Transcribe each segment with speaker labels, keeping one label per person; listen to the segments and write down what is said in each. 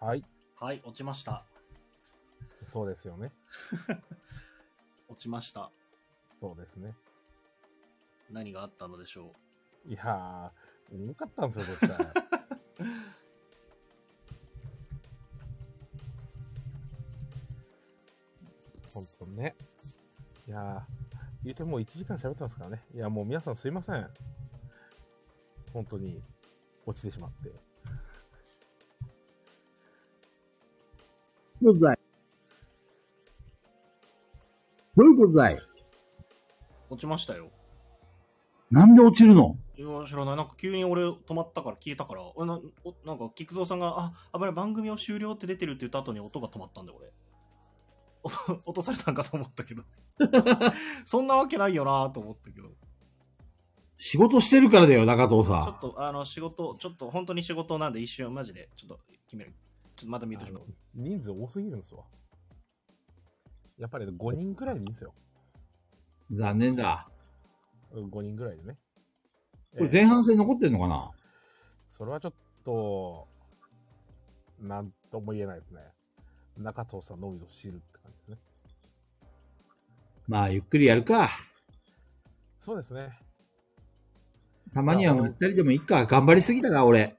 Speaker 1: はい。
Speaker 2: はい、落ちました。
Speaker 1: そうですよね。
Speaker 2: 落ちました。
Speaker 1: そうですね。
Speaker 2: 何があったのでしょ。
Speaker 1: いやー、重かったんですよ、 僕は。ほんとね。いやー、言うてもう1時間喋ってますからね。いや、もう皆さんすいません。本当に、落ちてしまって。
Speaker 3: どうぞい。どういうことだいう
Speaker 2: 落ちましたよ。
Speaker 3: なんで落ちるの
Speaker 2: いや、知らない。なんか急に俺止まったから消えたから、おなおなんか菊蔵さんが、あ、あばれ番組を終了って出てるって言った後に音が止まったんで俺。音落とされたんかと思ったけど。 そんなわけないよなと思ったけど。
Speaker 3: 仕事してるからだよ、中藤
Speaker 2: ちょ
Speaker 3: さ
Speaker 2: っと、あの、仕事、ちょっと本当に仕事なんで一瞬、マジで、ちょっと決める。ちょっとまた見てしまう。
Speaker 1: 人数多すぎるんですわ。やっぱり5人くらいでいいんですよ。
Speaker 3: ん。残念だ。
Speaker 1: 5人ぐらいでね。
Speaker 3: これ前半戦残ってんのかな
Speaker 1: それはちょっと、なんとも言えないですね。中藤さんのみぞ知るって感じですね。
Speaker 3: まあ、ゆっくりやるか。
Speaker 1: そうですね。
Speaker 3: たまにはまったりでもいいか。頑張りすぎたか、俺。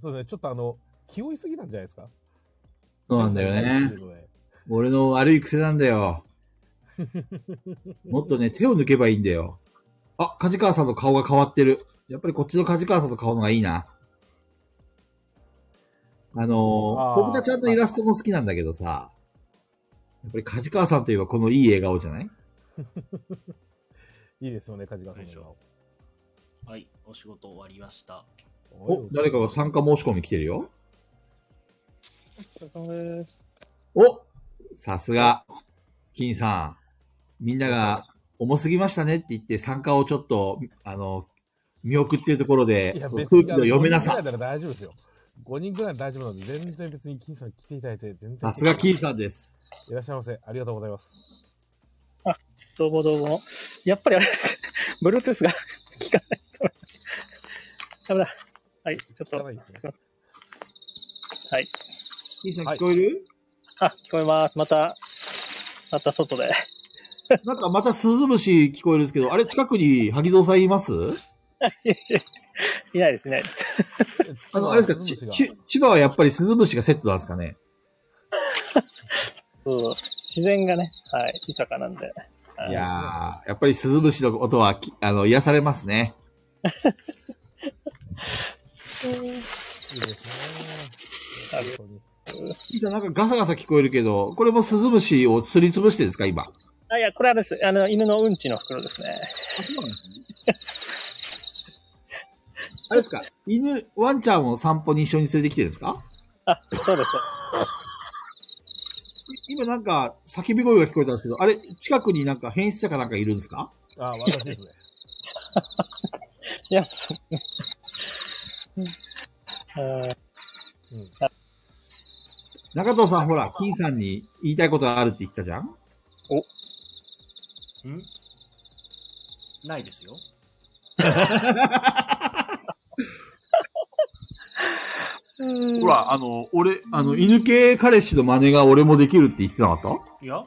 Speaker 1: そうですね。ちょっとあの、気負いすぎたんじゃないですか
Speaker 3: そうなんだよね。。俺の悪い癖なん だよ。もっとね、手を抜けばいいんだよ。あ、梶川さんの顔が変わってる。やっぱりこっちの梶川さんの顔のがいいな。あの
Speaker 1: あー
Speaker 3: ー、僕たちゃんのイラストも好きなんだけどさ、やっぱり梶川さんといえばこのいい笑顔じゃない
Speaker 1: いいですよね、梶川さん
Speaker 2: よいし
Speaker 1: の
Speaker 2: ょはい、お仕事終わりました。
Speaker 1: 顔。
Speaker 3: お、誰かが参加申し込み来てるよ。
Speaker 4: お疲れ様です。
Speaker 3: おさすが、金さん。みんなが、重すぎましたねって言って、参加をちょっと、あの、見送ってるところで、
Speaker 1: いや、
Speaker 3: 空
Speaker 1: 別
Speaker 3: 気
Speaker 1: に
Speaker 3: の読めな
Speaker 1: 5
Speaker 3: さ
Speaker 1: 人。ぐらいなら大丈夫ですよ。5人くらいなら大丈夫なので、全然別に金さん来ていただいて、全然。
Speaker 3: さすが金さんです。
Speaker 1: いらっしゃいませ。ありがとうございます。
Speaker 4: どうもどうも。やっぱりあれです。Bluetooth が 効かないから。ダメだ。はい、ちょっと。
Speaker 1: 汚いですね
Speaker 4: はい。
Speaker 3: 金さん
Speaker 1: はい
Speaker 3: 聞こえる、
Speaker 4: あ、聞こえます。また、また外で。
Speaker 3: なんかまた鈴虫聞こえるんですけど、あれ近くに萩蔵さんいます
Speaker 4: いないですね。
Speaker 3: あの、あれですか、ちち千葉はやっぱり鈴虫がセットなんですかね
Speaker 4: うん自然がね、はい、豊かなんで。はい
Speaker 3: いやー、やっぱり鈴虫の音はき、あの、癒されますね。
Speaker 1: いいですね。本当に。
Speaker 3: 金さんなんかガサガサ聞こえるけど、これも鈴虫をすりつぶしてですか、今。
Speaker 4: あ、いや、これはです。あの、犬のうんちの袋ですね。
Speaker 3: あれですか犬、ワンちゃんを散歩に一緒に連れてきてるんですか
Speaker 4: あ、そうです。
Speaker 3: 今なんか叫び声が聞こえたんですけど、あれ、近くになんか変質者かなんかいるんですか
Speaker 1: あ、私ですね。
Speaker 4: いや、そう。うん
Speaker 1: うん。
Speaker 3: 中藤さんほら、金さんに言いたいことがあるって言ったじゃん
Speaker 2: んないですよ。
Speaker 4: うん
Speaker 3: ほら、あの、俺、あの、犬系彼氏の真似が俺もできるって言ってなかった
Speaker 2: いや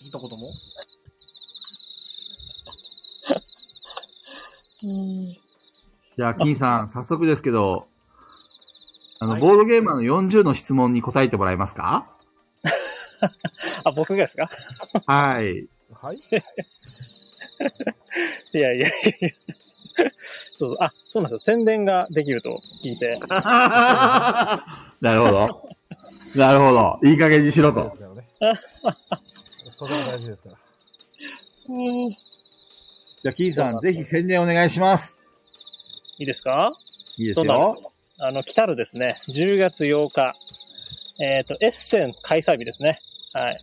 Speaker 2: 一言も
Speaker 4: うん
Speaker 3: じゃあ、金さん、早速ですけど、あの、
Speaker 2: はい
Speaker 3: ボードゲーマーの40の質問に答えてもらえますか
Speaker 4: あ、僕がですか
Speaker 3: はい。
Speaker 1: はい。
Speaker 4: いやいやいやいや。そうそう。あ、そうなんですよ。宣伝ができると聞いて。
Speaker 3: なるほど。なるほど。いい加減にしろ
Speaker 1: そうで
Speaker 3: と
Speaker 1: す。からね。とても大事です から。
Speaker 4: い
Speaker 3: じゃあ、金さん、ぜひ宣伝お願いします。
Speaker 4: いですか
Speaker 3: いいです
Speaker 4: そうなん
Speaker 3: よ
Speaker 4: で。す。あの、来たるですね。10月8日。えっ、と、エッセン開催日ですね。はい。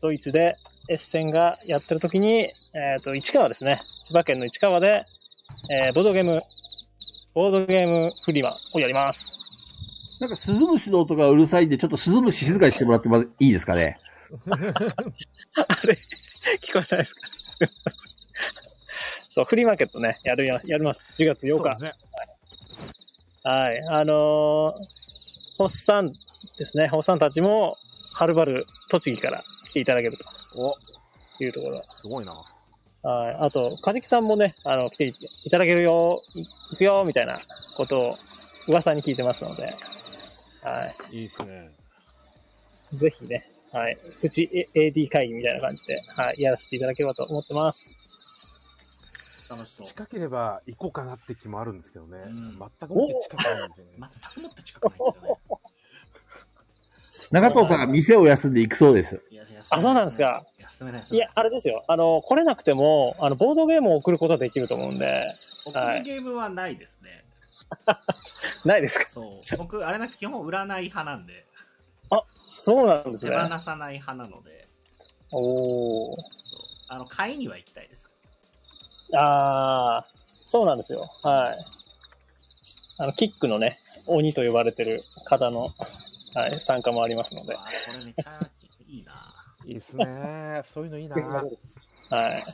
Speaker 4: ドイツでエッセンがやってる時に、えっ、と、市川ですね。千葉県の市川で、えーボードゲーム、ボードゲームフリマをやります。
Speaker 3: なんか、鈴虫の音がうるさいんで、ちょっと鈴虫静かにしてもらってもいいですかね。
Speaker 4: あれ、聞こえないですか すいませんそう、フリーマーケットね、やるや、やります。10月8
Speaker 1: そうで
Speaker 4: 日
Speaker 1: す。ね。
Speaker 4: はい。あのー、ホッサンですね。ホッサンたちも、はるばる栃木から来ていただける
Speaker 2: お、
Speaker 4: というところ。
Speaker 2: すごいな。
Speaker 4: はい。あと、カジキさんもね、あの、来ていただけるよ、い行くよ、みたいなことを噂に聞いてますので、はい
Speaker 5: いですね。
Speaker 4: い。ぜひね、はい。うちえ AD 会議みたいな感じで、はい。やらせていただければと思ってます。
Speaker 2: 楽しそう。
Speaker 1: 近ければ行こうかなって気もあるんですけどね。
Speaker 2: うん
Speaker 1: 全くもって近くないんですよね。
Speaker 2: 全くもって近くないんですよね。
Speaker 3: 長藤さんが店を休んで行くそうです。
Speaker 2: いや
Speaker 4: あそうなんですか。
Speaker 2: 休めないです
Speaker 4: いや、あれですよ。あの、来れなくても、あの、ボードゲームを送ることはできると思うんで、
Speaker 2: 僕
Speaker 4: は
Speaker 2: の
Speaker 4: い
Speaker 2: ゲームはないですね。
Speaker 4: ないですか
Speaker 2: そう。僕、あれなくて基本売らない派なんで、
Speaker 4: そうなんです
Speaker 2: 手
Speaker 4: ね。
Speaker 2: 放さない派なので、
Speaker 4: お
Speaker 2: そう。
Speaker 4: ー。
Speaker 2: あの、買いには行きたいです。
Speaker 4: ああ、そうなんですよ。はい。あの、キックのね、鬼と呼ばれてる方の、はい、参加もありますので。
Speaker 2: わあこれめちゃいいな。
Speaker 1: いいっすね。そういうのいいな。
Speaker 4: はい。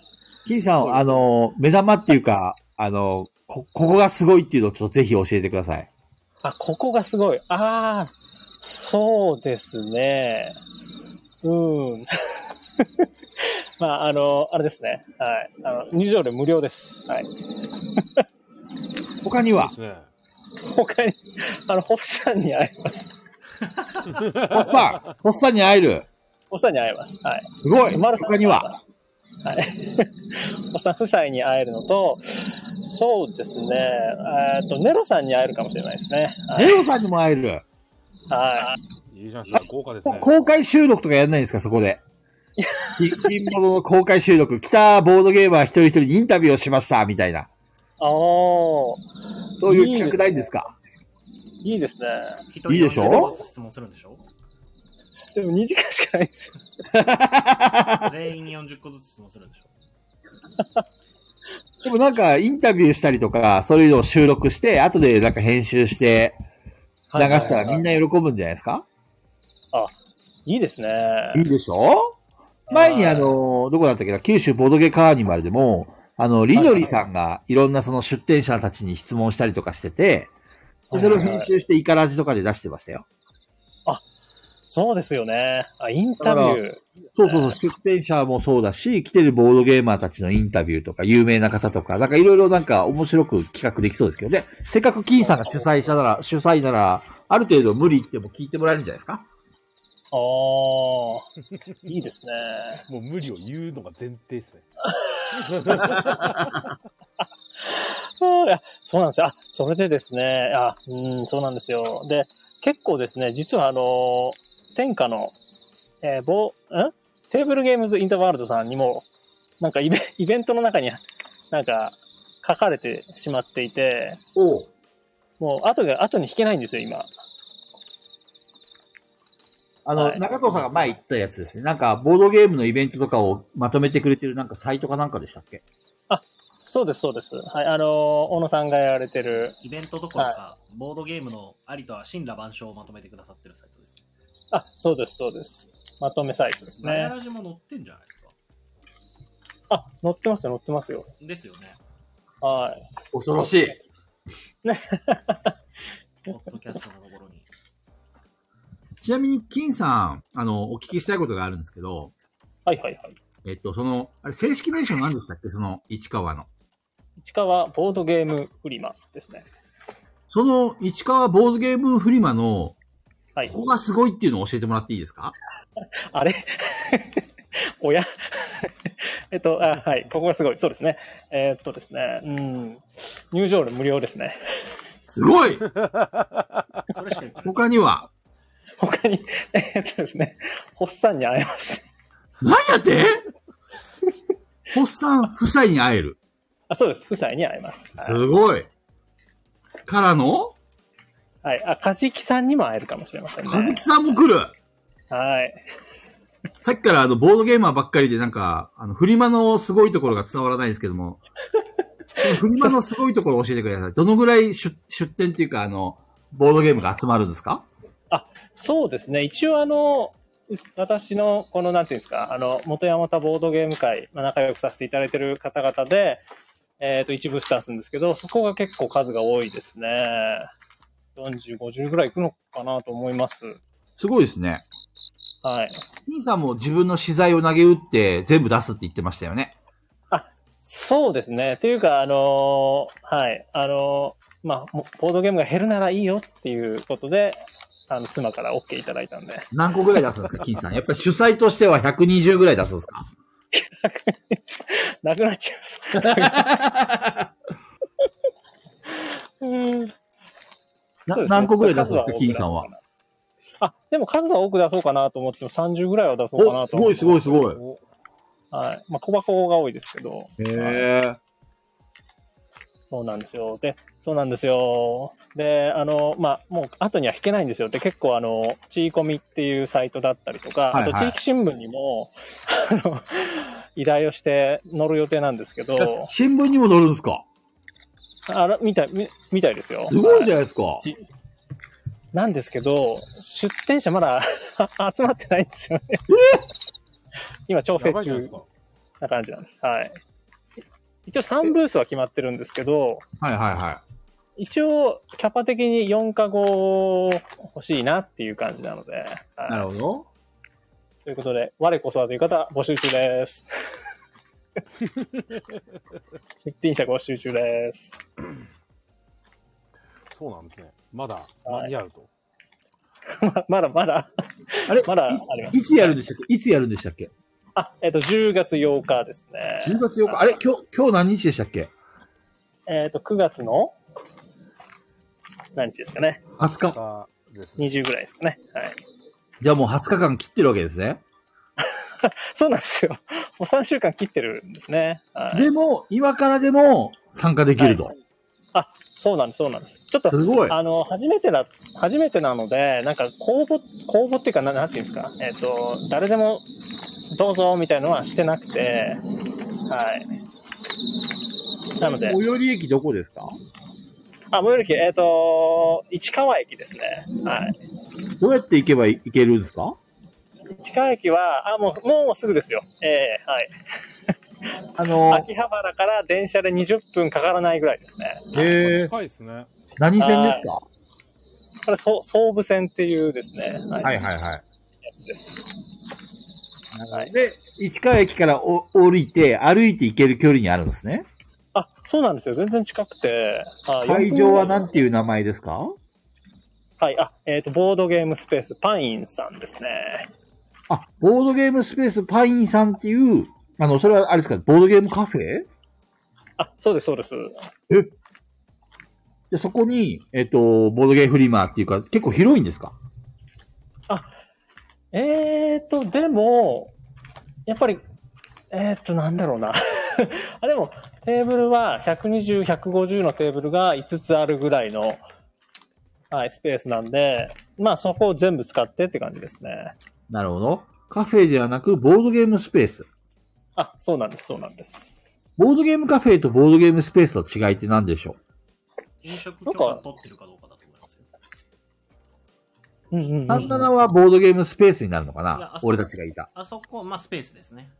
Speaker 3: キーさん、あの、目玉っていうか、あの、こ、ここがすごいっていうのをちょっとぜひ教えてください。
Speaker 4: あ、ここがすごい。ああ、そうですね。うん。 まあ、あの、あれですね。はい。あの、入場料無料です。はい。
Speaker 3: 他に
Speaker 1: いい
Speaker 3: は
Speaker 1: っ、すね。
Speaker 4: 他に、あの、ホッサンに会えます。
Speaker 3: おっさん、おっさんに会える。
Speaker 4: ホッサンに会えます。はい。
Speaker 3: すごい。
Speaker 4: 丸さん
Speaker 3: 他には、
Speaker 4: はい。 おっさん夫妻に会えるのと、そうですね、えっと、ネロさんに会えるかもしれないですね。はい。
Speaker 3: レオさんにも会える。
Speaker 4: はい、
Speaker 1: いいじゃないですか。豪華ですね。
Speaker 3: 公開収録とかやんないんですか、そこ で。キ金ボドの公開収録、来たボードゲーマー一人一人にインタビューをしました、みたいな。
Speaker 4: おー、
Speaker 3: そういう企画ないんですか
Speaker 4: いいですね。
Speaker 2: 一人
Speaker 3: いいでしょ
Speaker 2: 40ずつ質問するんで しょ
Speaker 4: でも2時間しかないんですよ。
Speaker 2: 全員に40個ずつ質問するんでしょ
Speaker 3: でもなんか、インタビューしたりとか、そういうのを収録して、後でなんか編集して、流したらみん
Speaker 4: な。
Speaker 3: な喜ぶんじゃないですか
Speaker 4: いいですね。
Speaker 3: いいでしょ前にあの、どこだったっけな、九州ボードゲカーニバルでも、あの、りのりさんがいろんなその出展者たちに質問したりとかしてて、でそれを編集してイカラジとかで出してましたよ。
Speaker 4: そうですよね。あ、インタビュー。
Speaker 3: そうそうそう、出展者もそうだし、来てるボードゲーマーたちのインタビューとか、有名な方とか、なんかいろいろなんか面白く企画できそうですけどね。せっかく金さんが主催者なら、主催なら、ある程度無理言っても聞いてもらえるんじゃないですか
Speaker 4: おー、いいですね。
Speaker 1: もう無理を言うのが前提ですね。
Speaker 4: そういやそうなんですよ。あ、それでですね、あ、うん、そうなんですよ。で、結構ですね、実はあの、天下の、えー、ぼんテーブルゲームズインターワールドさんにも、なんかイベ イベントの中に、なんか書かれてしまっていて、
Speaker 3: おう。
Speaker 4: もう後が、後に引けないんですよ、今。
Speaker 3: あの、
Speaker 4: はい
Speaker 3: 中藤さんが前言ったやつですね。なんか、ボードゲームのイベントとかをまとめてくれてるなんかサイトかなんかでしたっけ
Speaker 4: そうです、そうです。はい、あの、小野さんがやられてる、
Speaker 2: イベントどころか、ボードゲームのありとは神羅万象をまとめてくださってるサイトですね。
Speaker 4: あ、そうです、そうです。まとめサイトです
Speaker 2: ガヤ
Speaker 4: ね。
Speaker 2: ラジも載ってんじゃないですか。
Speaker 4: あ、載ってますよ、載ってますよ。
Speaker 2: ですよね。
Speaker 4: はい。
Speaker 3: 恐ろしい。
Speaker 2: ポッドキャストのところに。
Speaker 3: ちなみに、金さん、あの、お聞きしたいことがあるんですけど、
Speaker 4: はい、はい、はい。
Speaker 3: えっと、その、あれ、正式名称何でしたっけその、市川の。
Speaker 4: 市川ボードゲームフリマですね。
Speaker 3: その、市川ボードゲームフリマの、
Speaker 4: はい。
Speaker 3: ここがすごいっていうのを教えてもらっていいですか
Speaker 4: あれ おや えっと、あ、はい。ここがすごい。そうですね。えっとですね。うん。入場料無料ですね。
Speaker 3: すご い
Speaker 2: それしか言ってない。
Speaker 3: 他には、
Speaker 4: 他に、 えっとですね。ホッサンに会えます。
Speaker 3: 何やってホッサン夫妻に会える。
Speaker 4: あ、そうです。夫妻に会えます。
Speaker 3: すごい。からの、
Speaker 4: はい。あ、カジキさんにも会えるかもしれません
Speaker 3: かず
Speaker 4: ね
Speaker 3: き。さんも来る
Speaker 4: はい。
Speaker 3: さっきからあの、ボードゲーマーばっかりでなんか、あの、フリマのすごいところが伝わらないですけども、そのフリマのすごいところを教えてください。どのぐらい出出店っていうか、あの、ボードゲームが集まるんですか
Speaker 4: そうですね。一応あの、私のこの、なんていうんですか、あの、元山田ボードゲーム会、まあ、仲良くさせていただいてる方々で、えっ、と、一部スタンスんですけど、そこが結構数が多いですね。 40、50ぐらいいくのかなと思います。
Speaker 3: すごいですね。
Speaker 4: はい。
Speaker 3: 兄さんも自分の資材を投げ打って全部出すって言ってましたよね。
Speaker 4: そうですね。っていうか、あのーはい、あのーまあ、もボードゲームが減るならいいよっていうことで、あの、妻から OK いただいたんで。
Speaker 3: 何個ぐらい出すんです か、金さん。やっぱり主催としては120ぐらい出すんですか
Speaker 4: なくなっちゃいます。 うん
Speaker 3: な
Speaker 4: そうですね
Speaker 3: 何個ぐらい出すんですか、
Speaker 4: ちょ
Speaker 3: 金
Speaker 4: っと
Speaker 3: さん
Speaker 4: 数は多
Speaker 3: は
Speaker 4: く。出そうかな。あ、でも数は多く出そうかなと思ってても30ぐらいは出そうか
Speaker 3: お、
Speaker 4: な
Speaker 3: す
Speaker 4: と思
Speaker 3: ご
Speaker 4: って。
Speaker 3: いすごいすごい。
Speaker 1: お
Speaker 4: はい。まあ、小箱が多いですけど、
Speaker 3: へえ。
Speaker 4: そうなんですよ。で、そうなんですよ。で、あの、まあ、もう後には引けないんですよ。で、結構あの、ちいこみっていうサイトだったりとか、
Speaker 3: はいはい
Speaker 4: あと地域新聞にも、あの、依頼をして乗る予定なんですけ ど、
Speaker 3: 新聞にも載るんですか
Speaker 4: あら、みたい、みみたいですよ。
Speaker 3: すごいじゃ
Speaker 4: は
Speaker 3: ないですか。
Speaker 4: ちなんですけど、出店者まだ 集まってないんですよね。今調整
Speaker 2: やばいじゃないで
Speaker 4: 中
Speaker 2: すか。
Speaker 4: な感じなんです。はい。一応3ブースは決まってるんですけど、
Speaker 3: はいはいは
Speaker 4: 一応、キャパ的に4か5欲しいなっていう感じなので。
Speaker 3: い。な
Speaker 4: は
Speaker 3: るほ
Speaker 4: い
Speaker 3: ど。
Speaker 4: ということで、我こそはという方、募集 中です。出品者募集中です。
Speaker 1: そうなんですね。まだ間に合うと。
Speaker 4: ままだまだ、
Speaker 3: あれ
Speaker 4: まだあります。
Speaker 3: いつやるんでしたっけいつやるんでしたっけ
Speaker 4: あ、えっ、と、10月8日ですね。
Speaker 3: ?10 月8日。あれ今日、今日何日でしたっけ
Speaker 4: えっ、と、9月の何日ですかね。
Speaker 3: ?20 日。
Speaker 1: あですね。
Speaker 4: 20ぐらいですかね。はい。
Speaker 3: じゃあもう20日間切ってるわけですね。
Speaker 4: そうなんですよ。も う3週間切ってるんですね。はい。
Speaker 3: でも、今からでも参加できると。
Speaker 4: あ、そうなんです、そうなんです。ちょっと
Speaker 3: すごい。
Speaker 4: あの初めてだ初めてなので、なんか公募、公募っていうか、ななんていうんですか、えっ、と、誰でもどうぞみたいのはしてなくて、はい。なので
Speaker 3: 最、寄り駅どこですか
Speaker 4: あ、最寄り駅、えっ、と、市川駅ですね。はい。
Speaker 3: どうやって行けばい行けるんですか
Speaker 4: 市川駅は、あ、もう、もうすぐですよ。ええ
Speaker 3: あの
Speaker 4: はい。秋葉原から電車で20分かからないぐらいですね。
Speaker 3: へえ
Speaker 1: 近いですね。
Speaker 3: 何線ですか
Speaker 4: これ、そう総武線っていうですね、はい、
Speaker 3: はいはいは
Speaker 4: やつです。
Speaker 3: い。で、市川駅からお降りて、歩いて行ける距離にあるんですね。
Speaker 4: あ、そうなんですよ。全然近くて。あ
Speaker 3: 会場は何ていうう名前ですか
Speaker 4: はい、あ、えっ、と、ボードゲームスペース、パインさんですね。
Speaker 3: あ、ボードゲームスペースパインさんっていう、あの、それはあれですか、ボードゲームカフェ
Speaker 4: あ、そうです、そうです。
Speaker 3: で、そこに、えっと、ボードゲームフリマっていうか、結構広いんですか
Speaker 4: えっ、と、でも、やっぱり、えっ、と、なんだろうな。 あ、でも、テーブルは120、150のテーブルが5つあるぐらいの、はい、スペースなんで、まあ、そこを全部使ってって感じですね。
Speaker 3: なるほど。カフェではなく、ボードゲームスペース。
Speaker 4: あ、そうなんです、そうなんです。
Speaker 3: ボードゲームカフェとボードゲームスペースの違いって何でしょ
Speaker 2: 飲食許可取ってるかどうかだと思いますよ。
Speaker 4: うんうん、う。
Speaker 3: うん ?37 はボードゲームスペースになるのか
Speaker 2: いや
Speaker 3: な
Speaker 2: あそう
Speaker 3: 俺たちがいた。
Speaker 2: あそこ、まあ、スペースですね。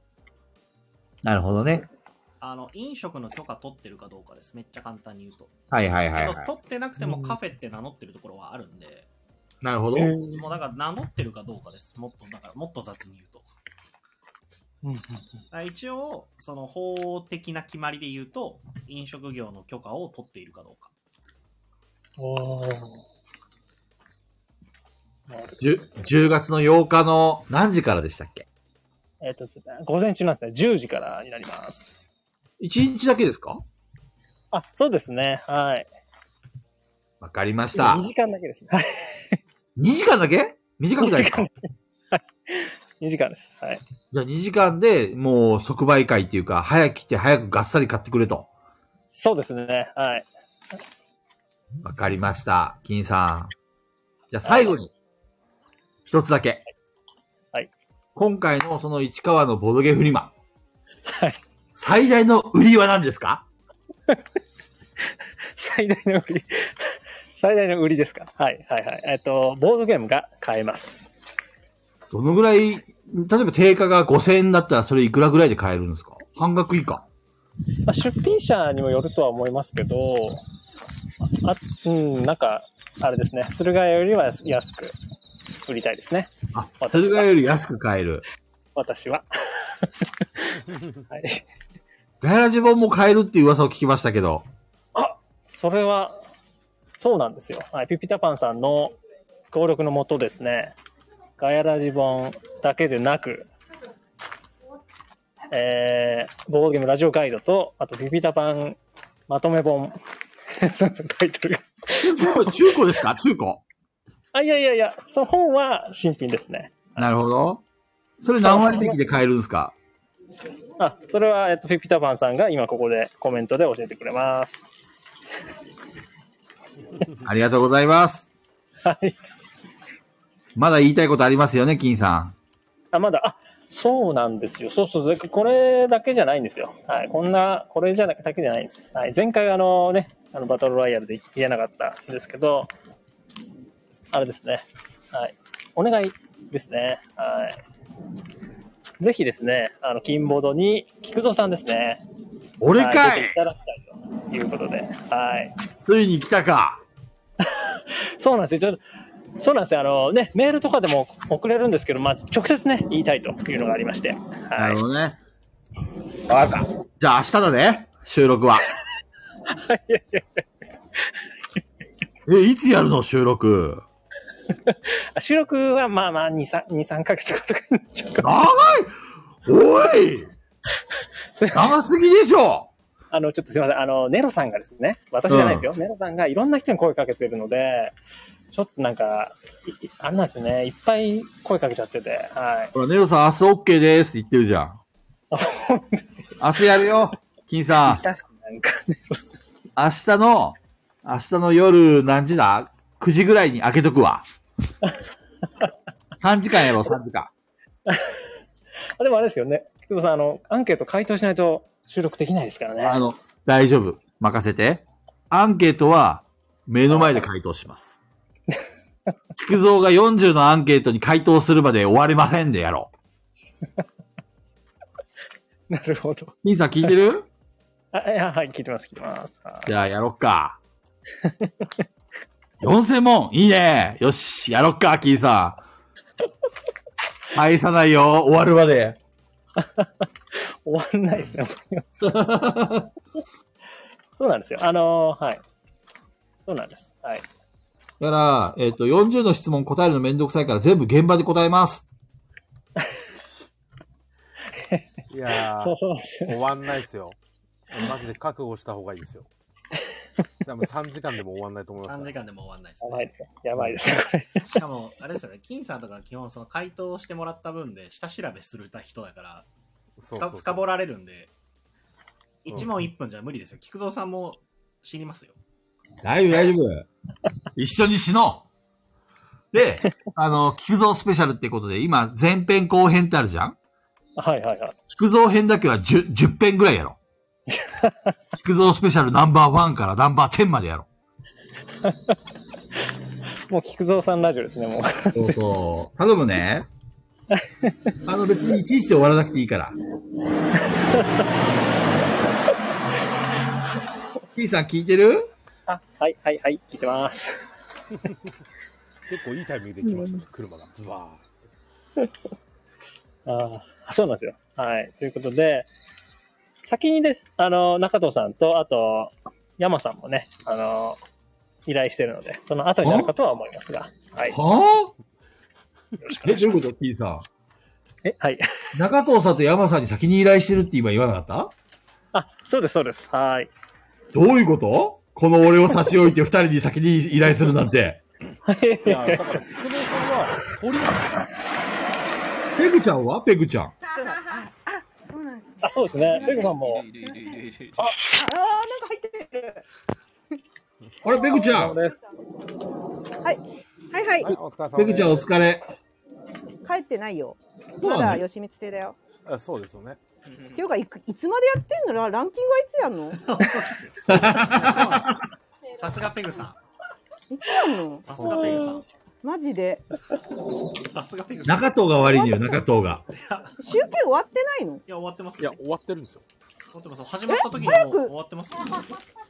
Speaker 3: なるほどね。
Speaker 2: あの、飲食の許可取ってるかどうかです。めっちゃ簡単に言うと。
Speaker 3: はいはいは
Speaker 2: け
Speaker 3: い、は
Speaker 2: ど
Speaker 3: い。
Speaker 2: 取ってなくてもカフェって名乗ってるところはあるんで、
Speaker 3: なるほど。
Speaker 4: えー
Speaker 2: もうだから名乗ってるかどうかです。もっと、だからもっと雑に言うと。
Speaker 4: うんうん
Speaker 2: だから一応、その法的な決まりで言うと、飲食業の許可を取っているかどうか。
Speaker 4: おーなるほど
Speaker 3: 10, 10月の8日の何時からでしたっけ
Speaker 4: えっ、と、午前中なんですね。10時からになります。
Speaker 3: ?1 日だけですか
Speaker 4: あ、そうですね。はい。
Speaker 3: わかりました
Speaker 4: 2。時間だけですね。はい。
Speaker 3: 2時間だけ短くないですか
Speaker 4: 2時間です。はい。
Speaker 3: じゃあ2時間でもう即売会っていうか、早く来て早くがっさり買ってくれと。
Speaker 4: そうですね。はい。
Speaker 3: わかりました。金さん。じゃあ最後に、一つだけ。
Speaker 4: はい。
Speaker 3: 今回のその市川のボドゲフリマ。
Speaker 4: はい。
Speaker 3: 最大の売りは何ですか
Speaker 4: 最大の売り。 最大の売りですか。はい。はい。はい。えっ、と、ボードゲームが買えます。
Speaker 3: どのぐらい、例えば定価が5000円だったらそれいくらぐらいで買えるんですか半額以下。
Speaker 4: まあ、出品者にもよるとは思いますけど、あ、うん、なんか、あれですね、駿河屋よりは安く売りたいですね。
Speaker 3: あ、駿河屋より安く買える。
Speaker 4: 私は。はい。
Speaker 3: ガヤラジ本も買えるっていう噂を聞きましたけど。
Speaker 4: それは、そうなんですよ。はい、ピピタパンさんの協力のもとですね、ガヤラジ本だけでなく、えー、ボードゲームラジオガイドと、あとピピタパンまとめ本。 すいませんタイトルが。
Speaker 3: これ中古ですか中古。
Speaker 4: あ、いやいやいや、その本は新品ですね。
Speaker 3: なるほど。それ何割引きで買えるんですか
Speaker 4: あ、それは、えっと、ピピタパンさんが今ここでコメントで教えてくれます。
Speaker 3: ありがとうございます。
Speaker 4: はい。
Speaker 3: まだ言いたいことありますよね、金さ
Speaker 4: あ、まだ、あ、そうなんですよ。そうそう。でこれだけじゃないんですよ。はい。こんな、これじゃなだけじゃないんです。はい。前回、あのね、あの、バトルロワイヤルで言えなかったんですけど、あれですね。はい。お願いですね。はい。ぜひですね、あの、金ボードに、菊蔵さんですね。
Speaker 3: ん。俺か
Speaker 4: はい出て
Speaker 3: い
Speaker 4: いただきたいということで。はい。
Speaker 3: ついに来たか。
Speaker 4: そうなんですよ。ちょっとそうなんですよ。あのね、メールとかでも送れるんですけど、まあ、直接ね、言いたいというのがありまして。
Speaker 3: な
Speaker 4: は
Speaker 3: る
Speaker 4: い
Speaker 3: ほ。どね。わかった。じゃあ明日だね、収録は。え、いつやるの収録。
Speaker 4: 収録はまあまあ2、3、2 3ヶ月後とかになっちゃ うか
Speaker 3: 長いおい
Speaker 4: すいません。
Speaker 3: 長すぎでしょ
Speaker 4: あの、ちょっとすいません。あの、ネロさんがですね、私じゃないですよ。ネロさんがいろんな人に声かけてるので、ちょっとなんか、いいあんなんですね、いっぱい声かけちゃってて、はい。
Speaker 3: ほら、ネロさん明日 OK ですって言ってるじゃん。明日やるよ。金さん。
Speaker 4: 確かになんか、ネロさん。
Speaker 3: 明日の、明日の夜何時だ ?9 時ぐらいに開けとくわ。3時間やろう、3時間。
Speaker 4: あでもあれですよね。菊蔵さん、あの、アンケート回答しないと収録できないですからね。
Speaker 3: あの、大丈夫。任せて。アンケートは目の前で回答します。菊蔵が40のアンケートに回答するまで終われませんでやろう。
Speaker 4: なるほど。
Speaker 3: 兄さん聞いてる
Speaker 4: あいやはい、聞いてます、聞いてます。はい
Speaker 3: じゃあやろっか。4000問いいねよしやろっか、キーさ ん。返さないよ終わるまで。
Speaker 4: 終わんないですね、わかりますそうなんですよ。あのーはい。そうなんです。はい。
Speaker 3: だから、えっ、と、40の質問答えるのめんどくさいから全部現場で答えます。
Speaker 1: いや
Speaker 4: そう
Speaker 1: ー、
Speaker 4: そうですよ
Speaker 1: 終わんないっすよ。マジで覚悟した方がいい ですよ。多分3時間でも終わんないと思います
Speaker 2: 3
Speaker 1: か
Speaker 2: 時
Speaker 1: ら。
Speaker 2: 間でも終わんないです
Speaker 4: や
Speaker 2: ね
Speaker 4: ばいですよ。やばいですよ。これ
Speaker 2: しかも、あれですよね、金さんとか基本、その回答してもらった分で、下調べする人だから、
Speaker 1: そう
Speaker 2: 深
Speaker 1: そう
Speaker 2: 深
Speaker 1: そ
Speaker 2: 掘
Speaker 1: う。
Speaker 2: られるんで、
Speaker 1: うん
Speaker 2: 1問1分じゃ無理ですよ。菊蔵さんも死にますよ。
Speaker 3: 大丈夫、大丈夫。一緒に死のう。 で、あの、菊蔵スペシャルってことで、今、前編後編ってあるじゃん
Speaker 4: はいはいはい。
Speaker 3: 菊蔵編だけは 10, 10編ぐらい やろ。菊蔵スペシャルナンバー1からナンバー10までやろ。
Speaker 4: もう菊蔵さんラジオですね、もう。
Speaker 3: そうそう。頼むね。あの、別にいちいちで終わらなくていいから。P さん聞いてる
Speaker 4: あ、はいはいはい、聞いてます。
Speaker 1: 結構いいタイミングで来ましたね、車が。ズバ
Speaker 4: ああ、そうなんですよ。はい。ということで、先にです、あの、中藤さんと、あと、山さんもね、あの、依頼してるので、その後になるかとは思いますが、はい。よ
Speaker 3: はぁ
Speaker 4: ろしくお
Speaker 3: え、
Speaker 4: 願いし
Speaker 3: どう
Speaker 4: ま
Speaker 3: いう
Speaker 4: す
Speaker 3: こと ?P さん。
Speaker 4: え、はい。
Speaker 3: 中藤さんと山さんに先に依頼してるって今言わなかっ
Speaker 4: あ、そうです、そうです。はい。
Speaker 3: たどういうことこの俺を差し置いて二人に先に依頼するなんて。
Speaker 1: ーン。いや、だから、菊蔵さんは、堀なんですよ。
Speaker 3: ペグちゃんはペグちゃん。
Speaker 6: あああそうなんですね。
Speaker 4: あ、そうですね。ペグさんも、
Speaker 6: ああなんか入ってる。
Speaker 3: あれ、ペグちゃん。
Speaker 6: はいはい、
Speaker 1: はい、お疲れ様です。
Speaker 3: ペグちゃんお疲れ。
Speaker 6: 帰ってないよ。
Speaker 3: そう
Speaker 6: ま
Speaker 3: な
Speaker 6: だ
Speaker 3: の
Speaker 6: 吉光亭だよ。
Speaker 1: あそうですよね。
Speaker 6: っていうかいくいつまでやってんのラランキングはいつやんの？
Speaker 2: さすがペグさ
Speaker 6: いつやんの
Speaker 2: ん。？さすがペグさん。
Speaker 6: マジで
Speaker 2: さすがペグさん。い
Speaker 3: 中藤が悪いんだよ、中藤が。
Speaker 6: 集計終わってないの？
Speaker 2: や、終わってます
Speaker 1: いや、
Speaker 2: よ。
Speaker 1: 終わってるんですよ。
Speaker 2: 待ってます。始まった時に
Speaker 6: 早
Speaker 2: も
Speaker 6: く
Speaker 2: う終わってます。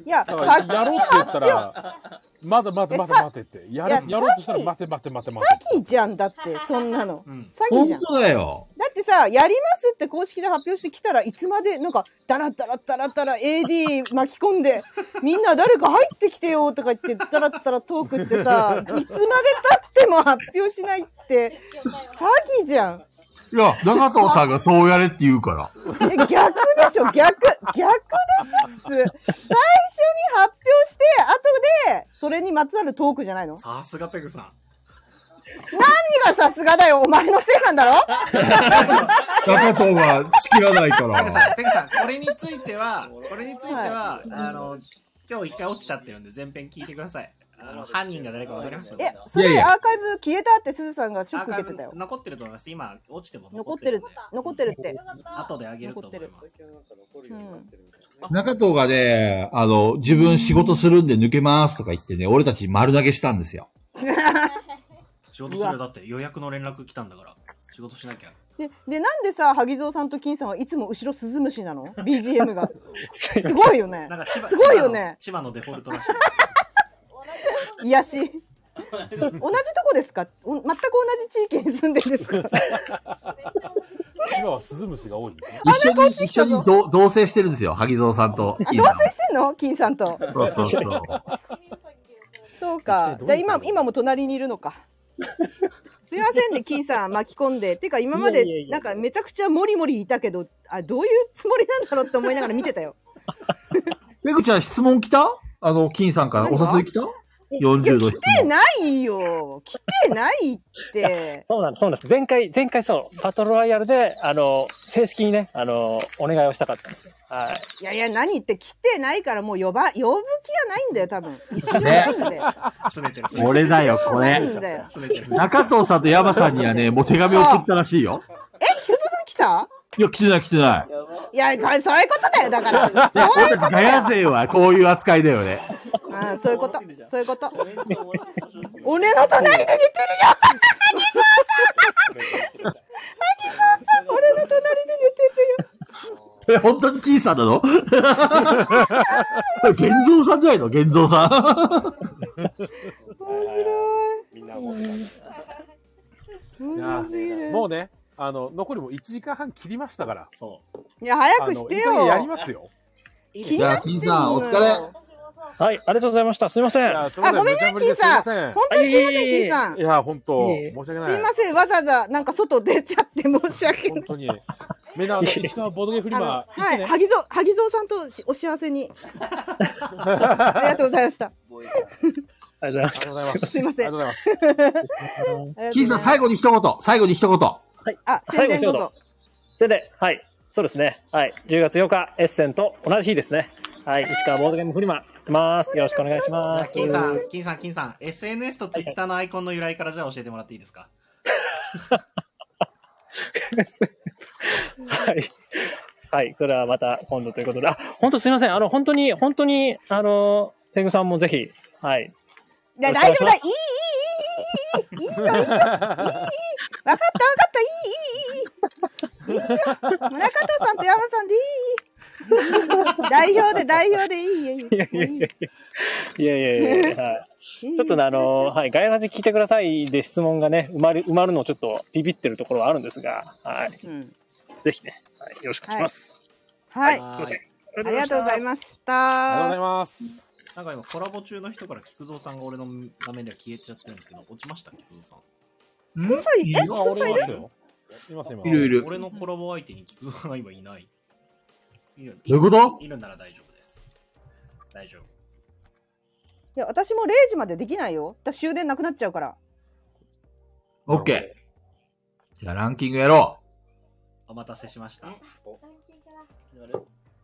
Speaker 6: いや、
Speaker 1: だから
Speaker 6: さ
Speaker 1: やろうって言ったら、まだまだまだ待てって。や
Speaker 6: いや
Speaker 1: る
Speaker 6: さっき
Speaker 1: やろうとしたら待て待て待て待て
Speaker 6: 詐欺じゃんだって、そんなの。
Speaker 2: うん。
Speaker 6: 詐欺
Speaker 7: 本
Speaker 6: じゃん。
Speaker 7: 当だよ。
Speaker 6: だってさ、やりますって公式で発表してきたらいつまでなんかダラダラダラダラ AD 巻き込んでみんな誰か入ってきてよとか言ってダラダラトークしてさいつまで経っても発表しないって詐欺じゃん
Speaker 7: いや、長藤さんがそうやれって言うから。
Speaker 6: え逆でしょ逆逆でしょ普通最初に発表して後でそれにまつわるトークじゃないの
Speaker 2: さすがペグさん。
Speaker 6: 何がさすがだよお前のせいなんだろ
Speaker 7: 長藤が仕切らないか
Speaker 2: ペグさ
Speaker 7: ら。
Speaker 2: ん、ペグさん、これについ ては、これについては、あの、今日一回落ちちゃってるんで、前編聞いてください。あの、犯人が誰かわかります
Speaker 6: えそれ
Speaker 7: いやいや
Speaker 6: アーカイブ消えたってすずさんがショ
Speaker 2: ア
Speaker 6: ッ
Speaker 2: ー
Speaker 6: ク
Speaker 2: カ
Speaker 6: 受
Speaker 2: イ
Speaker 6: けてたよ
Speaker 2: ブ残ってると思います。今、落ちても
Speaker 6: 残ってる残ってるって
Speaker 2: 後であげると思います。
Speaker 7: 中藤がね、あの、自分仕事するんで抜けますとか言ってね、俺たち丸投げしたんですよ。
Speaker 2: 仕事するよだって予約の連絡来たんだから、仕事しなきゃ。
Speaker 6: ででなんでさ萩蔵さんと金さんはいつも後ろスズムシなの BGM が
Speaker 4: すいますせん
Speaker 6: ごいよね
Speaker 2: なんか千葉
Speaker 6: すごいよね
Speaker 2: 千葉の千葉のデフォルトらしい。
Speaker 6: 癒し同じとこですかお全く同じ地域に住んでるんですか
Speaker 1: って。千葉はスズムシが多いんですね。
Speaker 7: 一緒に、一緒に同同棲してるんですよ、萩蔵さんと。
Speaker 6: あ同棲してんの金さんと
Speaker 7: そうそうそう。
Speaker 6: そうか
Speaker 1: 一体どういう
Speaker 6: じゃあ今
Speaker 1: こと
Speaker 6: 今も隣にいるのかすいませんね金さん巻き込んでてか今ま
Speaker 4: いやいや
Speaker 6: で
Speaker 4: いや
Speaker 6: なんかめちゃくちゃモリモリいたけどあどういうつもりなんだろうって思いながら見てたよ
Speaker 7: ペグちゃん質問来たあの、金さんからお誘い来た
Speaker 6: いや
Speaker 7: ?40 度
Speaker 6: 来
Speaker 7: 質
Speaker 6: て
Speaker 7: 問。
Speaker 6: ないよ来てないって
Speaker 4: そうなんです、そうなんです。前回、前回そう、パトロワイヤルで、あの、正式にね、あの、お願いをしたかったんですよ。はい。
Speaker 6: いやいや、何言って来てないからもう呼ば、呼ぶ気はないんだよ、多分。一緒ないんだよ。
Speaker 2: すねてる。
Speaker 7: 俺だよ、こ
Speaker 6: な
Speaker 7: れ
Speaker 6: い。んだよ。
Speaker 2: すねてる。
Speaker 7: 中藤さんとヤマさんにはね、もう手紙送ったらしいよ。
Speaker 6: え、菊蔵さん来た
Speaker 7: いや、来てない来てない。
Speaker 6: いや、これそういうことだよ、だから。
Speaker 7: ね、俺たちガヤ勢はこういう扱いだよね。
Speaker 6: うん、そういうこと。そういうこと。俺の隣で寝てるよ萩蔵さん俺の隣で寝て
Speaker 7: え、
Speaker 6: るよ
Speaker 7: 本当に金さんなの 現像さんじゃないの現像 さん。
Speaker 6: 面白い。
Speaker 8: みんな思ってたんです
Speaker 6: 面
Speaker 1: いや
Speaker 6: 白すぎる。
Speaker 1: もうね、あの、残りも1時間半切りましたから。
Speaker 2: そう。
Speaker 6: いや、早く
Speaker 1: あ
Speaker 6: し
Speaker 1: の
Speaker 6: て
Speaker 1: いい加減やり
Speaker 6: よ。
Speaker 1: ますよ。
Speaker 6: 気になってんのよ
Speaker 7: じゃあ金さんお疲れ
Speaker 4: はい、ありがとうございました。すいません。
Speaker 1: あ、
Speaker 4: あ
Speaker 1: すいませ
Speaker 6: あごめんね
Speaker 1: 無茶ぶりです
Speaker 6: 金さん
Speaker 1: すいま
Speaker 6: 本当にすいません、
Speaker 4: いえいえいえ
Speaker 6: 金さん。
Speaker 1: せん。いや、本当
Speaker 4: いえいえ
Speaker 1: 申し訳
Speaker 6: すい
Speaker 1: な
Speaker 6: ま
Speaker 1: い。
Speaker 6: せん、わざわざなんか外出ちゃって申し訳ない
Speaker 1: 本。当に。みんな、あの、市川ボードゲームフリ
Speaker 6: あの
Speaker 1: マ、行っ
Speaker 6: は
Speaker 1: て
Speaker 6: い、
Speaker 1: ね。
Speaker 6: 萩蔵、萩蔵さんとしお幸せ に。ありがとうございました。
Speaker 4: りが
Speaker 1: あり
Speaker 4: と
Speaker 1: がとう
Speaker 4: うご
Speaker 1: ご
Speaker 4: ざ
Speaker 1: ざ
Speaker 4: い
Speaker 1: います
Speaker 4: ま。
Speaker 1: す。
Speaker 6: すいません
Speaker 1: ありがとうございます。
Speaker 7: 金さん、最
Speaker 6: 後。
Speaker 7: 後に一言。最後に一言。
Speaker 6: あ、宣伝どうぞ。
Speaker 4: それで、はい、そうですね。はい、10月8日、エッセンと同じ日ですね。はい、石川ボードゲームフリマ、やってます。よろしくお願いします。
Speaker 2: 金さん、金さん、金さん、SNS と Twitter のアイコンの由来からじゃあ教えてもらっていいですか
Speaker 4: はい。はい、それはまた今度ということで。あ、本当すいません。あの、本当に、本当に、あの、ペグさんもぜひ、はい。
Speaker 6: いや、
Speaker 4: よろしくお
Speaker 6: 大
Speaker 4: 願いし
Speaker 6: 丈夫
Speaker 4: ま
Speaker 6: だ。い
Speaker 4: す
Speaker 6: い、いい、いい、いい、いい、いいよ、いいよ、いいよ、いい、いい、いい。わかった、わかった、いい、いい、いい、いい。いいよ。村加藤さんと山さんでいい。代表で、代表でいいよ、いいよ。
Speaker 4: いやいやいやいやいやいや、はい。ちょっとね、あの、はい、ガイラジ聞いてくださいで質問がね、埋まる、埋まるのをちょっとビビってるところはあるんですが、はい。
Speaker 6: うん
Speaker 4: ぜひね、はい、よろしくお願いします。
Speaker 6: はい、
Speaker 2: は
Speaker 4: すいません
Speaker 2: い
Speaker 6: ありがとうございまし
Speaker 1: ありがとうござい
Speaker 6: た。
Speaker 1: ます。
Speaker 2: なんか今、コラボ中の人から菊蔵さんが俺の画面では消えちゃってるんですけど、落ちました、菊蔵さん。
Speaker 7: ん
Speaker 6: そういえ、
Speaker 1: 今、俺いますよ。います、今。
Speaker 7: いるいる。
Speaker 2: 俺のコラボ相手に菊蔵さんが今いない。いる
Speaker 7: どういうこと
Speaker 2: いるなら大丈夫です。大丈夫。
Speaker 6: いや、私も0時までできないよ。だ、終電なくなっちゃうから。
Speaker 7: オッケー。じゃあランキングやろ
Speaker 2: お待たせしました。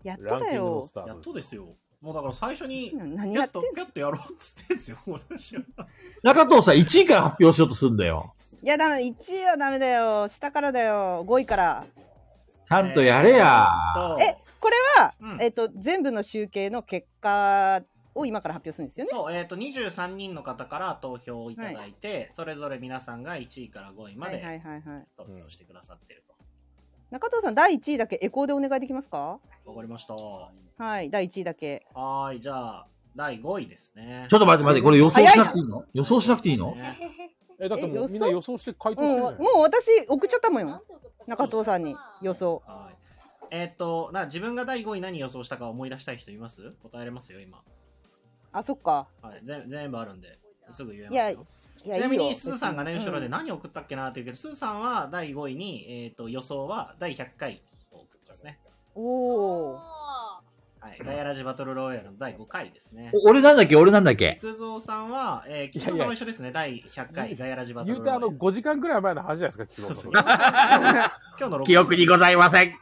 Speaker 6: やっと
Speaker 1: ランキ
Speaker 6: だ
Speaker 1: ングの
Speaker 6: よ
Speaker 1: ス。タ
Speaker 2: や
Speaker 1: ー
Speaker 2: っ
Speaker 1: ト
Speaker 2: と。ですよ。もうだから最初に、
Speaker 6: うん何
Speaker 2: ピ
Speaker 6: や
Speaker 2: ャ
Speaker 6: っ
Speaker 2: ッ
Speaker 6: てん
Speaker 2: と
Speaker 6: の、
Speaker 2: ピャッとやろうっつってんですよ、私は。
Speaker 7: う。中藤さん1位から発表しようとすんだよ。
Speaker 6: いやダメ1位はダメだよ下からだよ5位から
Speaker 7: ちゃんとやれや。
Speaker 6: えこれは、
Speaker 2: うん
Speaker 6: えっと全部の集計の結果を今から発表するんですよね
Speaker 2: そう、えっ、と、23人の方から投票をいただいて、それぞれ皆さんが1位から5位ま
Speaker 6: はいはい
Speaker 2: で
Speaker 6: はいはい
Speaker 2: 投票してくださってると。
Speaker 6: 中藤さん第1位だけエコーでお願いできますか
Speaker 2: わかりました。は
Speaker 6: はい第1位だけ
Speaker 2: ーい、じゃあ、第5位ですね。
Speaker 7: ちょっと待って待って、これ予想しなくていいの予想しなくていいの
Speaker 2: ね
Speaker 1: え、だってもう
Speaker 6: え
Speaker 1: みんな予想して回答
Speaker 6: う
Speaker 1: し
Speaker 6: ん、
Speaker 1: てる
Speaker 6: も
Speaker 1: じゃ
Speaker 6: う
Speaker 1: ない
Speaker 6: 私送っちゃったもんよ中藤さんに予想
Speaker 2: はいえーっと、な自分が第5位何予想したか思い出したい人います答えれますよ、今。
Speaker 6: あそっか
Speaker 2: はい、ぜ全部あるんで、すぐ言え
Speaker 6: い
Speaker 2: ま
Speaker 6: や
Speaker 2: す
Speaker 6: い
Speaker 2: よ。
Speaker 6: い
Speaker 2: ち
Speaker 6: や
Speaker 2: なみ
Speaker 6: いい
Speaker 2: に、
Speaker 6: よ
Speaker 2: すずさんがね、
Speaker 6: 別に
Speaker 2: 後ろで
Speaker 6: うん
Speaker 2: 何送ったっけなって言うけど、すずさんは第5位に、えーっと、予想は第100回を送ってますね。
Speaker 6: おお
Speaker 2: はい、ガヤラジバトルロイヤルの第5回ですね。
Speaker 7: お俺なんだっけ俺なんだっけ
Speaker 2: 菊蔵さんは、えー、菊
Speaker 1: いやい
Speaker 2: 蔵さん
Speaker 1: や
Speaker 2: も一緒ですね、第100回ガヤラジバトル
Speaker 1: 言う
Speaker 2: ロイ
Speaker 1: て
Speaker 2: ヤ
Speaker 1: あ
Speaker 2: ル
Speaker 1: の、5時間くらい前の話じゃないですか、
Speaker 2: そう
Speaker 1: 昨日
Speaker 2: そう
Speaker 1: の。
Speaker 2: 今日の
Speaker 7: 記憶にございません。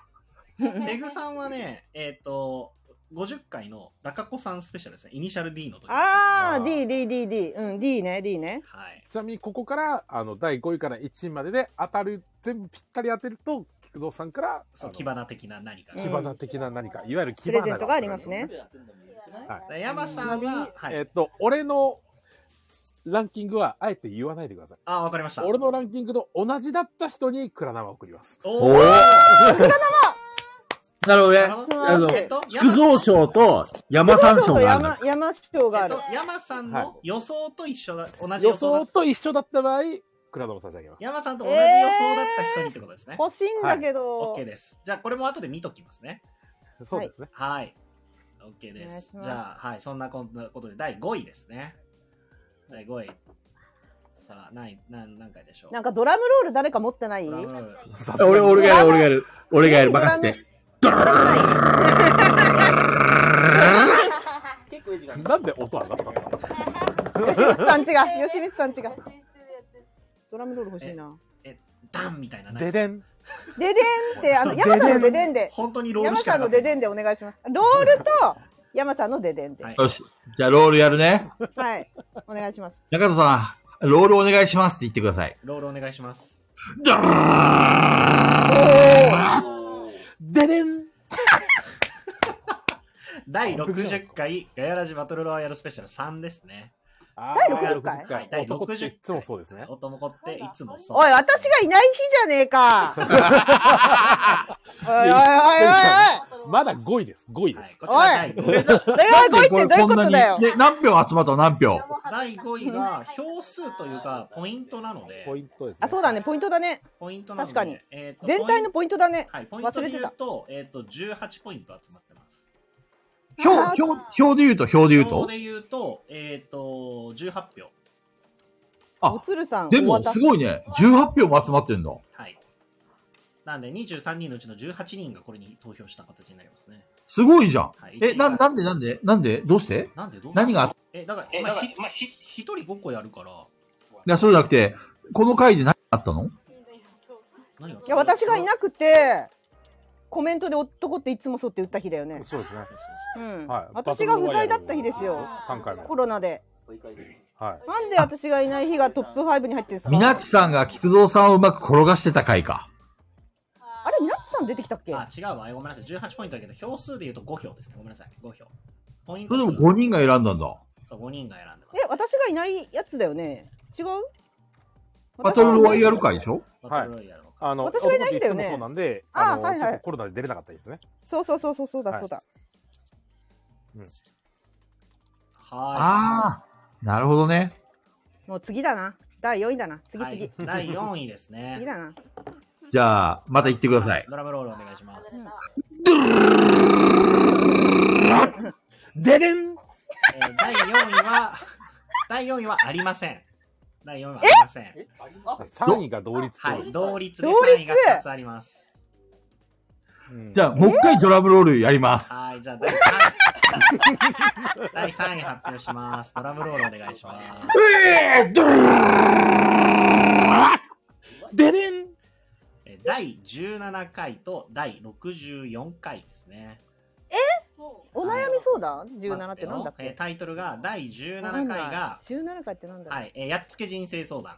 Speaker 2: レグさんはね、えっ、と、50回の高子さんスペシャルですね。イニシャル D の時ですね。
Speaker 6: あ
Speaker 1: あー
Speaker 6: ー DDDD うん D ね D ね
Speaker 2: はい。
Speaker 1: ちなみにここから、あの、第5位から1位までで当たる、全部ぴったり当てると、菊蔵さんから、
Speaker 2: そう、
Speaker 1: あ
Speaker 2: 木
Speaker 1: の
Speaker 2: 花的な何か。
Speaker 6: うん
Speaker 1: 木花的な何か、いわゆる木
Speaker 6: プ
Speaker 1: 花
Speaker 6: レゼントがありますね。
Speaker 2: で山さんは、はい。
Speaker 1: えっと、俺のランキングはあえて言わないでください。
Speaker 2: あ、わかりました。
Speaker 1: 俺のランキングと同じだった人にクラナマを送ります。
Speaker 2: お
Speaker 7: おお
Speaker 2: ー
Speaker 7: なるほどね
Speaker 2: なる。ほ
Speaker 6: あ
Speaker 2: ど
Speaker 6: の
Speaker 2: えっと、
Speaker 7: 副
Speaker 2: 山
Speaker 7: 蔵賞と山山賞
Speaker 6: と
Speaker 7: があるの
Speaker 6: 山。山師匠が
Speaker 2: え
Speaker 6: あ
Speaker 2: っ
Speaker 6: る
Speaker 2: と、山さん
Speaker 1: はい
Speaker 2: の予想と一緒だ、同
Speaker 1: 予
Speaker 2: じ予想だ
Speaker 1: 想と一緒だった場合、クラナマを差し上げます。
Speaker 2: 山さんと同じ予想だった人にってことですね。
Speaker 6: 欲しいんだけ
Speaker 2: オ
Speaker 6: ど
Speaker 2: ッケーです。じゃあ、これも後で見ときますね。
Speaker 1: そうですね。
Speaker 2: はい。OK です。
Speaker 6: お願いします
Speaker 2: じゃあ、はい、そんなこんなことで第5位ですね。第5位。さあ、何、何、何回でしょう
Speaker 6: なんかドラムロール誰か持ってない
Speaker 2: ドラムロ
Speaker 6: ない
Speaker 2: ール
Speaker 1: さすがに
Speaker 7: 俺、俺がやる、俺がやる。俺がやる、
Speaker 6: ドラ
Speaker 7: 任せ
Speaker 6: ム
Speaker 7: て。
Speaker 8: 結構いい時間。
Speaker 1: なんで音上がったの
Speaker 6: 吉光さん違う吉光さん違うドラムロール欲しいな
Speaker 2: ダンみたいなね
Speaker 1: ででん。
Speaker 6: デデンってあの山さんのデデンで
Speaker 2: 本当にロール
Speaker 6: 山
Speaker 2: し
Speaker 6: さ
Speaker 2: か
Speaker 6: ん
Speaker 2: な
Speaker 6: の
Speaker 2: かった
Speaker 6: デデンでお願いしますロールと山さんのデデンで
Speaker 2: は
Speaker 6: はいい、
Speaker 7: よし。じゃあ、ロールやるね。
Speaker 6: お願いします
Speaker 7: 中田さん、ロールお願いしますって言ってください。
Speaker 2: ロールお願いします。
Speaker 6: おー
Speaker 1: ででん
Speaker 2: 第60回ガヤラジバトルロイヤルスペシャル3ですね。
Speaker 1: 第
Speaker 6: 60回
Speaker 2: はい、第60
Speaker 1: 男
Speaker 2: 回
Speaker 1: っていつもそうですね。
Speaker 2: 男っていつもそう。
Speaker 6: おい私がいない日じゃねえ かおいおいおい
Speaker 1: まだ5位です。5位で
Speaker 2: はい
Speaker 1: す。、
Speaker 2: こちら第
Speaker 6: おいお
Speaker 2: 5
Speaker 6: い
Speaker 2: 位。
Speaker 6: それが5位ってどういうこ
Speaker 7: んな
Speaker 6: と
Speaker 7: に
Speaker 6: だよ
Speaker 7: で、何票集まったの何票。
Speaker 2: 第5位が票数というか、ポイントなので、
Speaker 1: ポイントですね。
Speaker 6: あそうだねポイントだね
Speaker 2: ポイントなので、
Speaker 6: 確かに
Speaker 2: えーと
Speaker 6: 全体のポイントだね
Speaker 2: はい、ポイントで言
Speaker 6: 忘れ
Speaker 2: う
Speaker 6: て
Speaker 2: と、えっ、と、18ポイント集まってます。
Speaker 7: 票、票、票で言うと、票で言う
Speaker 2: 票
Speaker 7: と。
Speaker 2: で言うと、えっ、と、18票。
Speaker 7: あ
Speaker 6: おつるさん
Speaker 7: で
Speaker 6: 終わっ
Speaker 7: も、
Speaker 6: た
Speaker 7: すごいね。18票も集まってんだ。
Speaker 2: はい。なんで、23人のうちの18人がこれに投票した形になりますね。
Speaker 7: すごいじゃん。
Speaker 2: はい、
Speaker 7: え、な、
Speaker 2: 一位
Speaker 7: なんでなんでなんでどうして
Speaker 2: なんでどう
Speaker 7: 何があっ
Speaker 2: え、だから、
Speaker 8: え
Speaker 2: まあ
Speaker 8: だから
Speaker 2: ひまあ、ひ一人5個やるから、
Speaker 7: いや、そうじゃなくて、この回で何があったの
Speaker 2: 何があった
Speaker 6: いや私がいなくてコメントで男っていつもそうって打った日だよね
Speaker 1: そうですね。
Speaker 6: うん、
Speaker 1: はい。
Speaker 6: 私が不在だった日ですよ
Speaker 1: 3回も
Speaker 6: コ。ロナで
Speaker 1: はい。
Speaker 6: なんで私がいない日がトップ5に入ってるんですか
Speaker 7: みなきさんが菊蔵さんをうまく転がしてた回か。
Speaker 6: あれみなきさん出てきたっけ
Speaker 2: あ、違うわ。ごめんなさい。18ポイントだけど、票数で言うと5票ですね。ごめんなさい。5票。ポイン
Speaker 7: そ
Speaker 2: ト
Speaker 7: れで
Speaker 2: 数
Speaker 7: も5人が選んだんだ。
Speaker 2: そう5人が選んでま
Speaker 6: え私がいないやつだよね違う
Speaker 7: バトルロイヤル回でしょ
Speaker 2: す。バトルロイヤルのか。
Speaker 1: あの、
Speaker 6: 私がいないんだ
Speaker 1: 男
Speaker 6: よ
Speaker 1: って
Speaker 6: ね
Speaker 1: いつもそうなんで、
Speaker 6: あ
Speaker 1: あの、
Speaker 6: はいはい
Speaker 1: ちょっとコロナで出れなかったですね。
Speaker 6: そうそうそうそうそうだそうだ、
Speaker 2: は
Speaker 7: ああ、なるほどね。
Speaker 6: もう次だな第4位だな次
Speaker 2: い。
Speaker 6: 次、
Speaker 2: はい、第4位です
Speaker 6: 次
Speaker 2: ね。
Speaker 6: だな
Speaker 7: じゃあ、また言ってください。
Speaker 2: ドラムロールお願いします。
Speaker 1: ででん
Speaker 2: えー第4位は、 第4位はありません。第4位はありません。
Speaker 1: !3 位が同率って
Speaker 2: は
Speaker 1: ことです
Speaker 2: い、同率で
Speaker 6: 同率
Speaker 2: 3位が2つあります。
Speaker 1: うん
Speaker 7: じゃあ、もう一回ドラムロールやります。
Speaker 2: はい、じゃあ第3位。 第3位発表します。ドラムロールお願いします。
Speaker 1: ででん
Speaker 2: え第17回と第64回ですね。
Speaker 6: お悩み相談17ってなんだっ
Speaker 2: えー
Speaker 6: け
Speaker 2: タイトルが第17
Speaker 6: わか
Speaker 2: 回
Speaker 6: んない
Speaker 2: が、
Speaker 6: 17回ってなんだろう、
Speaker 2: はい、えーやっつけ人生相談。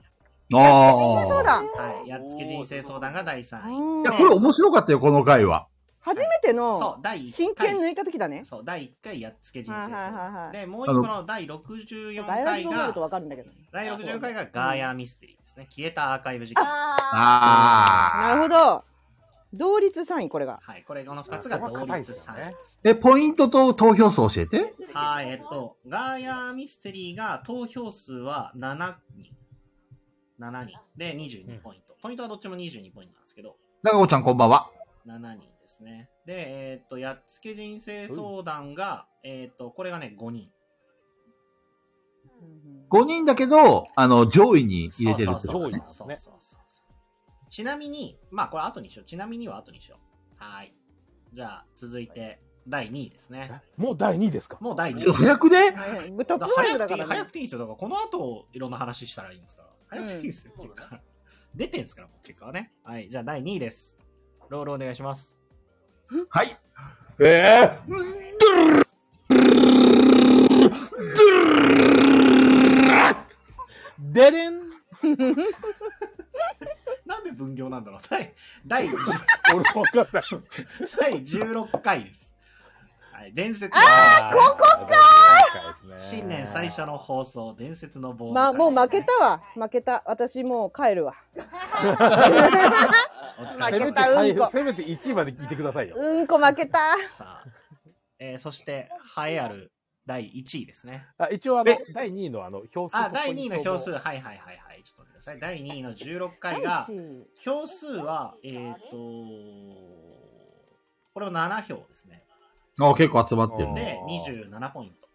Speaker 7: ああ。
Speaker 6: そうだ、
Speaker 2: はい、やっつけ人生相談が第3位。
Speaker 6: うん
Speaker 7: いや、これ面白かったよ、この回は。
Speaker 6: 初めて
Speaker 2: そ
Speaker 6: の
Speaker 2: う、第1
Speaker 6: 真剣
Speaker 2: 回。
Speaker 6: 抜いた時だね
Speaker 2: そう、第1回やっつけ人生相
Speaker 6: はいはいはいは
Speaker 2: 談。
Speaker 6: い
Speaker 2: で、もう一個の第64
Speaker 6: ガイラ
Speaker 2: 回
Speaker 6: ジロール
Speaker 2: が、
Speaker 6: とわかるんだけど
Speaker 2: 第64回がガーヤーミステリーですね。消えたアーカイブ事件。
Speaker 7: あ
Speaker 6: なるほど同率3位、これが。
Speaker 2: はい、これ、この2つが同
Speaker 1: 硬いです
Speaker 2: 率
Speaker 1: よ
Speaker 2: 3
Speaker 1: ね。
Speaker 3: え、ポイントと投票数教えて。
Speaker 2: はい、えっと、ガーヤーミステリーが投票数は7人。7人。で、22ポイント。ポイントはどっちも22ポイントなんですけど、
Speaker 3: 長子ちゃんこんばんは。
Speaker 2: 7人ですね。で、えっと、やっつけ人生相談が、えっと、これがね、5人。
Speaker 3: 5人だけど、あの、上位に入れてるって
Speaker 1: そ
Speaker 3: こ
Speaker 1: う
Speaker 3: と
Speaker 1: そう
Speaker 3: で
Speaker 1: 上
Speaker 3: す
Speaker 1: 位
Speaker 3: ね。
Speaker 1: ですね
Speaker 2: そうそうそうそうちなみに、まあ、これ後にしよう。ちなみには後にしよう。はーい。じゃあ、続いて、第2位ですね。
Speaker 1: えもう第2位ですか
Speaker 2: もう第2位。
Speaker 3: ちょっと早くね
Speaker 6: はいトップ
Speaker 2: だ
Speaker 6: 5
Speaker 2: 早
Speaker 6: だ
Speaker 2: く
Speaker 6: か
Speaker 2: ていい、
Speaker 6: ら
Speaker 2: 早
Speaker 6: ね
Speaker 2: く。ていいんですよ。だから、この後、いろんな話したらいいんですから。早くていいですよ、
Speaker 6: うん
Speaker 2: 結果。 出てんすから、もう結果はね。はい、じゃあ、第2位です。ロールお願いします。
Speaker 3: はい。ええ
Speaker 1: でれん
Speaker 2: なんで分業なんだろう。第、 第10
Speaker 1: 俺も分かんない。
Speaker 2: 第16回です。はい、伝説の
Speaker 1: あー、ここか
Speaker 2: 新年最初の放送、伝説の棒。
Speaker 6: まあ、もう負け。たわ。負けた。私もう帰 るわ。
Speaker 2: お疲れ様
Speaker 6: 負
Speaker 1: せ
Speaker 2: で
Speaker 1: めて
Speaker 2: す
Speaker 6: けた
Speaker 1: 最後、
Speaker 6: うんこ
Speaker 1: せめて1位まで聞いてくださいよ。
Speaker 6: うんこ負けた。
Speaker 2: さあ、えーそして、栄えある第1位ですね。
Speaker 1: あ一応、あの、第2位のあの、票数。
Speaker 2: あ、第2位の票数、。はいはいはいはい、ちょっと待ってください。第2位の16回が
Speaker 6: 第、一位
Speaker 2: 票数は、えっ、とこれを7票ですね。
Speaker 3: あ、結構集まってるね。
Speaker 2: で
Speaker 1: あ、ー
Speaker 2: 27ポイント。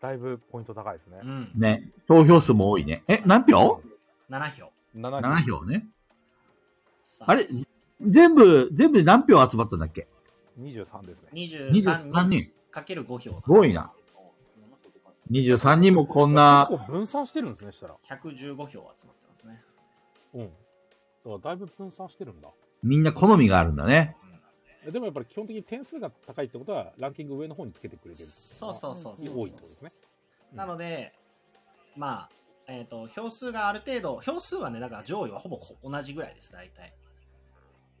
Speaker 1: だいぶポイント高いですね
Speaker 2: う。ん。
Speaker 3: ね。投票数も多いね。え、何票
Speaker 2: 7票。
Speaker 1: 7
Speaker 3: ?7 票ね。
Speaker 2: さ
Speaker 3: あれ全部、全部で何票集まったんだっけ
Speaker 1: 23ですね。
Speaker 2: ?23
Speaker 3: ?23
Speaker 2: 人
Speaker 3: 人。
Speaker 2: かける5票。
Speaker 3: すごいな。23人もこんな、
Speaker 1: 結構分散してるんですね、したら。
Speaker 2: 115票集まってますね。
Speaker 1: うん。だからだいぶ分散してるんだ。
Speaker 3: みんな好みがあるんだね。
Speaker 1: でもやっぱり基本的に点数が高いってことは、ランキング上の方につけてくれてる。
Speaker 2: そうそうそうそう。
Speaker 1: 多いってことですね。
Speaker 2: なので、まあ、えっ、と、票数がある程度、票数はね、だから上位はほぼ同じぐらいです、大体。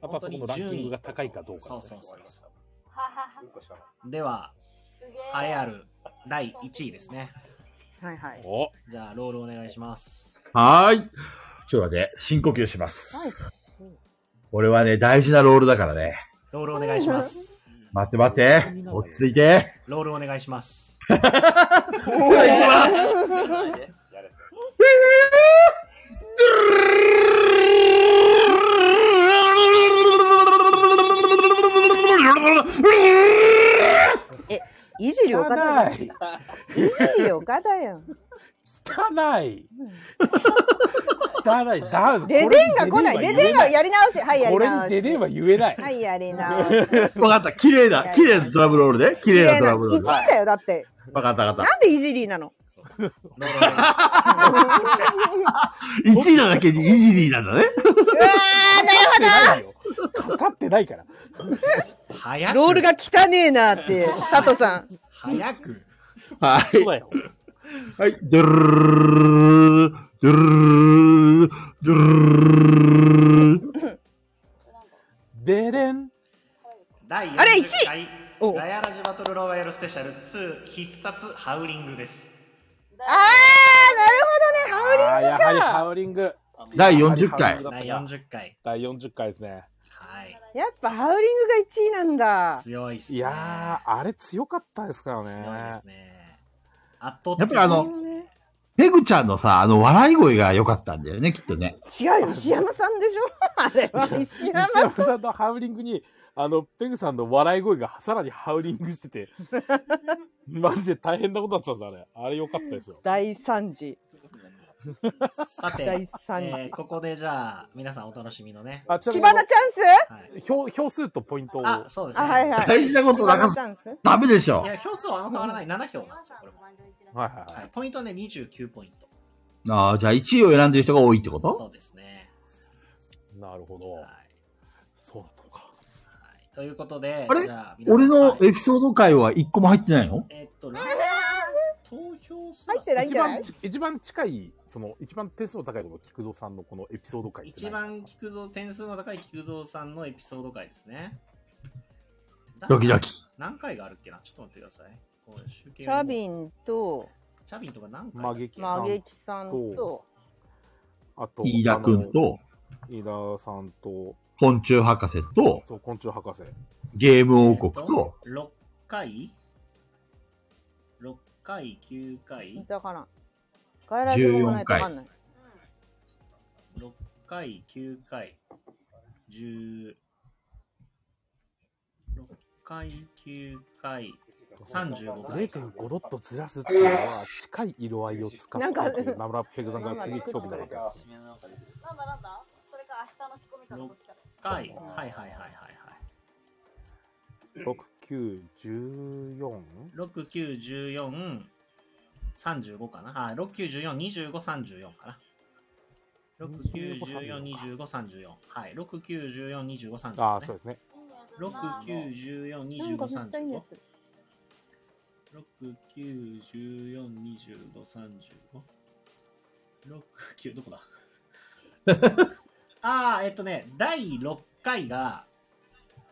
Speaker 1: あとはそこのランキングが高いかどうか
Speaker 2: そう
Speaker 1: です
Speaker 2: そう
Speaker 1: ね。
Speaker 2: そうそう。では、栄えある第1位ですね。
Speaker 6: はいはい。
Speaker 1: お
Speaker 2: じゃあ、ロールお願いします。
Speaker 3: はーい。ちょっと待って、深呼吸します
Speaker 6: はい。
Speaker 3: 俺はね、大事なロールだからね。
Speaker 2: ロールお願いします。
Speaker 3: 待って待って、落ち着いて。
Speaker 2: ロールお願いします。
Speaker 6: いじり岡田やん。い
Speaker 1: い
Speaker 6: じり岡田やん。
Speaker 1: 汚い汚いダメ
Speaker 6: ででんが来ない。ででんがやり直し。はい、やり
Speaker 1: これ
Speaker 6: 直
Speaker 1: に
Speaker 6: し。
Speaker 1: 出れば言えない。
Speaker 6: はい、やり直し。
Speaker 3: わかった、綺麗だ。綺麗なドラムロールで。綺麗なドラムロー
Speaker 6: 1
Speaker 3: ル
Speaker 6: 位
Speaker 3: だ。わ
Speaker 6: だよ、だって。
Speaker 3: かったわかっ
Speaker 6: なんでいじりなの
Speaker 2: ロールお願いします。
Speaker 3: た。1位なだけにイジリーなんだね。
Speaker 6: うわー、なるほど
Speaker 1: かかってないから。
Speaker 2: 早く。
Speaker 6: ロールが汚ねえなって、佐藤さん。
Speaker 2: 早く。
Speaker 3: は
Speaker 1: そうだよ。
Speaker 3: い。はい。ドゥルルルルルルルルルル
Speaker 1: でれん。
Speaker 2: 第
Speaker 6: あれ一位
Speaker 2: 回
Speaker 6: お
Speaker 2: ガヤラジバトルロワイヤルスペシャル2必殺ハウリングです。
Speaker 6: あー、なるほ
Speaker 1: あ
Speaker 6: どね、
Speaker 1: ーやはりハ
Speaker 6: ハウ
Speaker 1: ウリング。
Speaker 3: 第40回。
Speaker 2: 第40回。
Speaker 1: 第40回ですね。
Speaker 2: はい。
Speaker 6: リングか。やっぱハウリングが1位な んだ。
Speaker 2: 強いっすね。
Speaker 1: いやー、あれ強かったですから
Speaker 2: 強いで
Speaker 1: ね
Speaker 2: す。ね。圧倒的
Speaker 3: やっぱりあ
Speaker 6: なる
Speaker 3: の
Speaker 6: ほどね
Speaker 3: ペグちゃんのさ、あの、笑い声が良かったんだよね、きっとね。
Speaker 6: 違うよ、石山さんでしょ あれは石山
Speaker 1: 西山さんのハウリングに、あの、ペグさんの笑い声がさらにハウリングして て、マジで大変なことだったんです、あれ。あれ良かったですよ。
Speaker 6: 第3次。
Speaker 2: さて、
Speaker 6: 第三位
Speaker 2: えーここでじゃあ、皆さんお楽しみのね。
Speaker 1: あ、ちなみ
Speaker 6: 木
Speaker 1: にあ
Speaker 6: 花
Speaker 1: の
Speaker 6: チャン
Speaker 2: はい、
Speaker 1: 票、票数とポイントを。
Speaker 2: あ、そうで
Speaker 6: ス
Speaker 2: す
Speaker 6: あ、
Speaker 2: ね。、
Speaker 6: はいはいい。
Speaker 3: 大事なこ
Speaker 6: 木
Speaker 3: とな
Speaker 6: 花
Speaker 3: か
Speaker 6: チャンス
Speaker 3: ダメでしょ。
Speaker 2: や、票数はあんま変わらない。7票なんですよ、これも。
Speaker 1: はいはいは
Speaker 2: はいい、。ポイントはね、29ポイント。
Speaker 3: ああ、じゃあ1位を選んでる人が多いってこと
Speaker 2: そうですね。
Speaker 1: なるほ
Speaker 2: はい
Speaker 1: ど。。そうだったのか。
Speaker 2: はい、ということで、
Speaker 3: あれ
Speaker 2: じゃあ皆さん
Speaker 3: 俺の
Speaker 2: はい
Speaker 3: エピソード回は1個も入ってないの
Speaker 2: えーっと、投票数
Speaker 6: 入ってないん
Speaker 1: 一
Speaker 6: じゃない
Speaker 1: 番ち、一番近い、その、一番点数の高いこの菊蔵さんのこのエピソード回って
Speaker 2: 一
Speaker 1: 何
Speaker 2: 番菊蔵点数の高い菊蔵さんのエピソード回ですね。
Speaker 3: ドキドキ。
Speaker 2: 何回があるっけなちょっと待ってください。こう集計
Speaker 6: チ
Speaker 2: を
Speaker 6: ャビンと、
Speaker 2: チャビンとか何回だ
Speaker 1: マ
Speaker 2: っけ
Speaker 1: ゲキさ
Speaker 6: マゲ
Speaker 1: ん、
Speaker 6: キさんと、
Speaker 1: あと、
Speaker 3: 飯田くんと、
Speaker 1: あの、飯田さんと、
Speaker 7: 昆虫博士と、
Speaker 1: そう、昆虫博士。
Speaker 7: ゲーム王国と、
Speaker 2: 6回 ?6 回、9回
Speaker 6: わからん。外来語もないとわかんない。
Speaker 2: 6回、9回、10、6回、9回、35回。
Speaker 1: 0.5ドットずらすっていうのは、近い色合いを使って
Speaker 6: なんか
Speaker 1: っていう、ナムラペグさんがすげえ興味なかったです。
Speaker 8: なんだなんだそれか明日の仕込みから持ってきたら。
Speaker 2: 回、はいはいはいはいはい。
Speaker 1: 6、9、14?
Speaker 2: 6、9、14、35かな。あ、6、9、14、25、34かな。6、9、14、25、34。はい。6、9、14、25、35、ね。
Speaker 1: ああ、そうですね。
Speaker 2: 六九十四二
Speaker 6: な
Speaker 2: 十
Speaker 6: んか
Speaker 2: 五
Speaker 6: めっ
Speaker 2: 三
Speaker 6: ちゃいい
Speaker 2: 十
Speaker 6: んで
Speaker 2: 五
Speaker 6: す。
Speaker 2: 六九十四二十五三十五六九どこだ ああえっとね第六回が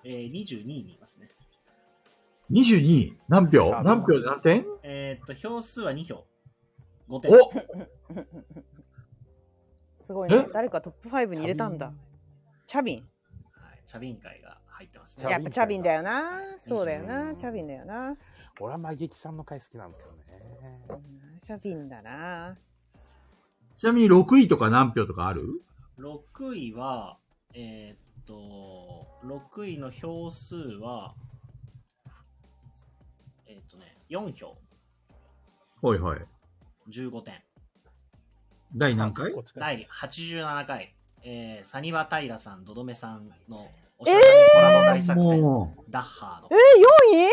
Speaker 2: えー、22位にいますね。
Speaker 7: 22、何票何票で何点
Speaker 2: えーっと、票数は2票。5点。
Speaker 7: お
Speaker 6: すごいね
Speaker 7: え。
Speaker 6: 誰かトップ5に入れたんだ。チャビン。
Speaker 2: はい、チャビン会が入ってます
Speaker 1: チャビ
Speaker 6: や
Speaker 1: ン会
Speaker 6: っぱ
Speaker 1: だ
Speaker 6: チャビンだよな。そうだよ
Speaker 1: う。
Speaker 6: なんチャビンだよな。
Speaker 1: 俺はマゲキさんの回好きなんですけどね。
Speaker 6: うんチャビンだな。
Speaker 7: ちなみに6位とか何票とかある
Speaker 2: 6位は、えーっと、6位の票数は、えーっとね、4票、
Speaker 7: はいはい。
Speaker 2: 15点。
Speaker 7: 第何回
Speaker 1: こっちから
Speaker 2: 第87回、えー、サニバタイラさん、ドドメさんのおし
Speaker 6: え
Speaker 2: ゃれ
Speaker 6: ー
Speaker 2: コラボ大作戦、
Speaker 7: も
Speaker 2: ダッハーの
Speaker 6: え、4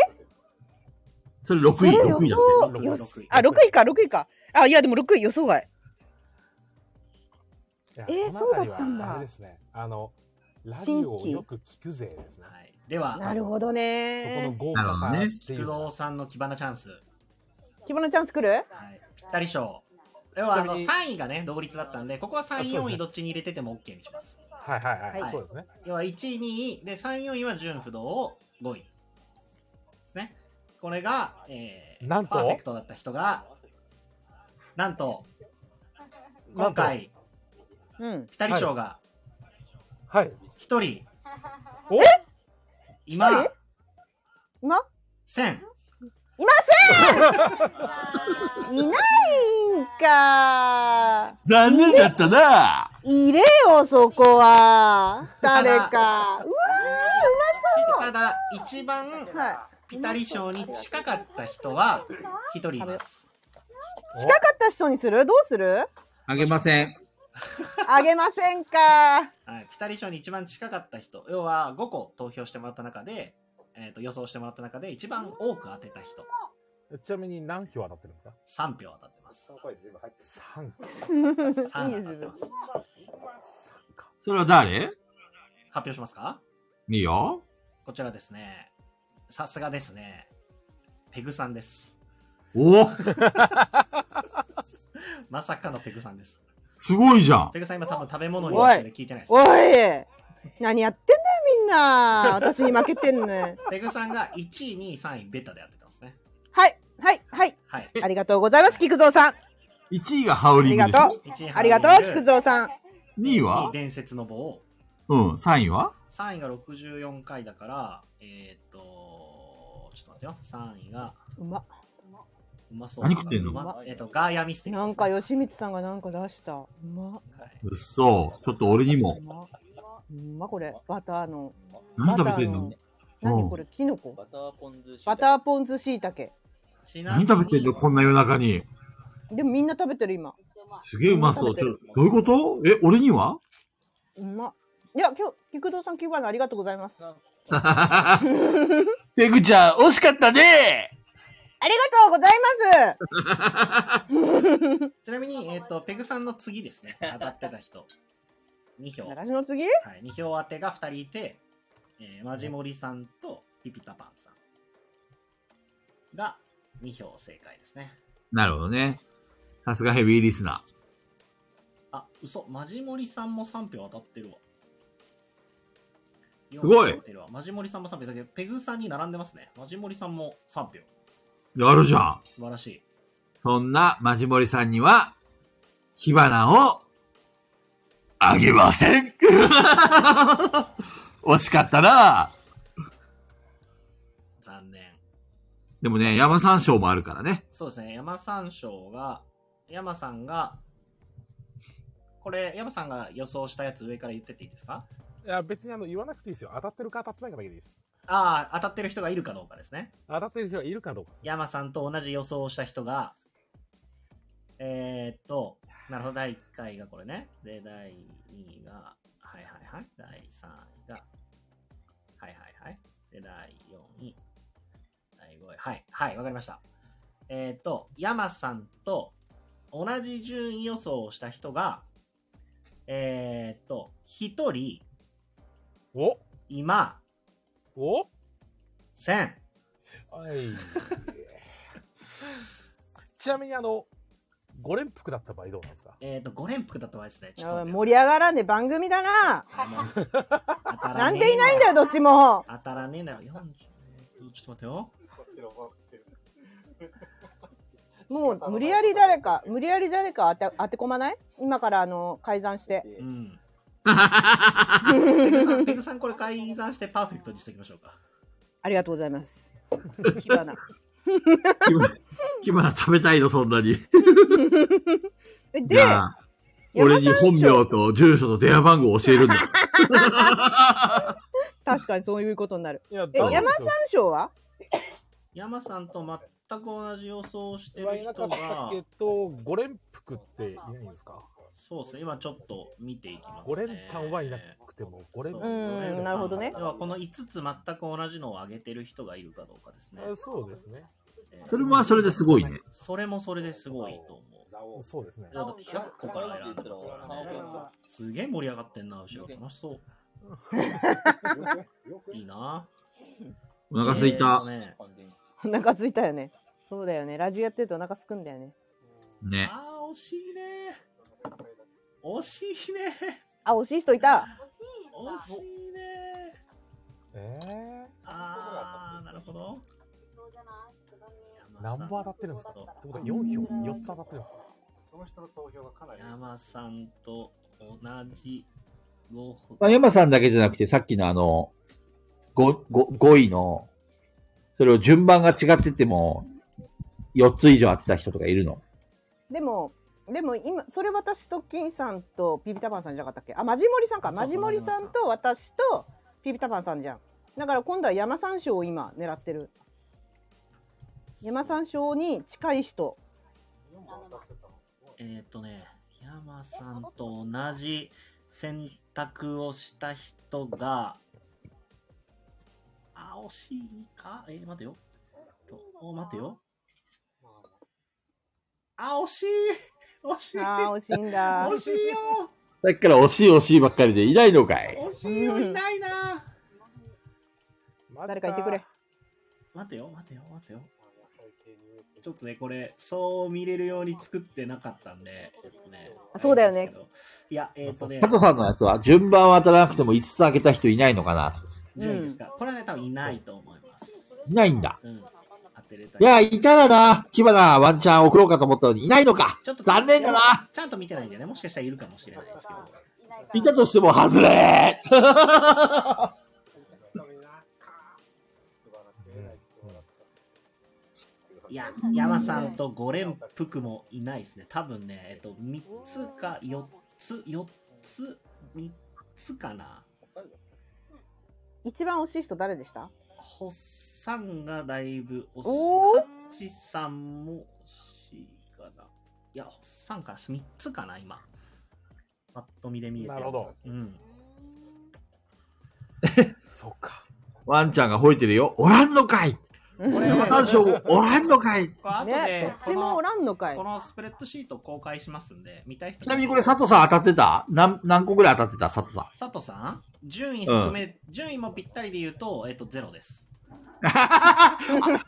Speaker 7: う、
Speaker 6: 位
Speaker 7: それ6位、
Speaker 6: それ
Speaker 7: 6位だっ
Speaker 6: 予
Speaker 2: 六
Speaker 6: 想
Speaker 2: 位六
Speaker 6: よ
Speaker 2: 位
Speaker 6: あ、6位か、6位か。あ、いや、でも6位予想外。
Speaker 1: いや
Speaker 6: え
Speaker 1: この辺りは
Speaker 6: ーそうだったんだ
Speaker 1: あれですね。あの、ラジオをよく聞くぜですね。
Speaker 2: はい、では、
Speaker 6: なるほど
Speaker 1: そこの
Speaker 6: ね。
Speaker 1: 豪華さってい
Speaker 2: 菊
Speaker 1: うの
Speaker 2: 蔵
Speaker 1: が。
Speaker 2: さんの木花チャンス、
Speaker 6: 希望のチャンス来る
Speaker 2: はい、ぴったり賞。では、あの
Speaker 1: ち
Speaker 2: 3
Speaker 1: な
Speaker 2: 位がね、同率だったんで、ここは3
Speaker 1: あそうで
Speaker 2: 位、
Speaker 1: すね
Speaker 2: 4位どっちに入れてても OK にします。
Speaker 1: はいはいは
Speaker 2: はい
Speaker 1: い。そうですね。
Speaker 2: 要は1位、2位、で、3位、4位は純不動を5位。ですね。これが、えー、
Speaker 1: なんと
Speaker 2: パーフェクトだった人が、なんと、
Speaker 1: な
Speaker 2: 今
Speaker 1: んと
Speaker 2: 回、
Speaker 6: うん。
Speaker 2: ピタリ賞が
Speaker 1: はい。
Speaker 2: 1人、
Speaker 1: お
Speaker 2: 今
Speaker 6: 一、今
Speaker 2: 1000。
Speaker 6: いないんか。
Speaker 7: た。残念だったな
Speaker 6: 入れよ、そこは。誰か。うわー、う
Speaker 2: ただ、一番
Speaker 6: まはい。
Speaker 2: ピタリ賞に近かった人は1人います。
Speaker 1: 近
Speaker 6: 近かった人にするどうする
Speaker 7: あげません。
Speaker 6: あげませんか。
Speaker 2: はい、ピタリ賞に一番近かった人、要は5個投票してもらった中で、えー、と予想してもらった中で一番多く当てた人、
Speaker 1: ちなみに何票当たってるんですか
Speaker 2: 3票当たってます。
Speaker 1: ?3
Speaker 2: 3
Speaker 6: い
Speaker 2: 当
Speaker 6: いで
Speaker 2: たってま
Speaker 6: す
Speaker 2: す。。発
Speaker 7: それは誰
Speaker 2: 表しますか
Speaker 7: いいよ。
Speaker 2: こちらですね。さすがですね。ペグさんです。
Speaker 7: お
Speaker 2: まさかのペグさんです。
Speaker 7: すごいじゃん。
Speaker 2: ペグさん今多分食べ物に落ちてる聞いてないです。
Speaker 6: おい何やってんだよ、みんな。私に負けてんのよ。
Speaker 2: ペグさんが1位、2位、3位、ベタでやってたんですね。
Speaker 6: はい、はい、はい。
Speaker 2: はい。
Speaker 6: ありがとうございます、菊蔵さん。
Speaker 7: 1位がハウリングでし
Speaker 6: ありが
Speaker 7: ょ
Speaker 6: と
Speaker 2: 1位
Speaker 6: ありがとう、菊蔵さん。
Speaker 7: ?2 位
Speaker 2: 2
Speaker 7: は
Speaker 2: 位、伝説の棒。
Speaker 7: うん、3位は
Speaker 2: 3位が64回だから、えー、っと、ちょっと待ってよ。3位が、
Speaker 6: う
Speaker 2: う
Speaker 6: ま。
Speaker 2: まそうだな。
Speaker 7: 何食ってんの
Speaker 2: うまえーっと、ガーヤミステリー
Speaker 6: な
Speaker 2: で
Speaker 6: ん
Speaker 2: すね、
Speaker 6: か、吉光さんがなんか出した。うま。
Speaker 2: はい、
Speaker 7: うっそ。ちょっと俺に
Speaker 6: う
Speaker 7: も。
Speaker 6: ま。うま、これ。バターの。
Speaker 7: 何食べてんの
Speaker 6: バターの
Speaker 7: うん
Speaker 6: 何これ、キノコ
Speaker 9: バターポン酢
Speaker 6: バターポン酢しいたけ。
Speaker 2: ちなみ
Speaker 7: 何
Speaker 2: に
Speaker 7: 食べてんのこんな夜中に。
Speaker 6: でもみんな食べてる、今。
Speaker 7: すげえうまそう。ちょどういうことえ、俺には
Speaker 6: うま。いや、今日、菊蔵さん、キューバのありがとうございます。あ
Speaker 7: ペグちゃん、惜しかったね
Speaker 6: りがとうございます
Speaker 2: ちなみに、えーっと、ペグさんの次ですね。当たってた人。2票。
Speaker 6: 私の次
Speaker 2: はい、2票当てが2人いて、えーマジモリさんとピピタパンさんが2票正解ですね。
Speaker 7: なるほどね。さすがヘビーリスナ
Speaker 2: あ、嘘、マジモリさんも3票当たってるわ。
Speaker 7: すごい
Speaker 2: 四票当たってるわマジモリさんも3票だけど、ペグさんに並んでますね。マジモリさんも3票。
Speaker 7: ー。やるじゃん。
Speaker 2: 素晴らしい。
Speaker 7: そんなマジモリさんには、 火花を、あげません
Speaker 3: 惜しかったな
Speaker 2: 残念。
Speaker 3: でもね、山山椒もあるからね。
Speaker 2: そうですね、山山椒が、山さんが、これ、山さんが予想したやつ上から言ってっていいですか
Speaker 1: いや、別にあの、言わなくていいですよ。当たってるか当たってないかだけでいいです。
Speaker 2: ああ、当たってる人がいるかどうかですね。
Speaker 1: 当たってる人がいるかどうか。
Speaker 2: 山さんと同じ予想をした人が、えー、っと、なるほど、第1回がこれね。で、第2位が、はいはいはい。第3位が、はいはいはい。で、第4位、第5位。はい、はい、わかりました。えー、っと、山さんと同じ順位予想をした人が、えー、っと、1人、
Speaker 1: お
Speaker 2: 今、
Speaker 1: お
Speaker 2: 1000。
Speaker 1: はい。ちなみにあの、5連服だった場合どうなんですか
Speaker 2: えー、っと、5連服だった場合ですね。ちょっと
Speaker 6: あ
Speaker 2: 待って
Speaker 6: 盛り上がらんで番組だな。なんでいないんだよ、どっち
Speaker 2: も。
Speaker 6: も。
Speaker 2: 当たらねえんだよ。40えっとちょっと待ってよ。
Speaker 6: もう無理やり誰か、無理やり誰か当て当て込まない今からあの改ざんして。
Speaker 2: うん。ペグさん、ペグさんこれ改ざんしてパーフェクトにしておきましょうか。
Speaker 6: ありがとうござ います。火花
Speaker 3: キムキムナ食べたいの、そんなに。
Speaker 6: えで
Speaker 3: じ、ゃあ、俺に本名と住所と電話番号を教えるんだ。
Speaker 6: 確かにそういうことになる。
Speaker 1: いや、
Speaker 6: え、
Speaker 1: 大丈夫
Speaker 6: 山
Speaker 1: ですよ
Speaker 6: 山椒は
Speaker 2: 山さんと全く同じ予想をして
Speaker 1: は
Speaker 2: る
Speaker 1: いなか
Speaker 2: 人
Speaker 1: っ
Speaker 2: が
Speaker 1: た、けど、5連服っていないんですか
Speaker 2: そうですね、今ちょっと見ていきます、ね。
Speaker 1: ?5 連単はいなくても、5連
Speaker 2: そう
Speaker 6: うーんなるほどね
Speaker 2: ではこの5つ全く同じのを上げてる人がいるかどうかですね。
Speaker 1: あそうですね。
Speaker 2: えー
Speaker 3: それはそれですごいね。
Speaker 2: それもそれですごいと思う。
Speaker 1: そうですね。
Speaker 2: だって100個から選んでますからね。すげえ盛り上がってんな、後ろ。楽しそう。いいな。
Speaker 3: お腹すい
Speaker 2: えーと
Speaker 3: た。
Speaker 2: ね
Speaker 6: お腹空いたよね。そうだよね。ラジオやってるとお腹すくんだよね。
Speaker 3: ね。
Speaker 2: あー、惜しいね。惜しいね。
Speaker 6: あ、惜しい人いた。
Speaker 2: 惜しいね。
Speaker 1: ええ
Speaker 2: あー、なるほど。
Speaker 1: ー、何本当たってるんですか
Speaker 2: そう
Speaker 1: ってことは4票、4つ当たってるんですか
Speaker 2: 山さんと同じ5
Speaker 3: まあ、山さんだけじゃなくて、さっきのあの、5、5位の、それを順番が違ってても、4つ以上当てた人とかいるの。
Speaker 6: でも、でも今、それ私と金さんとピピタパンさんじゃなかったっけあ、マジモリさんか。
Speaker 2: そうそう
Speaker 6: マジモリさんと私とピピタパンさんじゃん。だから今度は山山椒を今狙ってる。山山椒に近い人。
Speaker 2: えーっとね、山さんと同じ選択をした人が、あ、惜しいかえー待てよ。とお、待てよ。あ、惜しい惜しい
Speaker 6: ああ、惜しい んだ。
Speaker 2: 惜しいよ
Speaker 3: さっきから惜しい惜しいばっかりでいないのかい。
Speaker 2: 惜しいよ、いないな
Speaker 6: 誰か言ってくれ。。
Speaker 2: 待てよ、待てよ、待てよ。ちょっとね、これ、そう見れるように作ってなかったんで、えっとね
Speaker 6: あそうだよね。
Speaker 2: あれなんですけどいや、えーっとね
Speaker 3: 佐、藤さんのやつは、順番は当たらなくても5つ当てた人いないのかな。
Speaker 2: 順位ですか。これはね、多分いないと思います。
Speaker 3: いないんだ。
Speaker 2: うん。当てれた
Speaker 3: いや、いたらな、キバナ、ワンチャン送ろうかと思ったのに、いないのか
Speaker 2: ちょっと
Speaker 3: 残念だな
Speaker 2: ちゃんと見てないんでね、もしかしたらいるかもしれないですけど。
Speaker 3: いたとしても、外れ
Speaker 2: いや、山さんと5連服もいないですね。多分ね、えっと、3つか4つ、4つ、3つかな。
Speaker 6: 一番惜しい人誰でした
Speaker 2: ホッサンがだいぶ惜しい。
Speaker 6: おー
Speaker 2: ハッチさんも惜しいかな。いや、ホッサンから3つかな、今。パッと見で見えて。
Speaker 1: なるほど。
Speaker 2: うん。
Speaker 1: そうか。
Speaker 3: ワンちゃんが吠えてるよ。おらんのかい
Speaker 2: これ
Speaker 3: 山山椒、おらんのかい
Speaker 2: これ後で、
Speaker 6: ね、どっちもおらんのかい
Speaker 2: こ。のスプレッドシート公開しますんで、見たい人
Speaker 3: ちなみにこれ、佐藤さん当たってた何、何個ぐらい当たってた佐 藤さん。
Speaker 2: 佐藤さん順位含め、順位もぴったりで言うと、えっと、ゼロ です。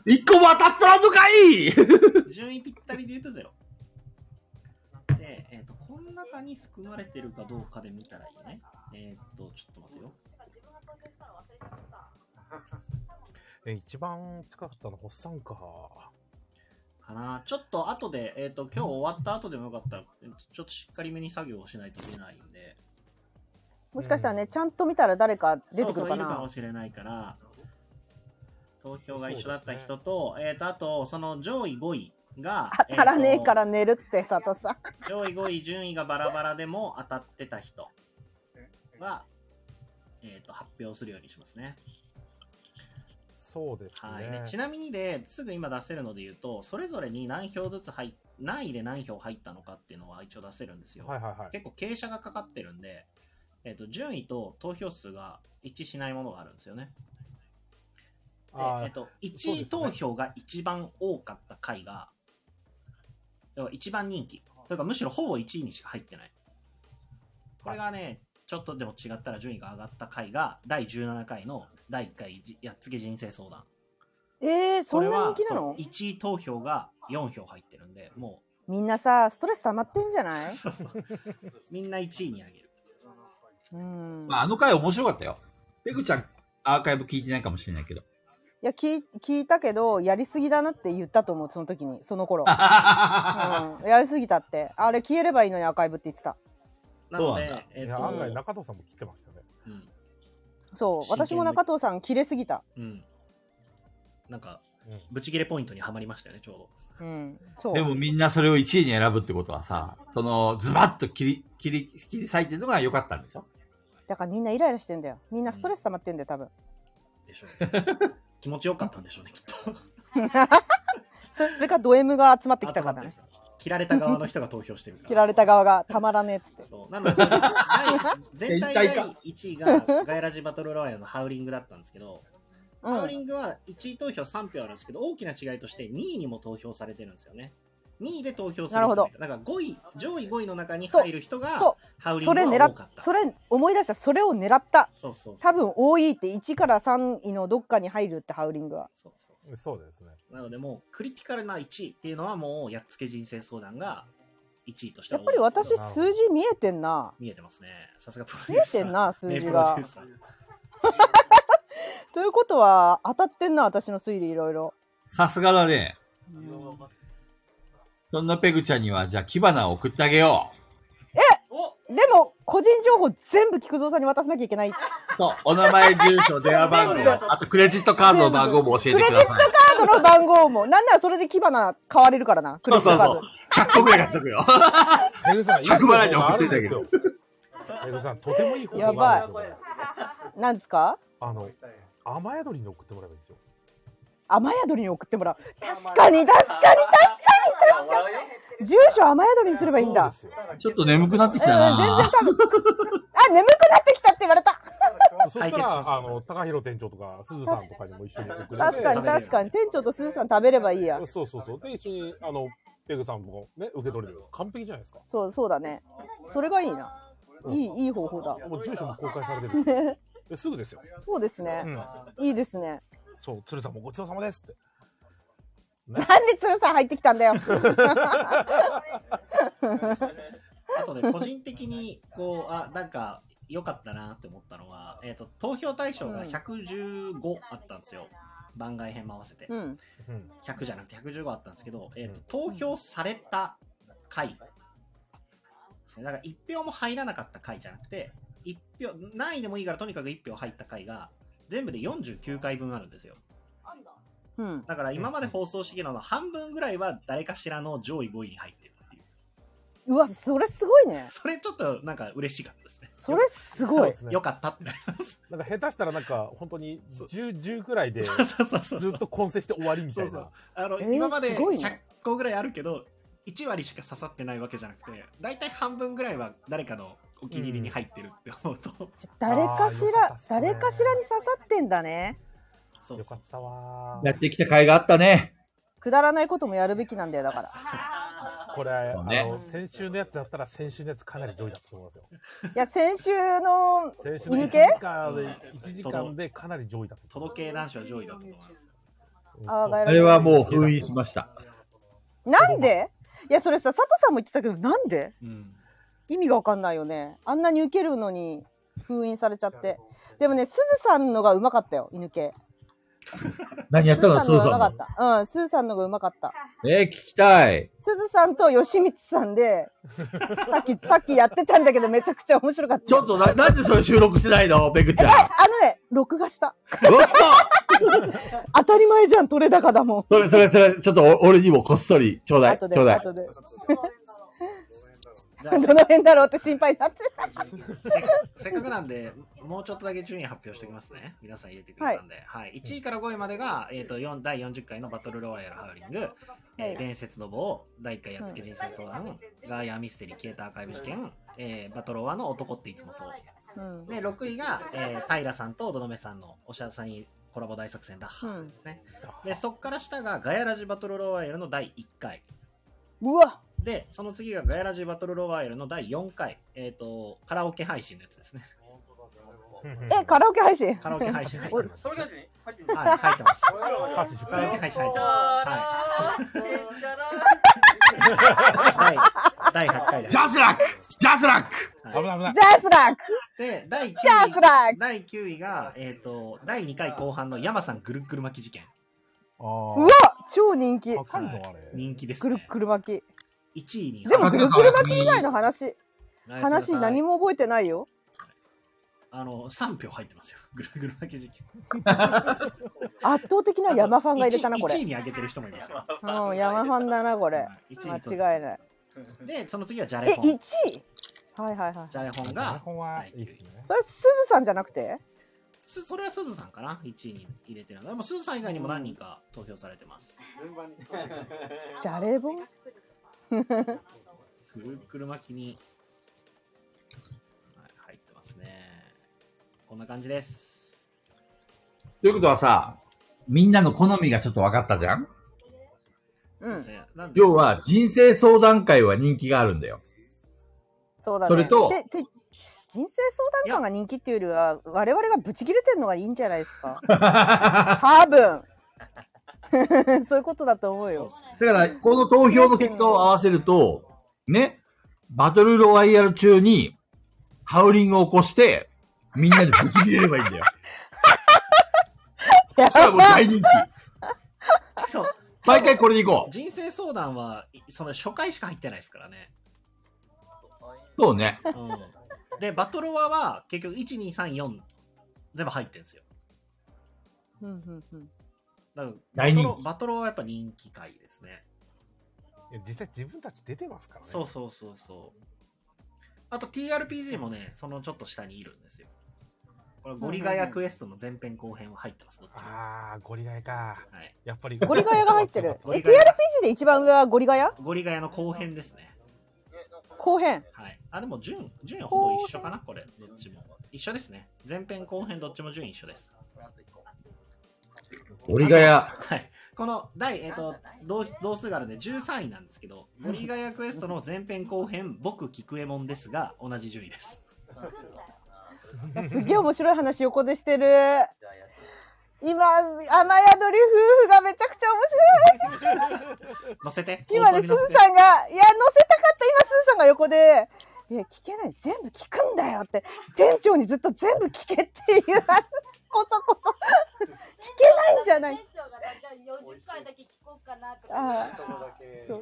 Speaker 3: 一個も当たったらんのかい
Speaker 2: 順位ぴったりで言うとゼロ。で、えっと、この中に含まれてるかどうかで見たらいいね。えっと、ちょっと待ってよ。
Speaker 1: え一番近かったの、ホッサンか。
Speaker 2: かなちょっと後で、えっと、今日終わった後でもよかったら、ちょっとしっかりめに作業をしないといけないんで、
Speaker 6: もしかしたらね、ちゃんと見たら誰か出てく
Speaker 2: そう
Speaker 6: る
Speaker 2: そう
Speaker 6: か
Speaker 2: いるかも
Speaker 6: な。
Speaker 2: しれないから投票が一緒だった人と、えっ、とあとその上位5位が
Speaker 6: 当たらねえか、
Speaker 2: え
Speaker 6: ら寝るって、佐藤さん。
Speaker 2: ーと上位5位順位がバラバラでも当たってた人は、えー、と発表するようにしますね
Speaker 1: そうですね。
Speaker 2: はい、でちなみにですぐ今出せるので言うとそれぞれに何票ずつ入っ何位で何票入ったのかっていうのは一応出せるんですよ、
Speaker 1: はいはいはい。
Speaker 2: 結構傾斜がかかってるんで、えっと順位と投票数が一致しないものがあるんですよねで
Speaker 1: あー
Speaker 2: えっと、
Speaker 1: そうです
Speaker 2: 1
Speaker 1: ね
Speaker 2: 位投票が一番多かった回が、要は一番人気。というか、むしろほぼ1位にしか入ってない。これがね、ちょっとでも違ったら順位が上がった回が、第17回の第1回じやっつけ人生相談。
Speaker 6: えー、そ
Speaker 2: こ
Speaker 6: ん
Speaker 2: れ
Speaker 6: な
Speaker 2: は
Speaker 6: 人気な
Speaker 2: そう
Speaker 6: の
Speaker 2: 1位投票が4票入ってるんで、も、
Speaker 6: みんなさ、ストレス溜まってんじゃないう
Speaker 2: そうそうみんな1位に上げる。
Speaker 6: うん。
Speaker 7: まあ、あの回面白かったよ。ペグちゃん、アーカイブ聞いてないかもしれない けど。
Speaker 6: いや聞い聞いたけどやりすぎだなって言ったと思うその時にその頃、うん、やりすぎたってあれ消えればいいのにアーカイブって言ってた
Speaker 2: なの
Speaker 7: そうなん
Speaker 2: で
Speaker 7: だ、
Speaker 2: えっ
Speaker 1: いや案外
Speaker 2: と、
Speaker 1: 中藤さんも切ってましたね。
Speaker 2: うん、
Speaker 6: そう
Speaker 2: 真剣に
Speaker 6: 私も中藤さん切れすぎた
Speaker 2: うん。なんか、
Speaker 1: うん
Speaker 2: ブチ切れポイントにはまりましたよね、ちょうど。
Speaker 6: うんそう
Speaker 7: でもみんなそれを1位に選ぶってことはさ、その、ズバッと切り、切り、切り裂いてるのが良かったんでしょ
Speaker 6: だからみんなイライラしてんだよみんなストレス溜まってんだよ多分
Speaker 2: でしょうね 気持ちよかったんでしょうねきっと
Speaker 6: それかド M が集まってきたから
Speaker 2: 集まっ
Speaker 6: ね
Speaker 2: てるから切られた側の人が投票してるから
Speaker 6: 切られた側がたまらねえっつって
Speaker 2: そうなので全体
Speaker 7: 全体
Speaker 2: 第
Speaker 7: か
Speaker 2: 1位がガイラジバトルロワイヤルのハウリングだったんですけど、
Speaker 6: う
Speaker 2: ハウリ
Speaker 6: ん
Speaker 2: ングは1位投票3票あるんですけど大きな違いとして2位にも投票されてるんですよね2位で投票する人
Speaker 6: なるほど
Speaker 2: だから5位上位5位の中に入る人が
Speaker 6: そ
Speaker 2: ハウ
Speaker 6: う
Speaker 2: リン
Speaker 6: そ
Speaker 2: グ
Speaker 6: れ
Speaker 2: が
Speaker 6: 狙
Speaker 2: 多
Speaker 6: っ
Speaker 2: かった
Speaker 6: それ思い出したそれを狙った
Speaker 2: そうそうそう
Speaker 6: 多分多いって1から3位のどっかに入るってハウリングは
Speaker 2: そうそうそう
Speaker 1: そうです ね。
Speaker 2: なのでもうクリティカルな1位っていうのはもうやっつけ人生相談が1位として
Speaker 6: や
Speaker 2: は
Speaker 6: っ
Speaker 2: 多
Speaker 6: ぱ
Speaker 2: い
Speaker 6: り
Speaker 2: んですけど
Speaker 6: 私数字見えてんな
Speaker 2: 見えてますね。さすがプロ
Speaker 6: 見
Speaker 2: デュ
Speaker 6: え
Speaker 2: ーサー。
Speaker 6: てんな数字
Speaker 2: ねプロデ
Speaker 6: が
Speaker 2: ューサー
Speaker 6: ということは当たってんな私の推理いろいろ
Speaker 7: さすがだね。
Speaker 6: うん
Speaker 7: そんなペグちゃんには、じゃあ、キバナを送ってあげよ
Speaker 6: でも個人情報全部菊蔵さんに渡さなきゃいけないカ
Speaker 7: う。と、お名前、住所、電話 番
Speaker 6: 全
Speaker 7: 号、あとクレジットカードの番号も教えてください。
Speaker 6: ードの番号もなんならそれでキバナ買われるからなク
Speaker 7: そう
Speaker 6: レジッ
Speaker 7: そう
Speaker 6: トカ
Speaker 7: そ
Speaker 6: ード
Speaker 7: う。100個ぐらい買っとく よ。
Speaker 1: ペグさん、
Speaker 7: 着払いで送っていただけ
Speaker 1: よ
Speaker 7: る。
Speaker 1: ペグさん、とてもいい方法があるんですよ。これ
Speaker 6: なんですか
Speaker 1: あの、雨宿りに送ってもらえばいいんですよ。
Speaker 6: 雨宿りに送ってもらう確かに確かに確かに住所雨宿りにすればいいんだ
Speaker 1: そうで
Speaker 7: ちょっと眠くなってき
Speaker 6: うん
Speaker 7: た
Speaker 6: 全然
Speaker 7: な
Speaker 6: 多分あ眠くなってきたって言われた
Speaker 1: すよ。そした
Speaker 2: 解決しました
Speaker 1: ら、あの、高弘店長とか、すずさんとかにも一緒に送って。
Speaker 6: 確かに確かに店長とすずさん食べればいいや
Speaker 1: そうそうそう。で、一緒に、あの、ペグさんもね、受け取れる。完璧じゃないですか。
Speaker 6: そうそうだねそれがいいないいいい方法だ
Speaker 1: もう住所も公開されてるしですぐですよ。
Speaker 6: そうです
Speaker 1: う
Speaker 6: ね
Speaker 1: ん。
Speaker 6: いいですね
Speaker 1: そう、鶴さんもごちそうさまですって。
Speaker 6: なんで鶴さん入ってきたんだよ
Speaker 2: あと ね、個人的に、こう、あ、なんか、良かったなって思ったのは、えっ、と、投票対象が115あったんですよ。番外編も合わせて
Speaker 6: う。ん
Speaker 1: うん。
Speaker 2: 100じゃなくて115あったんですけど、えっ、
Speaker 1: うん
Speaker 2: と、投票された回ですね。だから1票も入らなかった回じゃなくて、一票、何位でもいいからとにかく1票入った回が、全部で49回分あるんですよ。
Speaker 6: うん
Speaker 2: だから今まで放送してきたのは半分ぐらいは誰かしらの上位5位に入ってるっていう。
Speaker 6: うわ、それすごいね。
Speaker 2: それちょっとなんか嬉しかったですね。
Speaker 6: それす
Speaker 1: そう
Speaker 6: ごい
Speaker 1: で。すね
Speaker 2: よかったってなります。
Speaker 1: なんか下手したらなんか本当に
Speaker 2: そう
Speaker 1: 10、10くらいでず
Speaker 2: そうそうそうそう
Speaker 1: っと混戦して終わりみたい
Speaker 2: そうそ
Speaker 1: な
Speaker 2: う。あの、
Speaker 6: えー
Speaker 2: 今まです
Speaker 6: ごい
Speaker 2: 100
Speaker 6: ね
Speaker 2: 個ぐらいあるけど、1割しか刺さってないわけじゃなくて、だいたい半分ぐらいは誰かのお気に入りに入ってるって思うと、
Speaker 6: ちょ誰かし
Speaker 1: あーよかった
Speaker 6: ら
Speaker 1: っ、すね
Speaker 6: 誰かしらに刺さってんだね。
Speaker 2: そう
Speaker 1: よか
Speaker 2: そう
Speaker 1: ったわー
Speaker 7: やってきた甲斐があったね。
Speaker 6: くだらないこともやるべきなんだよ、だから。
Speaker 1: これ、あ
Speaker 7: ね
Speaker 1: の、先週のやつだったら先週のやつかなり上位だったと思いますよ。
Speaker 6: いや、先週の、
Speaker 1: 先週の1
Speaker 6: 犬
Speaker 1: 時
Speaker 6: 系
Speaker 1: 間で、1時間でかなり上位だったと思い
Speaker 2: 届け男子は上位だったと思います。
Speaker 1: ます。
Speaker 6: あー
Speaker 7: あれはもう封印しました。
Speaker 6: なんでいや、それさ、佐藤さんも言ってたけど、なんで
Speaker 2: うん。
Speaker 6: 意味がわかんないよね。あんなに受けるのに封印されちゃって。でもね、すずさんのがうまかったよ、犬系。
Speaker 3: 何やったの、スー
Speaker 6: がう
Speaker 3: さ
Speaker 6: まか
Speaker 3: ん
Speaker 6: っ
Speaker 3: の。
Speaker 6: た。うん、スーさんのがうまかった。
Speaker 3: えー、聞きたい。
Speaker 6: すずさんと吉光さんで、さっき、さっきやってたんだけど、めちゃくちゃ面白かった。
Speaker 3: ちょっとな、なんでそれ収録しないのペグちゃん。
Speaker 6: あのね、録画した。
Speaker 3: うわ
Speaker 6: 当たり前じゃん、取れ高だもん。
Speaker 3: それそれそれ、ちょっとお俺にもこっそり、ちょうだい、ち
Speaker 6: 後で、
Speaker 3: ょうだい。
Speaker 6: 後で。
Speaker 2: じゃ
Speaker 6: どの辺だろうって心配になって。
Speaker 2: あ せせっかくなんで、もうちょっとだけ順位発表しておきますね。皆さん入れてくれたんで。はい。1位から5位までが、えっ、と、4第40回のバトルロワイヤルハウリング、えー
Speaker 6: はい
Speaker 2: 伝説の棒、第1回やっつけ人生相談、ガイアミステリー消えたアーカイブ事件、えーバトロワの男っていつもそう。
Speaker 6: うん。
Speaker 2: で、6位が、えー、平さんとどのめさんのおしゃさんにコラボ大作戦だ。
Speaker 6: うん
Speaker 2: ですね。で、そっから下がガヤラジバトルロワイヤルの第1回。
Speaker 6: うわ、
Speaker 2: で、その次がガヤラジバトルロワイヤルの第4回、えっ、と、カラオケ配信のやつですね。
Speaker 6: え、カラオケ配信
Speaker 2: カラオケ配信入ってます。
Speaker 9: それ
Speaker 2: は
Speaker 9: が
Speaker 2: い、
Speaker 9: しに入ってみ
Speaker 2: 入って ます。
Speaker 1: 80
Speaker 2: カラオケ配信入ってま
Speaker 9: は
Speaker 2: す。はい。第8回です
Speaker 3: ジ。ャスラックジャスラック
Speaker 1: 危ない危ない
Speaker 6: ジ。ャスラック
Speaker 2: で、第9
Speaker 6: ジャスラッ
Speaker 2: 位
Speaker 6: ク
Speaker 2: 第9位が、えっ、と、第2回後半の山さんぐるっぐる巻き事件。
Speaker 6: うわ超人気
Speaker 1: あー。高いのあれ。
Speaker 2: 人気です、
Speaker 6: くる
Speaker 2: ね。
Speaker 6: くる巻き。
Speaker 2: 1位に。
Speaker 6: でも、くるくる巻き以外の話、
Speaker 2: はい
Speaker 6: 話何も覚えてないよ。
Speaker 2: あの、3票入ってますよ。ぐるぐる巻き事件。
Speaker 6: 圧倒的な山ファンが入れたな、こ
Speaker 2: 1位
Speaker 6: れ。
Speaker 2: に上げてる人もいますよ。
Speaker 6: うん、山ファンだな、これ。間違い
Speaker 2: い。
Speaker 6: ない。
Speaker 2: で、その次はじゃ
Speaker 6: え、
Speaker 2: れ本。
Speaker 6: 1位はいはいはい
Speaker 2: じ。ゃれ本
Speaker 1: 台
Speaker 2: が、
Speaker 1: 本はいいですね。
Speaker 6: それ、すずさんじゃなくて
Speaker 2: すそれはすずさんかな ?1 位に入れてるの。でもすずさん以外にも何人か投票されてます。
Speaker 6: じゃれぼん
Speaker 2: くるくる巻きに、はい、入ってますね。こんな感じです。
Speaker 3: ということはさ、みんなの好みがちょっと分かったじゃん
Speaker 6: う
Speaker 2: そうで
Speaker 6: ん
Speaker 2: す。ねなんで
Speaker 3: 要は、人生相談会は人気があるんだよ。
Speaker 6: そうだね。
Speaker 3: それと
Speaker 6: でて人生相談官が人気っていうよりは、我々がブチ切れてるのがいいんじゃないです か。多分。 そういうことだと思うよ。
Speaker 3: だから、この投票の結果を合わせると、ね、バトルロワイヤル中に、ハウリングを起こして、みんなでぶち切れればいいんだよ。
Speaker 6: や
Speaker 3: これはもう
Speaker 6: ば
Speaker 3: 大人気。
Speaker 2: そう
Speaker 3: 毎回これでいこう。
Speaker 2: 人生相談は、いその初回しか入ってないですからね。
Speaker 3: そうね。
Speaker 2: うん、で、バトルワは結局1、2、3、4全部入ってるんですよ。
Speaker 6: うんうんうん
Speaker 2: だから
Speaker 3: 大人
Speaker 2: バトロ
Speaker 3: 気
Speaker 2: バトルワはやっぱ人気回ですね。
Speaker 1: いや実際自分たち出てますからね。
Speaker 2: そうそうそうそう。あと TRPG もね、そのちょっと下にいるんですよ。これゴリガヤクエストの前編後編は入ってます。どっちも
Speaker 1: ああ、ゴリガヤか。
Speaker 2: はい、
Speaker 1: やっぱり。
Speaker 6: ゴリガヤが入ってる。え、
Speaker 2: ゴリ
Speaker 6: TRPG
Speaker 2: ガヤ
Speaker 6: で一番上はゴリガヤ
Speaker 2: ゴリガヤの後編ですね。
Speaker 6: 後編。
Speaker 2: はい。あ、でも順、順位はほぼ一緒かな、これ。どっちも。一緒ですね。前編後編どっちも順位一緒です。
Speaker 3: ゴリガヤ。
Speaker 2: はい。この第、えっ、と同、同数があるんで13位なんですけど、ゴリガヤクエストの前編後編、僕、菊右衛門ですが、同じ順位です。
Speaker 6: いやすっげえ面白い話横でしてる。今、雨宿り夫婦がめちゃくちゃ面白い話 してる。
Speaker 2: 乗せて。
Speaker 6: 今
Speaker 2: 放送に
Speaker 6: ね、すず
Speaker 2: 乗せて
Speaker 6: さんが、いや、乗せたかった、今、すずさんが横で、いや、聞けない、全部聞くんだよって、店長にずっと全部聞けっていう、あのこそこそ、聞けないんじゃない。
Speaker 8: 店長が大体40回だけ聞こうかなと
Speaker 6: あ
Speaker 8: か。
Speaker 6: あ、そう。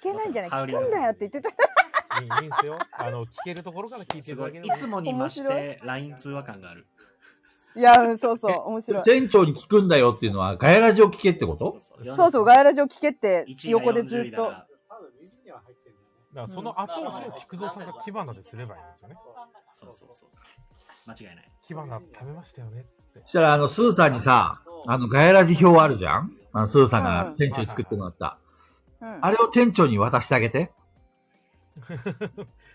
Speaker 6: 聞けないんじゃない、
Speaker 2: 羽織
Speaker 6: 聞
Speaker 2: だ
Speaker 6: くんだよって言ってた。
Speaker 1: い いいいんすよ。あの、聞けるところから聞いて
Speaker 2: す
Speaker 1: いた
Speaker 2: ご
Speaker 1: だ
Speaker 2: い。
Speaker 1: け
Speaker 2: い
Speaker 1: れば
Speaker 2: つもに増し
Speaker 6: 面白
Speaker 2: て LINE 通話感がある。
Speaker 6: いや、うんそうそう、面白い。
Speaker 3: 店長に聞くんだよっていうのは、ガヤラジを聞けってこと
Speaker 6: そうそう、ガヤラジオ聞けって、横でずっと。
Speaker 1: だからその後押しを菊蔵さんが木花ですればいいんですよね。
Speaker 2: そうそうそうそう。間違いない。
Speaker 1: 木花食べましたよねって
Speaker 3: そ。したら、あの、スーさんにさ、あの、ガヤラジ表あるじゃんあの、スーさん
Speaker 6: う
Speaker 3: が
Speaker 6: ん
Speaker 3: 店長に作ってもらった。
Speaker 6: うん、
Speaker 3: あ
Speaker 6: ど
Speaker 3: れを店長に渡してあげて。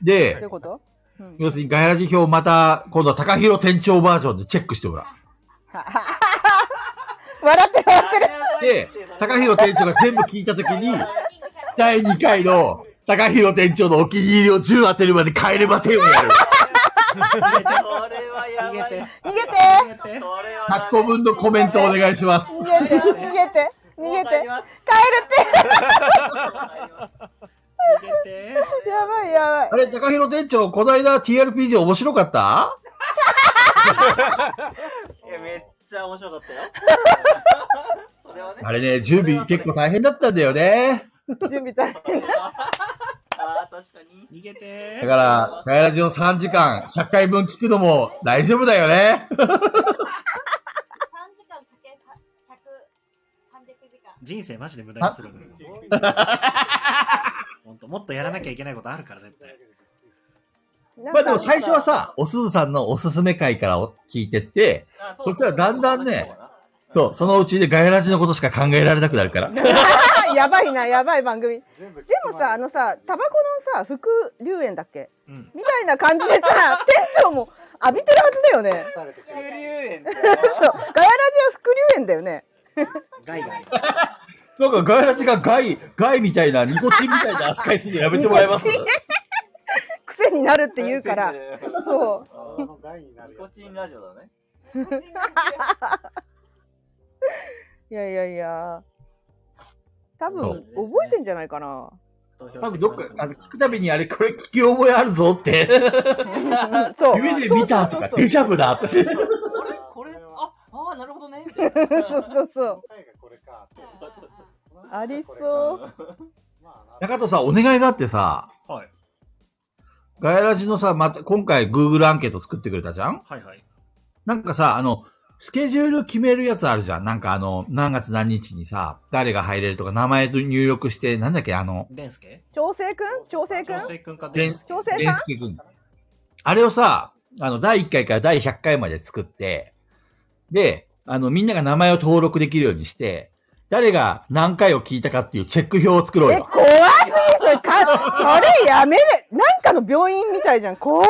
Speaker 3: で
Speaker 6: ういう、こと、うん、
Speaker 3: 要するにガヤラジ表をまた、今度は高弘店長バージョンでチェックしてもら
Speaker 6: 笑ってる笑ってる。
Speaker 3: う。で、高弘店長が全部聞いたときに、第2回の高弘店長のお気に入りを10当てるまで帰れば店をやる。
Speaker 9: これはや
Speaker 2: 逃げ
Speaker 9: ばい
Speaker 2: て。
Speaker 6: 逃げて
Speaker 2: 逃げて。
Speaker 9: これ
Speaker 3: 8
Speaker 9: は
Speaker 3: 個分のコメントお願いします。
Speaker 6: 逃げて逃げて逃げて帰るっ
Speaker 2: 逃げて。
Speaker 6: てやばいやばい
Speaker 3: あれ、高弘店長、こないだ TRPG 面白かった
Speaker 9: めっちゃ面白かったよ。それはね。
Speaker 3: あれね、準備結構大変だったんだよね。
Speaker 6: 準備大変。
Speaker 9: ああ、確かに。
Speaker 2: 逃げて
Speaker 3: だから、ガヤラジオ3時間、100回分聞くのも大丈夫だよね。
Speaker 8: 三時間かけた百三百時間。
Speaker 2: 人生マジで無駄にするんですよ。本当もっとやらなきゃいけないことあるから、絶対。
Speaker 3: まあでも最初はさ、おすずさんのおすすめ会からを聞いてって、
Speaker 9: あ
Speaker 3: そしたらだんだんね。そう、そのうちでガヤラジのことしか考えられなくなるから。
Speaker 6: やばいな、やばい番組。
Speaker 10: 全部聞く
Speaker 6: で
Speaker 10: 前に
Speaker 6: もさ、あのさ、タバコのさ、副流煙だっけ
Speaker 2: うん。
Speaker 6: みたいな感じでさ、店長も浴びてるはずだよね。
Speaker 10: されてく
Speaker 9: そうだな
Speaker 10: る
Speaker 9: 流
Speaker 6: そう、ガヤラジは副流煙だよね。
Speaker 10: 害がある
Speaker 3: なんかガヤラジが害、害みたいな、ニコチンみたいな扱いするのやめてもらえます
Speaker 6: ニコチン癖になるって言うから。そう。
Speaker 10: その害にな
Speaker 9: ニ
Speaker 10: る
Speaker 9: コ
Speaker 10: やつ
Speaker 9: チンラジオだね。
Speaker 6: いやいやいや。多
Speaker 3: そ
Speaker 6: 分
Speaker 2: うですね
Speaker 6: 覚えてんじゃないか な。
Speaker 3: 多分どっか、あの、聞くたびにあれ、これ聞き覚えあるぞって、
Speaker 6: そう。
Speaker 3: 夢で見たとか、デジャブだって。
Speaker 9: あれこれ、あ、ああ、なるほどね。みたいな
Speaker 6: そうそう
Speaker 10: こ
Speaker 6: そ
Speaker 10: の
Speaker 6: う。
Speaker 10: 害がこれかってこの害がこれか
Speaker 6: ありそう。
Speaker 10: まあな
Speaker 3: 中藤さん、お願いがあってさ、
Speaker 2: はい。
Speaker 3: ガヤラジのさ、また、今回 Google アンケート作ってくれたじゃん
Speaker 2: はいはい。
Speaker 3: なんかさ、あの、スケジュール決めるやつあるじゃんなんかあの、何月何日にさ、誰が入れるとか、名前と入力して、なんだっけ、あの、
Speaker 2: デンスケ
Speaker 6: 調整くん調整くん
Speaker 2: 調整くんかデンスケ
Speaker 6: 調整
Speaker 3: レンスケ君。あれをさ、あの、第1回から第100回まで作って、で、あの、みんなが名前を登録できるようにして、誰が何回を聞いたかっていうチェック表を作ろう
Speaker 6: え、
Speaker 3: よ。
Speaker 6: 怖すぎそれか、それやめね。なんかの病院みたいじゃん。怖い。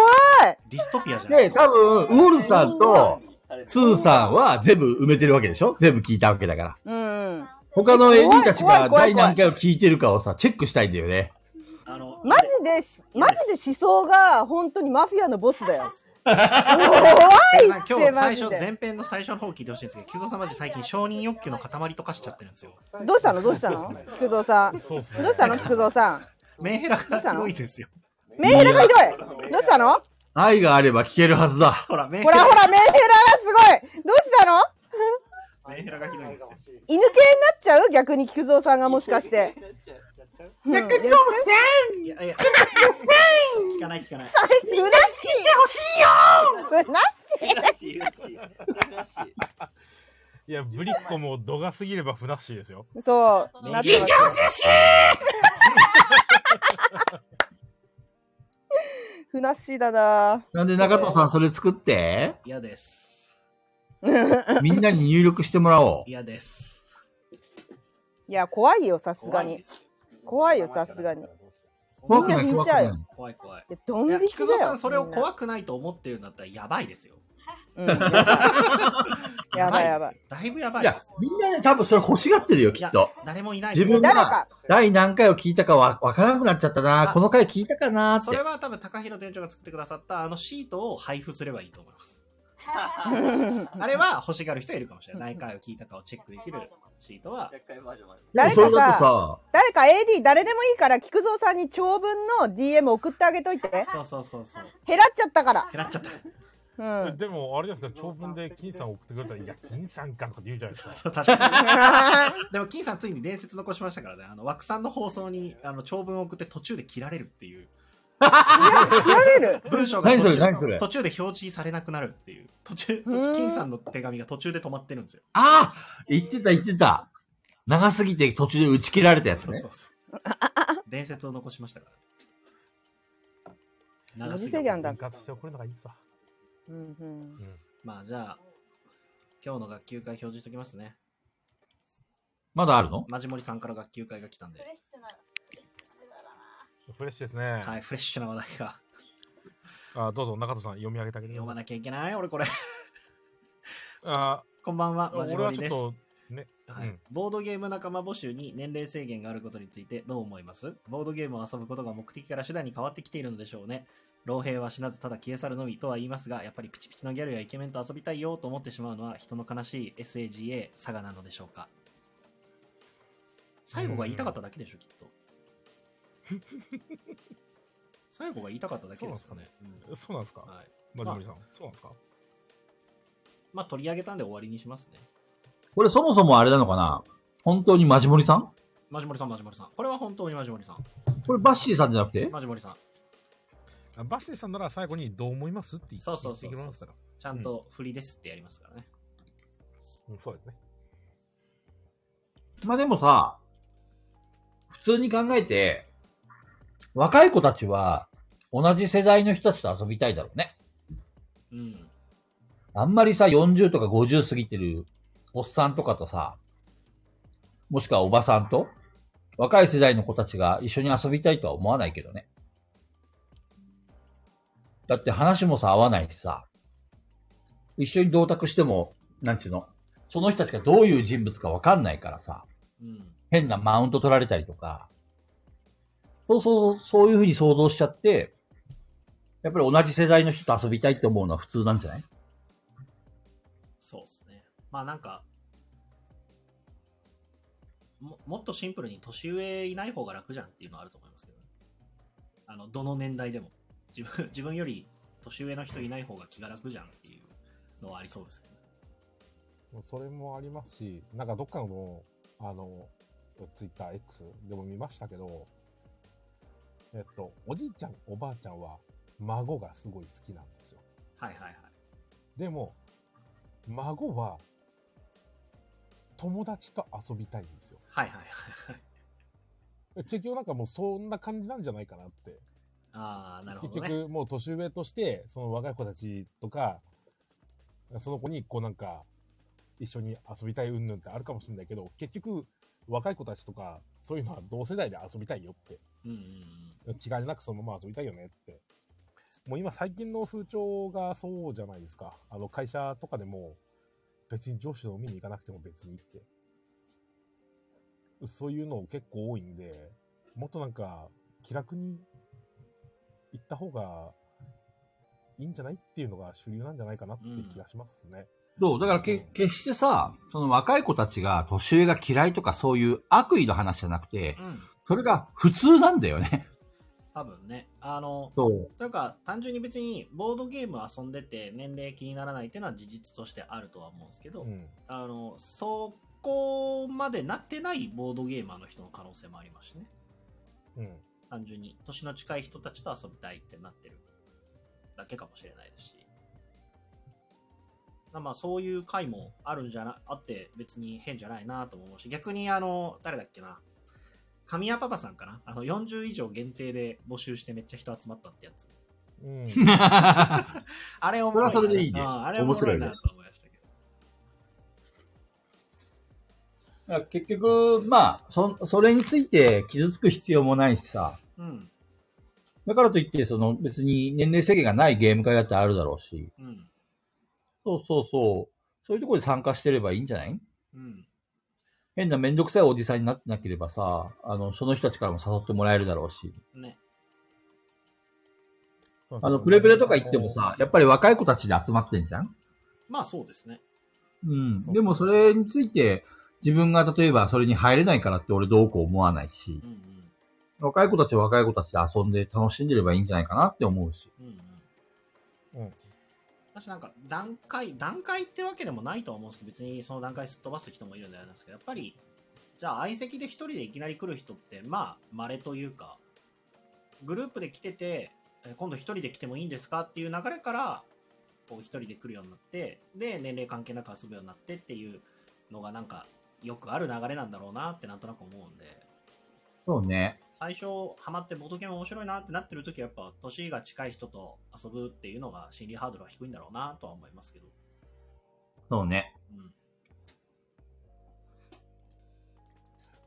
Speaker 2: ディストピアじゃない
Speaker 3: で、多分、ウォルさんと、スーさんは全部埋めてるわけでしょ全部聞いたわけだから。
Speaker 6: うん。
Speaker 3: 他の AD たちが
Speaker 6: 怖い怖い怖い
Speaker 3: 第何回を聞いてるかをさ、チェックしたいんだよね。
Speaker 2: あの、
Speaker 6: マジでし、マジで思想が本当にマフィアのボス だよ。
Speaker 2: 皆
Speaker 6: 怖いって
Speaker 2: さん今日
Speaker 6: マ
Speaker 2: 最
Speaker 6: ジ
Speaker 2: 初、
Speaker 6: で。
Speaker 2: 前編の最初の方聞いてほしいんですけど、キゾさんマジ最近承認欲求の塊と化しちゃってるんですよ。
Speaker 6: どうしたのどうしたの菊蔵さん。
Speaker 1: そうっすね。
Speaker 6: どうしたの菊蔵さん。
Speaker 2: メンヘラが
Speaker 6: した
Speaker 2: す
Speaker 6: の
Speaker 2: ごいですよ。
Speaker 6: メンヘラがひどい。どうしたの
Speaker 3: 愛があれば聞けるはずだ。
Speaker 2: ほら、メンヘ
Speaker 6: ほら
Speaker 2: ラ
Speaker 6: ほら、メンヘラがすごい。どうしたの
Speaker 2: メンヘラがひどいんですよ
Speaker 6: 犬系になっちゃう逆に菊蔵さんがもしかして。うんやっちゃう
Speaker 2: いやいや、聞かない聞かない。
Speaker 6: それ、うなっしー。それ、なっしー。
Speaker 9: らしい、らしい。らしい。
Speaker 1: いや、ぶりっ子も度が過ぎればふなっしーですよ。
Speaker 6: そう。なってます。ふなっしーだな。
Speaker 3: なんで中藤さんそれ作って、
Speaker 2: 嫌です。
Speaker 3: みんなに入力してもらおう。
Speaker 2: 嫌です。
Speaker 6: いや、怖いよ、さすが
Speaker 2: 怖い
Speaker 6: に
Speaker 2: で。すよ
Speaker 6: 怖いよ、さすがに。い
Speaker 2: そ
Speaker 3: 怖
Speaker 2: ん
Speaker 3: く
Speaker 2: な
Speaker 3: ない
Speaker 6: みんな引
Speaker 3: 怖
Speaker 6: い
Speaker 3: く
Speaker 6: ちゃ
Speaker 3: な
Speaker 6: う
Speaker 3: い
Speaker 6: よ。
Speaker 2: 怖い怖い。
Speaker 6: や、ドン
Speaker 2: いや、
Speaker 6: 引き
Speaker 2: 菊
Speaker 6: だ
Speaker 2: 蔵さ
Speaker 6: よ。
Speaker 2: ん、それを
Speaker 6: い。
Speaker 2: 怖くないと思ってるんだったら、やばいですよ。
Speaker 6: うんやばいやばいやばい
Speaker 2: です。よだいぶやばい
Speaker 3: い
Speaker 2: で
Speaker 3: や
Speaker 2: す、
Speaker 3: みんなね、多分それ欲しがってるよ、きっと。
Speaker 2: 誰もいない。
Speaker 3: 自分
Speaker 6: 誰
Speaker 3: が
Speaker 6: か。
Speaker 3: 第何回を聞いたかわわからなくなっちゃったな、
Speaker 2: あ
Speaker 3: この回聞いたかなっ
Speaker 2: そ
Speaker 3: て
Speaker 2: れ。は多分、高弘店長が作ってくださった、あのシートを配布すればいいと思います。 あれは欲しがる人いるかもしれない。何回を聞いたかをチェックできるシートは、
Speaker 9: 100回バージョンもある。
Speaker 6: 誰
Speaker 3: そ
Speaker 6: か
Speaker 3: れだと
Speaker 6: さ、
Speaker 3: さ、
Speaker 6: 誰か AD 誰でもいいから、菊蔵さんに長文の DM 送ってあげといて。
Speaker 2: そうそうそうそう。
Speaker 6: 減らっちゃったから。
Speaker 2: 減らっちゃった。
Speaker 6: うん。
Speaker 1: でも、あれじゃないですか、長文で金さん送ってくれたら、いや、金さんかとかって言うじゃないですか。
Speaker 2: そう、確かに。でも、金さんついに伝説残しましたからね。あの、枠さんの放送に、あの、長文を送って途中で切られるっていう。
Speaker 6: 切られる
Speaker 2: 文章が
Speaker 3: 何
Speaker 2: 途
Speaker 3: それ
Speaker 2: 中
Speaker 3: 何それ
Speaker 2: 途中で表示されなくなるっていう。途中、途
Speaker 6: う
Speaker 2: 中
Speaker 6: ん
Speaker 2: 金さんの手紙が途中で止まってるんですよ。
Speaker 3: ああ言ってた言ってた。長すぎて途中で打ち切られたやつ
Speaker 2: そう
Speaker 3: ね
Speaker 2: そ。うそう。伝説を残しましたから。
Speaker 6: 二
Speaker 2: 長す
Speaker 6: 次
Speaker 2: ぎた
Speaker 6: 制限だ
Speaker 1: 分割して送るのがいいっすわ。
Speaker 6: うんうん
Speaker 2: まあじゃあ、今日の学級会表示しときますね。
Speaker 3: まだあるの
Speaker 2: マジモリさんから学級会が来たんで
Speaker 8: フ。レッシュな。フレッシュだな
Speaker 1: フレッシュですね。
Speaker 2: はい、フレッシュな話題が。
Speaker 1: あどうぞ、中田さん、読み上げてあげて
Speaker 2: 読
Speaker 1: くださ
Speaker 2: ま
Speaker 1: い。
Speaker 2: なきゃいけない俺これ。
Speaker 1: あ
Speaker 2: こんばんは、マジ
Speaker 1: 俺
Speaker 2: モ
Speaker 1: は
Speaker 2: リ
Speaker 1: ちょ
Speaker 2: で
Speaker 1: っ
Speaker 2: す。
Speaker 1: と、ね、
Speaker 2: はい
Speaker 1: うん
Speaker 2: ボードゲーム仲間募集に年齢制限があることについてどう思いますボードゲームを遊ぶことが目的から手段に変わってきているのでしょうね。老兵は死なずただ消え去るのみとは言いますが、やっぱりピチピチのギャルやイケメンと遊びたいよと思ってしまうのは人の悲しい SAGA 佐賀なのでしょうか。最後が言いたかっただけでしょ、きっと。最後が言いたかっただけですかね。うん
Speaker 1: そうなんですか
Speaker 2: はい
Speaker 1: マジモリさん。そうなんですか
Speaker 2: まあ取り上げたんで終わりにしますね。
Speaker 3: これそもそもあれなのかな本当にマジモリさん
Speaker 2: マジモリさん、マジモリさん。これは本当にマジモリさん。
Speaker 3: これバッシーさんじゃなくて
Speaker 2: マジモリさん。
Speaker 1: あバッシーさんなら最後にどう思いますって言って
Speaker 2: そうそうそうそう
Speaker 1: 言ってきますから。
Speaker 2: ちゃんと振りですってやりますからね。
Speaker 1: うん、そうですね。
Speaker 3: まあでもさ、普通に考えて、若い子たちは同じ世代の人たちと遊びたいだろうね。
Speaker 2: うん。
Speaker 3: あんまりさ、40とか50過ぎてるおっさんとかとさ、もしくはおばさんと、若い世代の子たちが一緒に遊びたいとは思わないけどね。だって話もさ、合わないしさ、一緒に同卓しても、なんちゅうの、その人たちがどういう人物かわかんないからさ、
Speaker 2: うん。
Speaker 3: 変なマウント取られたりとか、そうそう、そういうふうに想像しちゃって、やっぱり同じ世代の人と遊びたいって思うのは普通なんじゃない
Speaker 2: そうですね。まあなんか、ももっとシンプルに年上いない方が楽じゃんっていうのはあると思いますけどね。あの、どの年代でも。自分、 自分より年上の人いない方が気が楽じゃんっていうのはありそうですけどね。
Speaker 1: もうそれもありますし、なんかどっかの、あの、ツイッター X でも見ましたけど、えっと、おじいちゃん、おばあちゃんは孫がすごい好きなんですよ。
Speaker 2: はいはいはい。
Speaker 1: でも、孫は友達と遊びたいんですよ。
Speaker 2: はいはいはいはい。
Speaker 1: 結局なんかもうそんな感じなんじゃないかなって。
Speaker 2: ああ、なるほど
Speaker 1: 結
Speaker 2: ね。
Speaker 1: 局もう年上として、その若い子たちとか、その子にこうなんか、一緒に遊びたい云々ってあるかもしれないけど、結局若い子たちとか、そういうのは同世代で遊びたいよって。
Speaker 2: うんうんうん。
Speaker 1: 気兼ねなくそのまま遊びたいよねって。もう今最近の風潮がそうじゃないですか。あの会社とかでも別に上司の海に行かなくても別にって。そういうの結構多いんで、もっとなんか気楽に行った方がいいんじゃないっていうのが主流なんじゃないかなって気がしますね。
Speaker 3: そう、だからけ、決してさ、その若い子たちが年上が嫌いとかそういう悪意の話じゃなくて、
Speaker 2: うん。
Speaker 3: それが普通なんだよね。
Speaker 2: 多分ね。あの、
Speaker 3: そう。
Speaker 2: というか、単純に別にボードゲーム遊んでて年齢気にならないっていうのは事実としてあるとは思うんですけど、
Speaker 1: うん。
Speaker 2: あの、そこまでなってないボードゲーマーの人の可能性もありますしね。
Speaker 1: うん。
Speaker 2: 単純に、年の近い人たちと遊びたいってなってるだけかもしれないですし。まあまあ、そういう回もあるんじゃな、あって別に変じゃないなとも思うし、逆にあの、誰だっけな。神谷パパさんかなあの、40以上限定で募集してめっちゃ人集まったってやつ。
Speaker 1: うん。
Speaker 2: あれ面
Speaker 3: そ
Speaker 2: 白いな。
Speaker 3: れはそれでいいね
Speaker 2: うんあれ面白いなと思いましたけど。
Speaker 3: だから 結局、まあ、そ、それについて傷つく必要もないしさ。
Speaker 2: うん、
Speaker 3: だからといって、その別に年齢制限がないゲーム会だってあるだろうし。
Speaker 2: うん、
Speaker 3: そうそうそう。そういうところで参加してればいいんじゃない
Speaker 2: うん。
Speaker 3: 変なめんどくさいおじさんになってなければさ、あの、その人たちからも誘ってもらえるだろうし。
Speaker 2: ね。
Speaker 1: そう
Speaker 3: あの、プレプレとか行ってもさ、やっぱり若い子たちで集まってんじゃん
Speaker 2: まあそうですね。
Speaker 3: うん。
Speaker 1: そうそう
Speaker 3: でもそれについて、自分が例えばそれに入れないからって俺どうこう思わないし
Speaker 2: う、ん
Speaker 3: 若い子たちは若い子たちで遊んで楽しんでればいいんじゃないかなって思うし。
Speaker 2: うん。うんうん。
Speaker 1: うん。
Speaker 2: 私なんか段階、段階ってわけでもないとは思うんですけど、別にその段階すっ飛ばす人もいるんであれなんですけど、やっぱり、じゃあ相席で一人でいきなり来る人って、まあ、稀というか、グループで来てて、え今度一人で来てもいいんですかっていう流れから、こう一人で来るようになって、で、年齢関係なく遊ぶようになってっていうのがなんか、よくある流れなんだろうなってなんとなく思うんで、
Speaker 3: そうね。
Speaker 2: 最初ハマってボードゲーム面白いなってなってる時はやっぱ年が近い人と遊ぶっていうのが心理ハードルは低いんだろうなとは思いますけど、
Speaker 3: そうね。
Speaker 2: うん、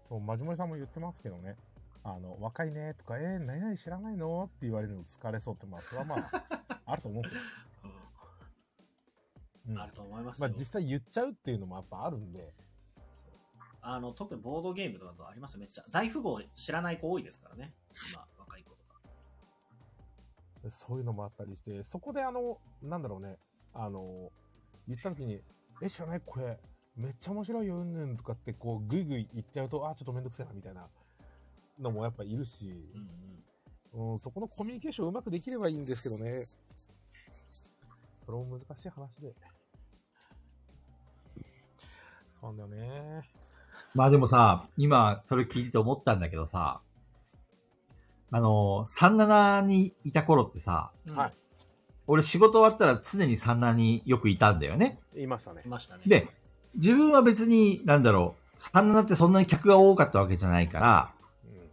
Speaker 1: そう、まじもりさんも言ってますけどね。あの、若いねとか、えー、何々知らないのって言われるの疲れそうって、まあ、それはま あ、あると思うんですよ。うん、
Speaker 2: あると思います
Speaker 1: まあ
Speaker 2: よ、、
Speaker 1: 実際言っちゃうっていうのもやっぱあるんで、
Speaker 2: そうあの特にボードゲームとかだとありますよめっちゃ大富豪知らない子多いですからね今若い子とか
Speaker 1: そういうのもあったりして、そこであの、なんだろうね、あの、言った時に、え、知らないこれ、めっちゃ面白いよ、うんぬんとかって、こう、ぐいぐい言っちゃうと、あー、ちょっとめんどくせえな、みたいなのもやっぱいるし
Speaker 2: う、んうん
Speaker 1: うん、そこのコミュニケーションうまくできればいいんですけどね。それも難しい話で。そうなんだよね。
Speaker 3: まあでもさ、今、それ聞いてて思ったんだけどさ、あのー、37にいた頃ってさ、
Speaker 1: はい
Speaker 3: 俺仕事終わったら常に37によくいたんだよね。
Speaker 1: 言いましたね
Speaker 2: い。ましたね。
Speaker 3: で、自分は別に、なんだろう、37ってそんなに客が多かったわけじゃないから、
Speaker 1: うん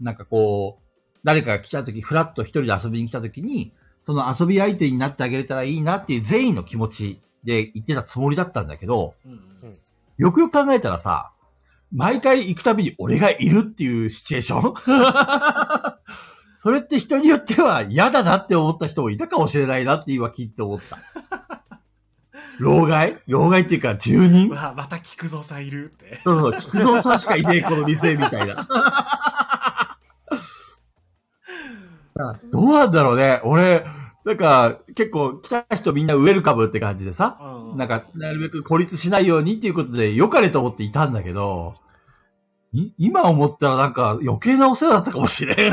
Speaker 3: なんかこう、誰かが来た時、フラッと一人で遊びに来た時に、その遊び相手になってあげれたらいいなっていう善意の気持ちで言ってたつもりだったんだけど、
Speaker 2: うんうん
Speaker 3: よくよく考えたらさ、毎回行くたびに俺がいるっていうシチュエーション それって人によっては嫌だなって思った人もいたかもしれないなって今聞いて思った。老害老害っていうか住人
Speaker 2: うわ、また菊蔵さんいるって。
Speaker 3: そうそう、菊蔵さんしかいねえ、この店、みたいな。どうなんだろうね。俺、なんか、結構来た人みんなウェルカムって感じでさ、なんか、なるべく孤立しないようにっていうことで、良かれと思っていたんだけど、い今思ったらなんか余計なお世話だったかもしれ
Speaker 1: い
Speaker 3: ん。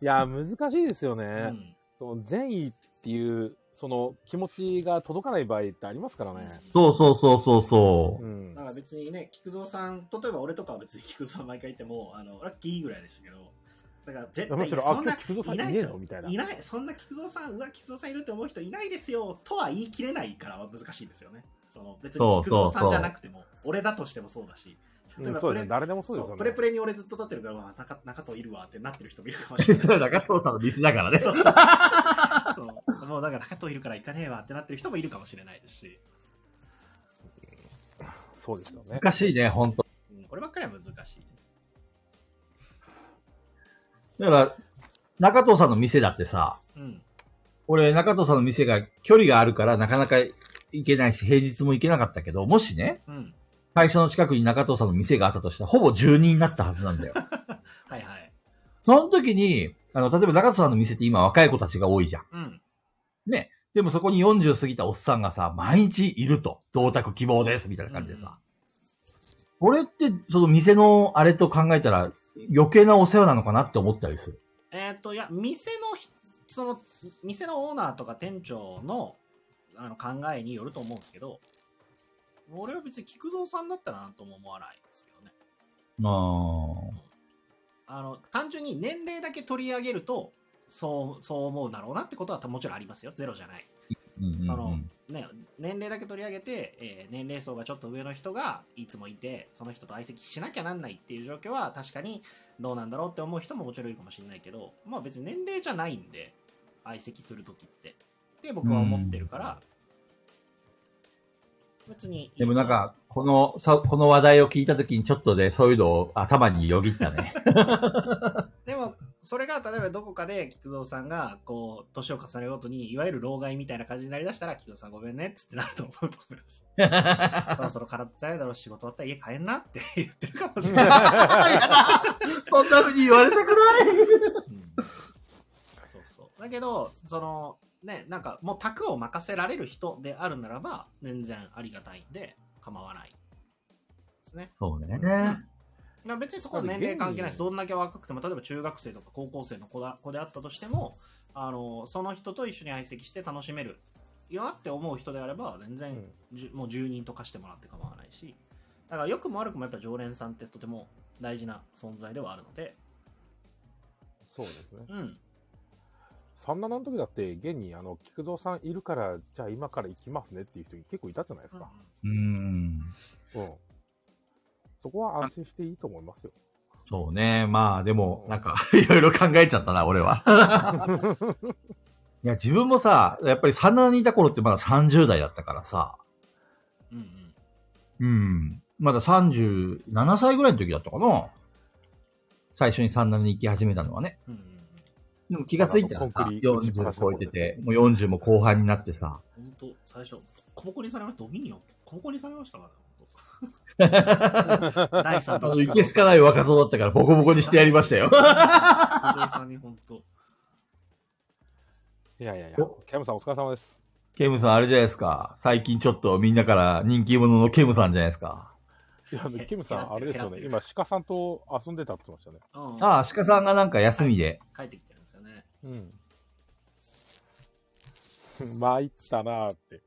Speaker 1: や、難しいですよね。
Speaker 2: うん
Speaker 1: その善意っていう、その気持ちが届かない場合ってありますからね。
Speaker 3: そうそうそうそうそうう。
Speaker 1: ん
Speaker 2: な。んか別にね、菊蔵さん、例えば俺とかは別に菊蔵さん毎回言っても、あの、ラッキーぐらいでしたけど、だから絶対
Speaker 1: むしろ
Speaker 2: そん
Speaker 1: あ
Speaker 2: な
Speaker 1: 今日菊蔵さん
Speaker 2: いな
Speaker 1: い
Speaker 2: い
Speaker 1: ね
Speaker 2: で
Speaker 1: え
Speaker 2: す
Speaker 1: の
Speaker 2: よ
Speaker 1: みたいない
Speaker 2: ない、そんな菊蔵さん、うわ、菊蔵さんいるって思う人いないですよ、とは言い切れないからは難しいですよね。その別に菊蔵さんじゃなくても、俺だとしてもそうだし、例え
Speaker 1: うん
Speaker 2: ば
Speaker 1: そ
Speaker 2: プ
Speaker 1: うで
Speaker 2: レ,、
Speaker 1: すね。誰でもそうです
Speaker 2: そう
Speaker 1: よ
Speaker 2: プレ
Speaker 1: ね
Speaker 2: プ。レに俺ずっと立ってるから、うわ中中藤いるわってなってる人もいるかもしれ
Speaker 3: そ
Speaker 2: ない。
Speaker 3: れ中藤さんのミスだからね。
Speaker 2: そうそう そうもうなんか中藤いるから行かねえわってなってる人もいるかもしれないですし、
Speaker 1: そうですよ ね。
Speaker 3: 難しいね、ほんと。
Speaker 2: うん、こればっかりは難しいです。
Speaker 3: だから、中藤さんの店だってさ、
Speaker 2: うん。
Speaker 3: 俺、中藤さんの店が距離があるから、なかなか行けないし、平日も行けなかったけど、もしね、
Speaker 2: うん。
Speaker 3: 会社の近くに中藤さんの店があったとしたら、ほぼ住人になったはずなん だよ。
Speaker 2: はいはい。
Speaker 3: その時に、あの、例えば中藤さんの店って今若い子たちが多いじゃん。
Speaker 2: うん。
Speaker 3: でもそこに40過ぎたおっさんがさ、毎日いると、同宅希望です、みたいな感じでさ。俺って、その店のあれと考えたら、余計なお世話なのかなって思ったりする。
Speaker 2: えっ、と、いや、店のひ、その、店のオーナーとか店長の、あの、考えによると思うんですけど、俺は別に菊蔵さんだったらなんとも思わないですけどね。
Speaker 3: あー
Speaker 2: あの、単純に年齢だけ取り上げると、そう、そう思うだろうなってことはもちろんありますよ。ゼロじゃない。
Speaker 3: うんうんうん
Speaker 2: そのね、年齢だけ取り上げて、えー年齢層がちょっと上の人がいつもいて、その人と相席しなきゃなんないっていう状況は確かにどうなんだろうって思う人ももちろんいるかもしれないけど、まあ別に年齢じゃないんで、相席するときって。って僕は思ってるから、別にいいと
Speaker 3: でもなん、か、この、さこの話題を聞いたときにちょっとで、そういうのを頭によぎったね。
Speaker 2: でも、それが例えばどこかで菊蔵さんが、こう、年を重ねるごとに、いわゆる老害みたいな感じになりだしたら、菊蔵さんごめんねっつってなると思うと思います。そろそろ体つらいだろうし、仕事終わったら家帰んなって言ってるかもしれ ない。
Speaker 3: そんな風に言われたくない。
Speaker 2: そうそう。だけど、その、ね、なんか、もう卓を任せられる人であるならば、全然ありがたいんで、構わない。ですね。
Speaker 3: そうね。
Speaker 2: だから別にそこは年齢関係ないです。どんだけ若くても、例えば中学生とか高校生の子だ子であったとしても、あの、その人と一緒に相席して楽しめるよなって思う人であれば、全
Speaker 1: う
Speaker 2: 然
Speaker 1: ん
Speaker 2: じゅもう住人と化してもらって構わないし、だから良くも悪くもやっぱ常連さんってとても大事な存在ではあるので、
Speaker 1: そうですね。
Speaker 2: うん。
Speaker 1: 37の時だって、現に、あの、菊蔵さんいるから、じゃあ今から行きますねっていう人結構いたじゃないですか。
Speaker 3: うーん。
Speaker 1: うん。そこは安心していいと思いますよ。
Speaker 3: そうね。まあ、でも、なんか、いろいろ考えちゃったな、俺 は。いや、自分もさ、やっぱり37にいた頃ってまだ30代だったからさ、
Speaker 2: うんうん。
Speaker 3: うん。まだ37歳ぐらいの時だったかな。最初に37に行き始めたのはね。
Speaker 2: うんうんうん
Speaker 3: でも気がついたらさ、
Speaker 1: コンクリ打ちっぱなしの
Speaker 3: 40超
Speaker 1: 頃
Speaker 3: えてて、もう40も後半になってさ、
Speaker 2: 本当最初、コボコにされました、ドミニオン、コボコにされましたから、ね、 第3
Speaker 3: あ
Speaker 2: 弾
Speaker 3: の、いけつかない若造だったからボコボコにしてやり ましたよ。
Speaker 2: 小僧さんに本当。
Speaker 1: いやいやいや
Speaker 3: お、
Speaker 1: ケムさんお疲れ様です。
Speaker 3: ケムさんあれじゃないですか。最近ちょっとみんなから人気者のケムさんじゃないですか。
Speaker 1: いや、あの
Speaker 2: え
Speaker 1: ケムさん、あれですよね。
Speaker 2: 減ら
Speaker 1: 今、鹿さんと遊んでたって言ってましたね。
Speaker 2: うん、
Speaker 3: ああ、鹿さんがなんか休みで。
Speaker 2: 帰ってきてるんですよね。
Speaker 1: うん。参ったなーって。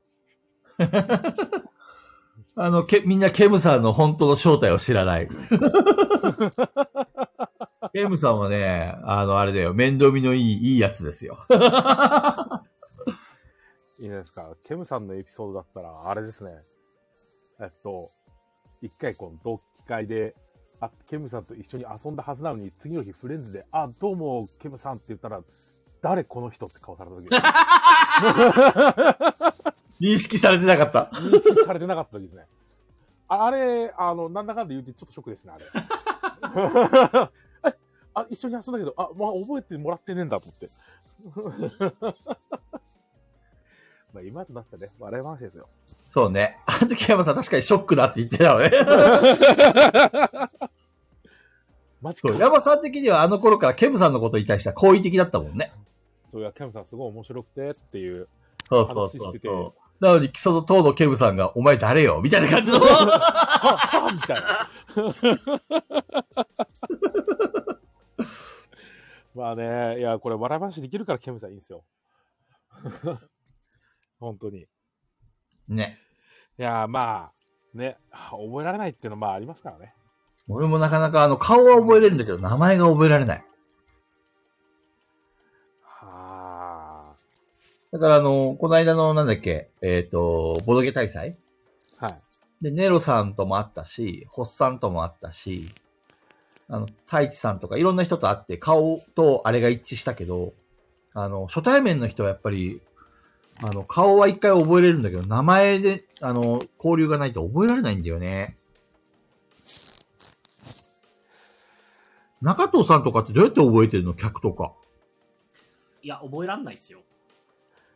Speaker 3: あの、け、みんなケムさんの本当の正体を知ら ない。ケムさんはね、あの、あれだよ、面倒見のいい、いいやつですよ。
Speaker 1: いいじゃないですか。ケムさんのエピソードだったら、あれですね。えっと、一回この同期会で、あ、ケムさんと一緒に遊んだはずなのに、次の日フレンズで、あ、どうも、ケムさんって言ったら、誰この人って顔された時
Speaker 3: 認識されてなかった。
Speaker 1: 認識されてなかった時ですね。ああれ、あの、なんだかんだ言うてちょっとショックですね、あれ。 えあ、一緒に遊んだけど、あ、まあ、覚えてもらってねえんだと思って。 まあ、今となってね、笑い話ですよ。
Speaker 3: そうね。あの時山さん確かにショックだって言ってたわね。
Speaker 1: マジか
Speaker 3: そう、。山さん的にはあの頃からケムさんのことに対しては好意的だったもんね。
Speaker 1: そういや、ケムさんすごい面白くてっていう。
Speaker 3: そうそう
Speaker 1: 話し
Speaker 3: そう
Speaker 1: てて
Speaker 3: そう。なのに、その当のケムさんが、お前誰よみたいな 感じの。
Speaker 1: はっはっみたいな。 まあね、いや、これ笑い話できるからケムさんいいんですよ。 本当に。い
Speaker 3: ね。
Speaker 1: や、まあ、ね、覚えられないっていうのはまあありますからね。
Speaker 3: 俺もなかなか、あの、顔は覚えれるんだけど、名前が覚えられない。
Speaker 1: は
Speaker 3: だから、あの、この間の、なんだっけ、えっ、と、ボドゲ大祭
Speaker 1: あ。はい。
Speaker 3: で、ネロさんとも会ったし、ホッさんとも会ったし、あの、太一さんとかいろんな人と会って、顔とあれが一致したけど、あの、初対面の人はやっぱり、あの、顔は一回覚えれるんだけど、名前で、あの、交流がないと覚えられないんだよね。中藤さんとかってどうやって覚えてるの客とか。
Speaker 2: いや、覚えらんないっすよ。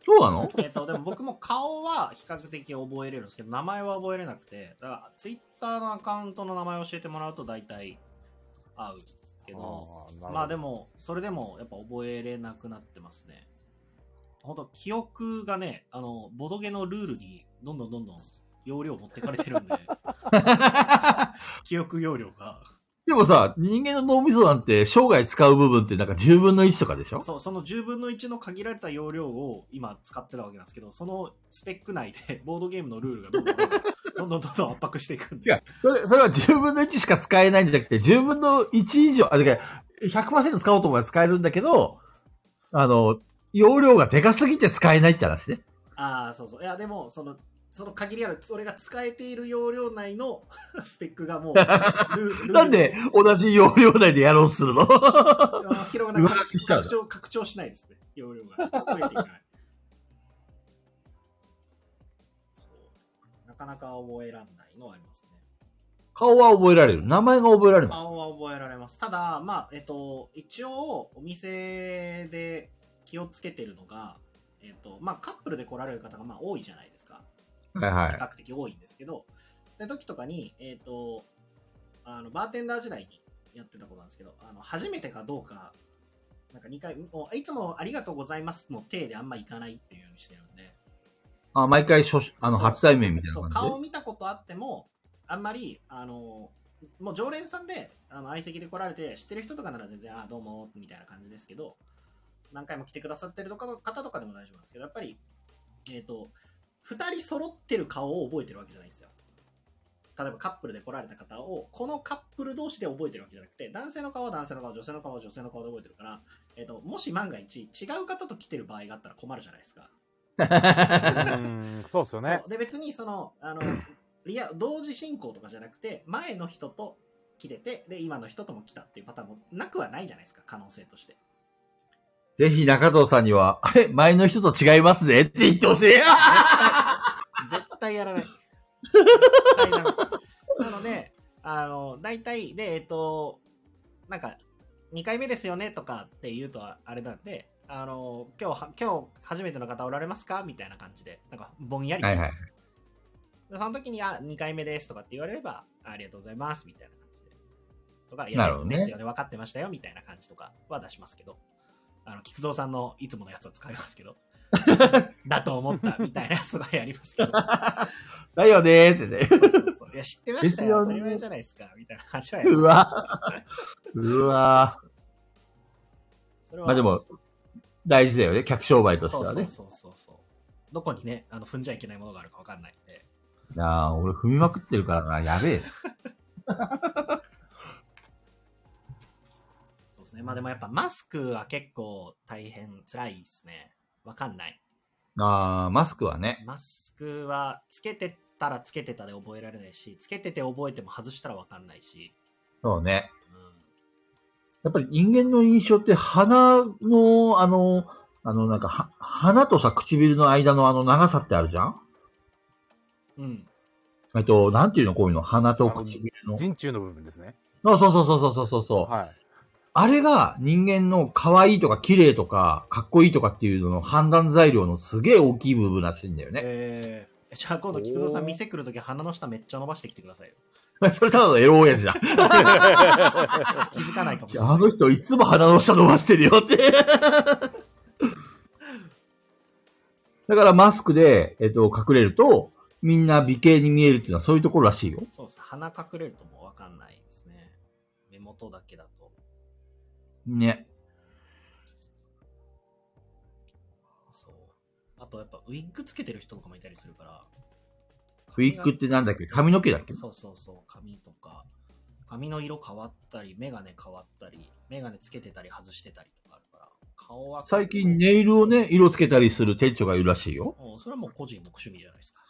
Speaker 3: そうなの
Speaker 2: えっと、でも僕も顔は比較的覚えれるんですけど、名前は覚えれなくて、だから、ツイッターのアカウントの名前を教えてもらうと大体合うけど、
Speaker 1: あ
Speaker 2: まあで
Speaker 1: も。
Speaker 2: も、それでもやっぱ覚えれなくなってますね。ほんと、記憶がね、あの、ボドゲのルールにどんどんどんどん容量持ってかれてるんで、記憶容量が。
Speaker 3: でもさ、人間の脳みそなんて生涯使う部分ってなんか10分の1とかでしょ
Speaker 2: そうその10分の1の限られた容量を今使ってたわけなんですけどそのスペック内で ボードゲームのルールがどんどんどん どんどんどんどんどん圧迫していくん
Speaker 3: い
Speaker 2: で
Speaker 3: や、それ、それは10分の1しか使えないんじゃなくて、10分の1以上、あ、だから100%使おうと思えば使えるんだけど、あの、容量がでかすぎて使えないって話ね。
Speaker 2: ああそうそういやでもそのその限りあるそれが使えている容量内の スペックが もうルールール
Speaker 3: なんで同じ容量内でやろうとす るの
Speaker 2: あの広がらない
Speaker 3: 上書きしちゃうの
Speaker 2: 拡張拡張しないですね容 量が増えていかないそうなかなか覚えらんないのはありますね
Speaker 3: 顔は覚えられる。名前が覚えられない。
Speaker 2: 顔は覚えられます。ただ、まあ、えっと、一応、お店で気をつけてるのが、えっと、まあ、カップルで来られる方が、まあ、多いじゃないですか。
Speaker 3: はいはい
Speaker 2: 比。較的多いんですけど、で時とかに、えっと、あの、バーテンダー時代にやってたことなんですけど、あの、初めてかどうか、なんか2回、もういつもありがとうございますの体であんま行かないっていうようにしてるんで、
Speaker 3: あ、毎回初、あの、
Speaker 2: そう
Speaker 3: 初対面みたい
Speaker 2: そう
Speaker 3: な
Speaker 2: 顔
Speaker 3: 感
Speaker 2: を見たことあってもあんまりあのもう常連さんであの相席で来られて知ってる人とかなら全然あどうもみたいな感じですけど何回も来てくださってるとかの方とかでも大丈夫なんですけどやっぱりえっ、と2人揃ってる顔を覚えてるわけじゃないんですよ例えばカップルで来られた方をこのカップル同士で覚えてるわけじゃなくて男性の顔は男性の顔女性の顔は女性の顔で覚えてるから、えっともし万が一違う方と来てる場合があったら困るじゃないですか
Speaker 1: う
Speaker 3: じで。
Speaker 1: ーん、そうっすよね
Speaker 2: そ。うで別にそのあのリア同時進行とかじゃなくて前の人と来ててで今の人とも来たっていうパターンもなくはないじゃないですか可能性として
Speaker 3: ぜひ中藤さんには、あれ、前の人と違いますねって言ってほしい。
Speaker 2: 絶対やらない。絶対ダメなので、あの、大体、で、えっと、なんか、2回目ですよねとかって言うとあれなんで、あの、今日は、今日初めての方おられますかみたいな感じで、なんか、ぼんやり。
Speaker 3: はいはい
Speaker 2: でその時に、あ、2回目ですとかって言われれば、ありがとうございます、みたいな感じで。とか、いや
Speaker 3: な
Speaker 2: で
Speaker 3: るほ
Speaker 2: す
Speaker 3: どね
Speaker 2: ですよね、分かってましたよ、みたいな感じとかは出しますけど、あの、菊蔵さんのいつものやつは使います けど、だと思った、みたいなやつはやります けど。
Speaker 3: だよねーってね。
Speaker 2: そうそうそういや、知ってましたよ。
Speaker 3: で
Speaker 2: 当た
Speaker 3: すよね
Speaker 2: り前じゃないですか。みたいな感じはやる
Speaker 3: うわ。うわ。
Speaker 2: それは
Speaker 3: まあでも、大事だよね。客商売として
Speaker 2: そう
Speaker 3: は
Speaker 2: そ
Speaker 3: ね
Speaker 2: う。そうそうそう。どこにね、あの踏んじゃいけないものがあるかわかんないんで。
Speaker 3: いやー、俺踏みまくってるからな、やべえ。
Speaker 2: そうですね。まあでもやっぱマスクは結構大変辛いですね。わかんない。
Speaker 3: あー、マスクはね。
Speaker 2: マスクはつけてたらつけてたで覚えられないし、つけてて覚えても外したらわかんないし。
Speaker 3: そうね。
Speaker 2: うん
Speaker 3: やっぱり人間の印象って鼻の、あの、あの、なんか、は鼻とさ、唇の間のあの長さってあるじゃん
Speaker 2: うん。
Speaker 3: えっと、なんていうのこういうの。鼻と唇の。
Speaker 11: 人中の部分ですね。
Speaker 3: あそうそうそうそうそうそう。
Speaker 11: はい。
Speaker 3: あれが人間の可愛いとか綺麗とかかっこいいとかっていうのの判断材料のすげえ大きい部分らしいんだよね。
Speaker 2: えー、じゃあ今度、菊蔵さ
Speaker 11: お
Speaker 2: ん、
Speaker 11: ー
Speaker 2: 店来るとき鼻の下めっちゃ伸ばしてきてくださいよ。
Speaker 3: それただのエロ親父だ。
Speaker 2: 気づかないかもしれない。
Speaker 3: あの人いつも鼻の下伸ばしてるよって。 だからマスクで、えっと、隠れると、みんな美形に見えるっていうのはそういうところらしいよ。
Speaker 2: そうです。鼻隠れるともうわかんないですね。目元だけだと。
Speaker 3: ね。
Speaker 2: そう。あとやっぱウィッグつけてる人とかもいたりするから。
Speaker 3: ウィッグってなんだっけ髪の毛だっけ
Speaker 2: そうそうそう。髪とか。髪の色変わったり、メガネ変わったり、メガネつけてたり外してたりとかあるから。顔は。
Speaker 3: 最近ネイルをね、色つけたりする店長がいるらしい よ。
Speaker 2: おう。それはもう個人の趣味じゃないですか。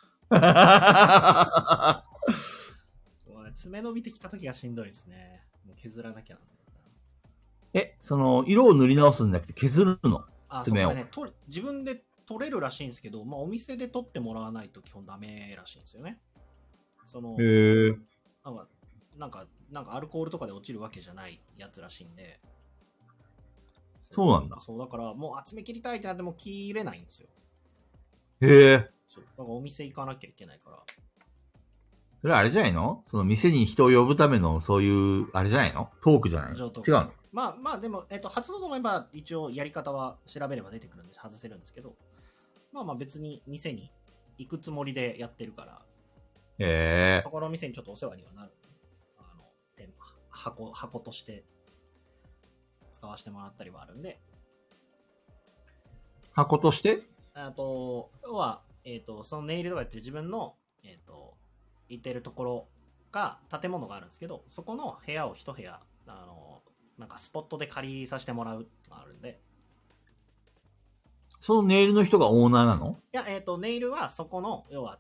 Speaker 2: 俺爪伸びてきた時がしんどいですね。もう削らなきゃなんだよな。
Speaker 3: え、その、色を塗り直すんじゃなくて削るの
Speaker 2: あ、そう
Speaker 3: 爪を
Speaker 2: これね、取る自分で取れるらしいんですけど、まあ、お店で取ってもらわないと基本ダメらしいんですよね。その、
Speaker 3: へえ。
Speaker 2: なんか、なんか、なんかアルコールとかで落ちるわけじゃないやつらしいんで。
Speaker 3: そうなんだ
Speaker 2: そう、だからもう集め切りたいってなっても切れないんですよ。
Speaker 3: へえ。
Speaker 2: そう。だからお店行かなきゃいけないから。
Speaker 3: それあれじゃないのその店に人を呼ぶための、そういう、あれじゃないのトークじゃないの
Speaker 2: 上等
Speaker 3: 違うの
Speaker 2: まあまあでも、えっと、初とメンバー一応やり方は調べれば出てくるんです、外せるんですけど、まあまあ別に店に行くつもりでやってるから、
Speaker 3: へえ
Speaker 2: そこの店にちょっとお世話にはなる。あの、店箱、箱として使わせてもらったりはあるんで、
Speaker 3: 箱として
Speaker 2: あと、要は、えっ、と、そのネイルとかやってる自分の、えっ、と、いてるところが、建物があるんですけど、そこの部屋を一部屋、あの、なんかスポットで借りさせてもらうのがあるんで、
Speaker 3: そのネイルの人がオーナーなの
Speaker 2: いや、えっ、と、ネイルはそこの、要は、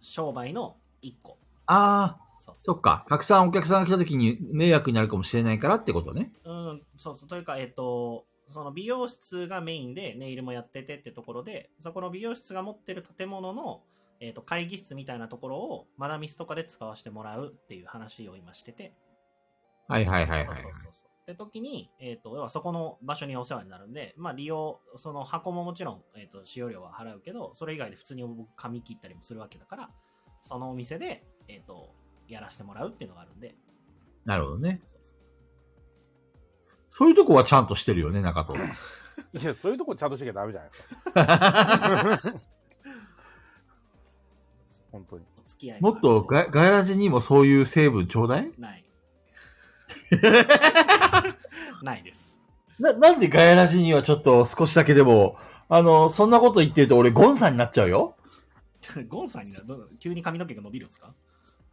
Speaker 2: 商売の一個。
Speaker 3: ああ、
Speaker 2: そうそ
Speaker 3: そっか。たくさんお客さんが来た時に迷惑になるかもしれないからってことね。
Speaker 2: う。うん、そうそう。というか、えっ、と、その美容室がメインで、ネイルもやっててってところで、そこの美容室が持ってる建物の、えっ、と、会議室みたいなところを、マダミスとかで使わせてもらうっていう話を今してて。
Speaker 3: はいはいはいはい。
Speaker 2: そうそうそうそう。って時に、えっ、と、要はそこの場所にお世話になるんで、まあ利用、その箱ももちろん、えっ、と、使用料は払うけど、それ以外で普通に僕髪切ったりもするわけだから、そのお店で、えっ、と、やらせてもらうっていうのがあるんで。
Speaker 3: なるほどね。
Speaker 2: そうそう
Speaker 3: そういうとこはちゃんとしてるよね、中 藤。
Speaker 1: いや、そういうとこちゃんとしなきゃダメじゃないですか。
Speaker 2: そう
Speaker 1: 本当に。
Speaker 2: お付き合い
Speaker 3: もっとガ、ガヤラジにもそういう成分ちょうだい
Speaker 2: ない。ないです。
Speaker 3: な、なんでガヤラジにはちょっと少しだけでも、あの、そんなこと言ってると俺ゴンさんになっちゃうよ。
Speaker 2: ゴンさんになどう急に髪の毛が伸びるんですか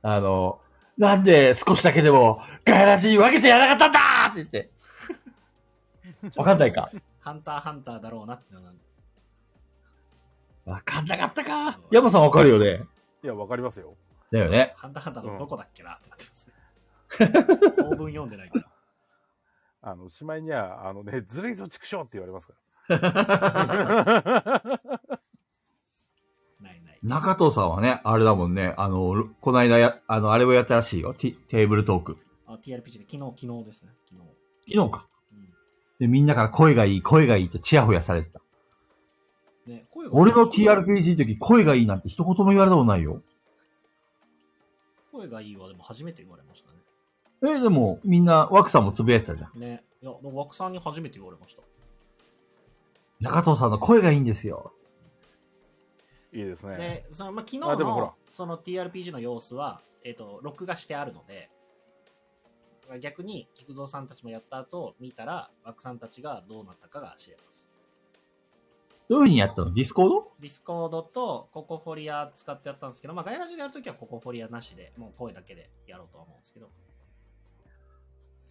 Speaker 3: あの、なんで少しだけでもガヤラジに分けてやらなかったんだって言って。 わかんないか。
Speaker 2: ハンターハンターだろうなってのは
Speaker 3: わかんなかったか。山さんわかるよね。
Speaker 1: いや、わかりますよ。
Speaker 3: だよね。
Speaker 2: ハンターハンターのどこだっけなってなって ます。当分読んでないから。
Speaker 1: あの、しまいには、あのね、ずるいぞ、畜生って言われますか
Speaker 2: ないない。
Speaker 3: 中藤さんはね、あれだもんね。あの、こないだや、あの、あれをやったらしいよ。ティテーブルトーク。
Speaker 2: あ TRPG で昨日、昨日ですね。昨日。
Speaker 3: 昨日か。
Speaker 2: うん
Speaker 3: で、みんなから声がいい、声がいいってチヤホヤされてた。
Speaker 2: ね、声が
Speaker 3: 俺の TRPG の時声がいいなんて一言も言われたことないよ。
Speaker 2: 声がいいわ、でも初めて言われましたね。
Speaker 3: え、でも、みんな、ワクさんもつぶやいてたじゃん。
Speaker 2: ね、いや、でも枠さんに初めて言われました。
Speaker 3: 中藤さんの声がいいんですよ。
Speaker 1: ら。いいですね。
Speaker 2: で、その、まあ、昨
Speaker 1: あ
Speaker 2: 日
Speaker 1: でもほら
Speaker 2: の、その TRPG の様子は、えっ、と、録画してあるので、逆に、菊蔵さんたちもやった後、見たら、枠さんたちがどうなったかが知れます。
Speaker 3: どういうふうにやったのディスコード
Speaker 2: ディスコードとココフォリア使ってやったんですけど、まあ、ガイラジでやるときはココフォリアなしで、もう声だけでやろうとは思うんですけど。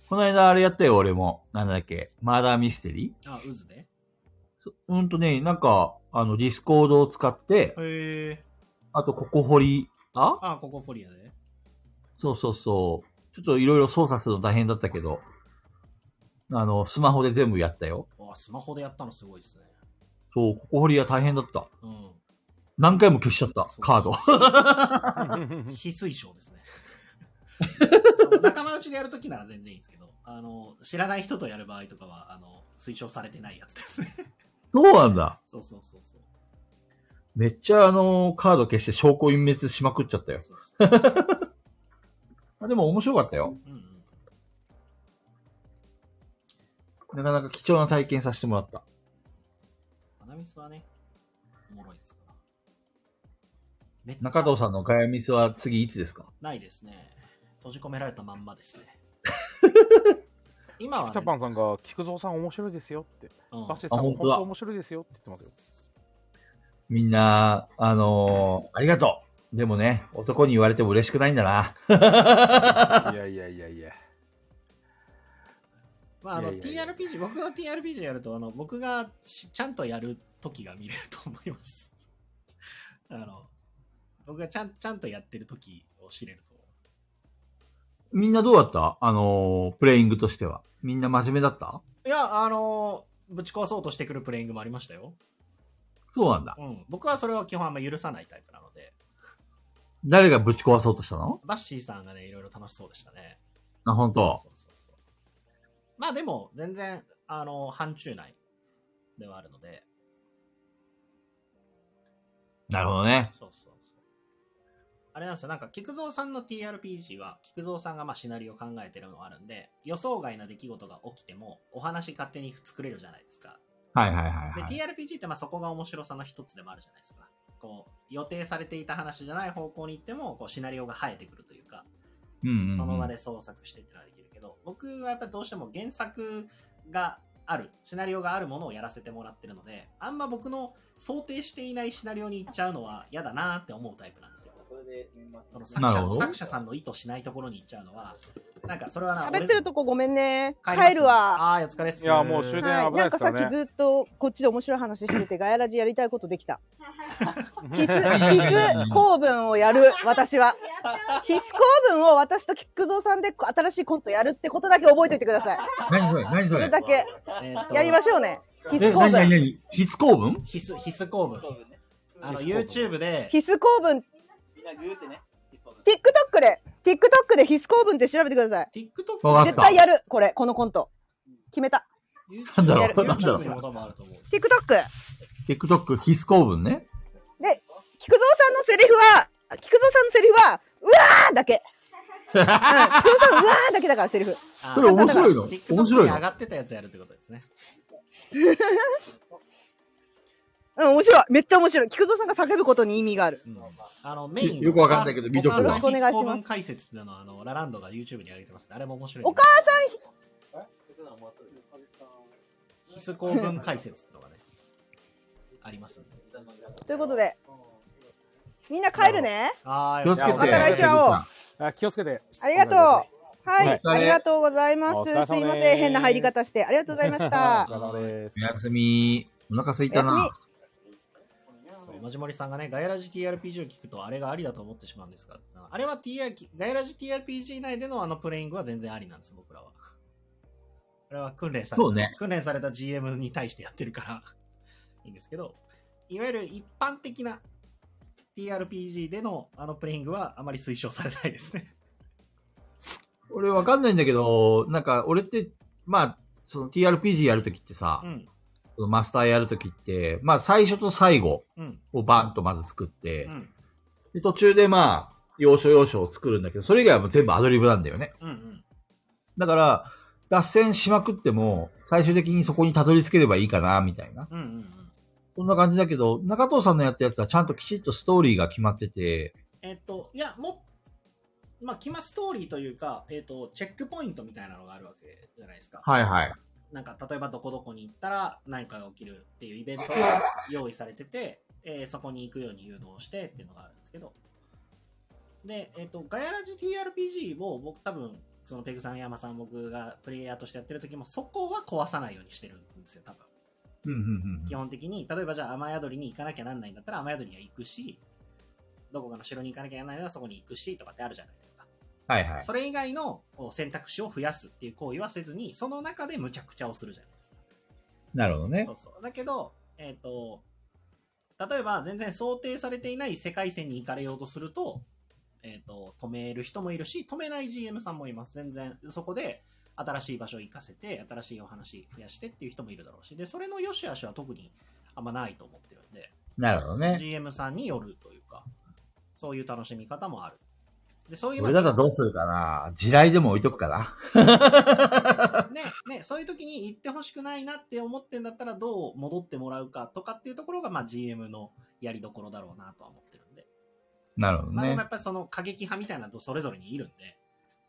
Speaker 3: この間あれやったよ、俺も。なんだっけ。マーダーミステリー
Speaker 2: あ、渦で
Speaker 3: そうんとね、なんか、あの、ディスコードを使って、
Speaker 2: へえ。
Speaker 3: あと、ここ掘り、あ
Speaker 2: あ、ココフォリアで。
Speaker 3: そうそうそう。ちょっといろいろ操作するの大変だったけど、あの、スマホで全部やったよ。
Speaker 2: わあ、スマホでやったのすごいですね。
Speaker 3: そう、ここ掘りは大変だった。
Speaker 2: うん。
Speaker 3: 何回も消しちゃった、カー
Speaker 2: ド。
Speaker 3: ド。
Speaker 2: 非推奨ですね。その仲間内でやるときなら全然いいんですけど、あの、知らない人とやる場合とかは、あの、推奨されてないやつです ね。
Speaker 3: そうなんだ。
Speaker 2: そうそうそうそう。
Speaker 3: めっちゃあの、カード消して証拠隠滅しまくっちゃったよ。あでも面白かったよ。
Speaker 2: うんうん。
Speaker 3: なかなか貴重な体験させてもらった。
Speaker 2: アナミスはね、おもろいですから。めっちゃ
Speaker 3: 中藤さんのガヤミスは次いつですか
Speaker 2: ないですね。閉じ込められたまんまです ね。今は、
Speaker 1: 北
Speaker 2: ね、
Speaker 1: パンさんが、菊蔵さん面白いですよって、
Speaker 2: うん
Speaker 1: バシさん
Speaker 3: あ
Speaker 1: 本
Speaker 3: 本
Speaker 1: 当
Speaker 3: 当だ
Speaker 1: 面白いですよって言ってますよ。
Speaker 3: みんな、あのーありがとうでもね、男に言われても嬉しくないんだな。
Speaker 1: いやいやいや いや。
Speaker 2: まあ、あの、
Speaker 1: いやいやいや
Speaker 2: TRPG、僕の TRPG やると、あの、僕がしちゃんとやる時が見れると思います。 あの、僕がちゃん、ちゃんとやってる時を知れると。
Speaker 3: みんなどうだったあのープレイングとしては。みんな真面目だった
Speaker 2: いや、あの、ぶち壊そうとしてくるプレイングもありましたよ。
Speaker 3: そうなんだ。
Speaker 2: うん。僕はそれは基本あんま許さないタイプなので、
Speaker 3: 誰がぶち壊そうとしたの
Speaker 2: バッシーさんがね、いろいろ楽しそうでしたね。
Speaker 3: あ、本当
Speaker 2: そうそうそう。まあでも、全然、あの、範疇内ではあるので、
Speaker 3: なるほどね。
Speaker 2: そうそうそう。あれなんですよ、なんか、菊蔵さんの TRPG は、菊蔵さんがまあシナリオ考えてるのはあるんで、予想外な出来事が起きても、お話勝手に作れるじゃないですか。
Speaker 3: はいはいはい
Speaker 2: で、
Speaker 3: はい。
Speaker 2: TRPG ってまあそこが面白さの一つでもあるじゃないですか。こう、予定されていた話じゃない方向に行っても、こう、シナリオが生えてくるというか、
Speaker 3: うんうんうん
Speaker 2: その場で創作してってのはできるけど、僕はやっぱりどうしても原作がある、シナリオがあるものをやらせてもらってるので、あんま僕の想定していないシナリオに行っちゃうのは嫌だなって思うタイプなんですよ。
Speaker 9: それで見ま
Speaker 2: その
Speaker 9: す
Speaker 2: 作
Speaker 3: なるほ
Speaker 2: 者
Speaker 3: ど
Speaker 2: 作者さんの意図しないところに行っちゃうのは、なんかそれはな、
Speaker 6: 喋ってるとこごめんね。
Speaker 2: 俺
Speaker 6: 帰るわ。
Speaker 2: ああー、お疲れっす。
Speaker 1: いやもう終電
Speaker 6: はい、
Speaker 1: 危な
Speaker 6: ない
Speaker 1: で
Speaker 6: んか
Speaker 1: すか
Speaker 6: さっ
Speaker 1: らね
Speaker 6: きずっとこっちで面白い話してて、ガヤラジやりたいことできた。必須、必須公文をやる、私は。必須公文を私と菊蔵さんで新しいコントやるってことだけ覚えておいてください。
Speaker 3: 何それ何そ
Speaker 6: それ
Speaker 3: れ
Speaker 6: だけ。
Speaker 2: えーっと
Speaker 6: やりましょうね。必
Speaker 3: え、
Speaker 6: 須公
Speaker 3: 何何
Speaker 6: 文。
Speaker 3: 何必須公文
Speaker 2: 必須、必須公文。
Speaker 9: ね。
Speaker 2: あの、
Speaker 3: 必須
Speaker 2: YouTube
Speaker 3: 公文
Speaker 2: で、
Speaker 6: 必須公文、
Speaker 9: みんなグーってね。一本
Speaker 6: TikTok で、TikTok で必須公文って調べてください。
Speaker 3: わ
Speaker 2: TikTok
Speaker 3: かっ
Speaker 6: 絶
Speaker 3: た
Speaker 6: 対やる、これ、このコント。決めた。
Speaker 3: なんだろうなんだろ
Speaker 2: YouTube
Speaker 3: う
Speaker 2: にも多分あると思う。
Speaker 6: TikTok。
Speaker 3: TikTok 必須公文ね。
Speaker 6: 菊蔵さんのセリフは、菊蔵さんのセリフは、うわーだけ。うん、菊蔵さん、うわーだけだから、セリフ。
Speaker 2: あー
Speaker 3: それ面白いの
Speaker 2: TikTok
Speaker 3: 面白い
Speaker 2: に上
Speaker 3: の
Speaker 2: がってたやつやるってことですね。
Speaker 6: うん、面白い。めっちゃ面白い。菊蔵さんが叫ぶことに意味がある。
Speaker 2: うんあの、メインの
Speaker 3: よくわかんないけど見とくわ
Speaker 2: お母さん
Speaker 6: よろしくお願い
Speaker 2: 必須
Speaker 6: します
Speaker 2: 公文解説っていうのは、あの、ラランドが YouTube に上げてますね。あれも面白いんで。
Speaker 6: お母
Speaker 2: 必須公文解説っていうのがね、ありますんで。
Speaker 6: ということで、みんな帰るね。
Speaker 2: はーい。
Speaker 3: 気をつけて。
Speaker 6: また来週会おう
Speaker 1: あ気をつけて。
Speaker 6: ありがとう。は
Speaker 1: はいい、
Speaker 6: ありがとうございま
Speaker 1: お疲
Speaker 6: す。
Speaker 1: れ様です
Speaker 6: すいません、変な入り方して。ありがとうございまし
Speaker 1: お
Speaker 6: た。
Speaker 1: 疲れ様です
Speaker 3: お。やすみ。お腹すい
Speaker 6: お
Speaker 3: た
Speaker 6: やすみ
Speaker 3: な。。
Speaker 2: そうマジモリさんがね、ガヤラジ TRPG を聞くと、あれがありだと思ってしまうんですが、あれは TR、ガヤラジ TRPG 内でのあのプレイングは全然ありなんです、僕らは。これは訓練され
Speaker 3: そう
Speaker 2: た、
Speaker 3: ね
Speaker 2: 訓練された GM に対してやってるから、 いいんですけど、いわゆる一般的な TRPG でのあのプレイングはあまり推奨されないですね。
Speaker 3: 俺わかんないんだけど、なんか俺って、まあ、その TRPG やるときってさ
Speaker 2: う、ん、
Speaker 3: そのマスターやるときって、まあ最初と最後
Speaker 2: うん、
Speaker 3: をバンとまず作って、
Speaker 2: うん、
Speaker 3: で途中でまあ、要所要所を作るんだけど、それ以外はもう全部アドリブなんだよね。
Speaker 2: うん、うん。
Speaker 3: だから、脱線しまくっても、最終的にそこにたどり着ければいいかな、みたいな。
Speaker 2: うんうんうん
Speaker 3: そんな感じだけど、中藤さんのやったやつはちゃんときちっとストーリーが決まってて、
Speaker 2: えっ、と、いや、もっ、まあ、キマストーリーというか、えっ、と、チェックポイントみたいなのがあるわけじゃないですか。
Speaker 3: はいはい。
Speaker 2: なんか例えばどこどこに行ったら何かが起きるっていうイベントが用意されてて、えーそこに行くように誘導してっていうのがあるんですけどで、えっとガヤラジ TRPG を僕多分そのペグさん山さん僕がプレイヤーとしてやってる時もそこは壊さないようにしてるんですよ多分
Speaker 3: うんうんうん
Speaker 2: 基本的に例えばじゃあ雨宿りに行かなきゃなんないんだったら雨宿りには行くしどこかの城に行かなきゃなんないならそこに行くしとかってあるじゃないですか
Speaker 3: はいはい。
Speaker 2: それ以外のこう選択肢を増やすっていう行為はせずに、その中で無茶苦茶をするじゃないですか。
Speaker 3: なるほどね
Speaker 2: そ。うそう。だけど、えっ、と、例えば全然想定されていない世界線に行かれようとすると、えっ、と、止める人もいるし、止めない GM さんもいます。全然、そこで新しい場所を行かせて、新しいお話増やしてっていう人もいるだろうし、で、それの良し悪しは特にあんまないと思ってるんで、
Speaker 3: なるほどね。
Speaker 2: GM さんによるというか、そういう楽しみ方もある。で、そういう
Speaker 3: 俺だったらどうするかな地雷でも置いとくかな
Speaker 2: ね、ね、そういう時に行ってほしくないなって思ってんだったらどう戻ってもらうかとかっていうところが、まあ GM のやりどころだろうなとは思ってるんで。
Speaker 3: なるほど
Speaker 2: まあで
Speaker 3: ね
Speaker 2: もや。っぱりその過激派みたいなのそれぞれにいるんで、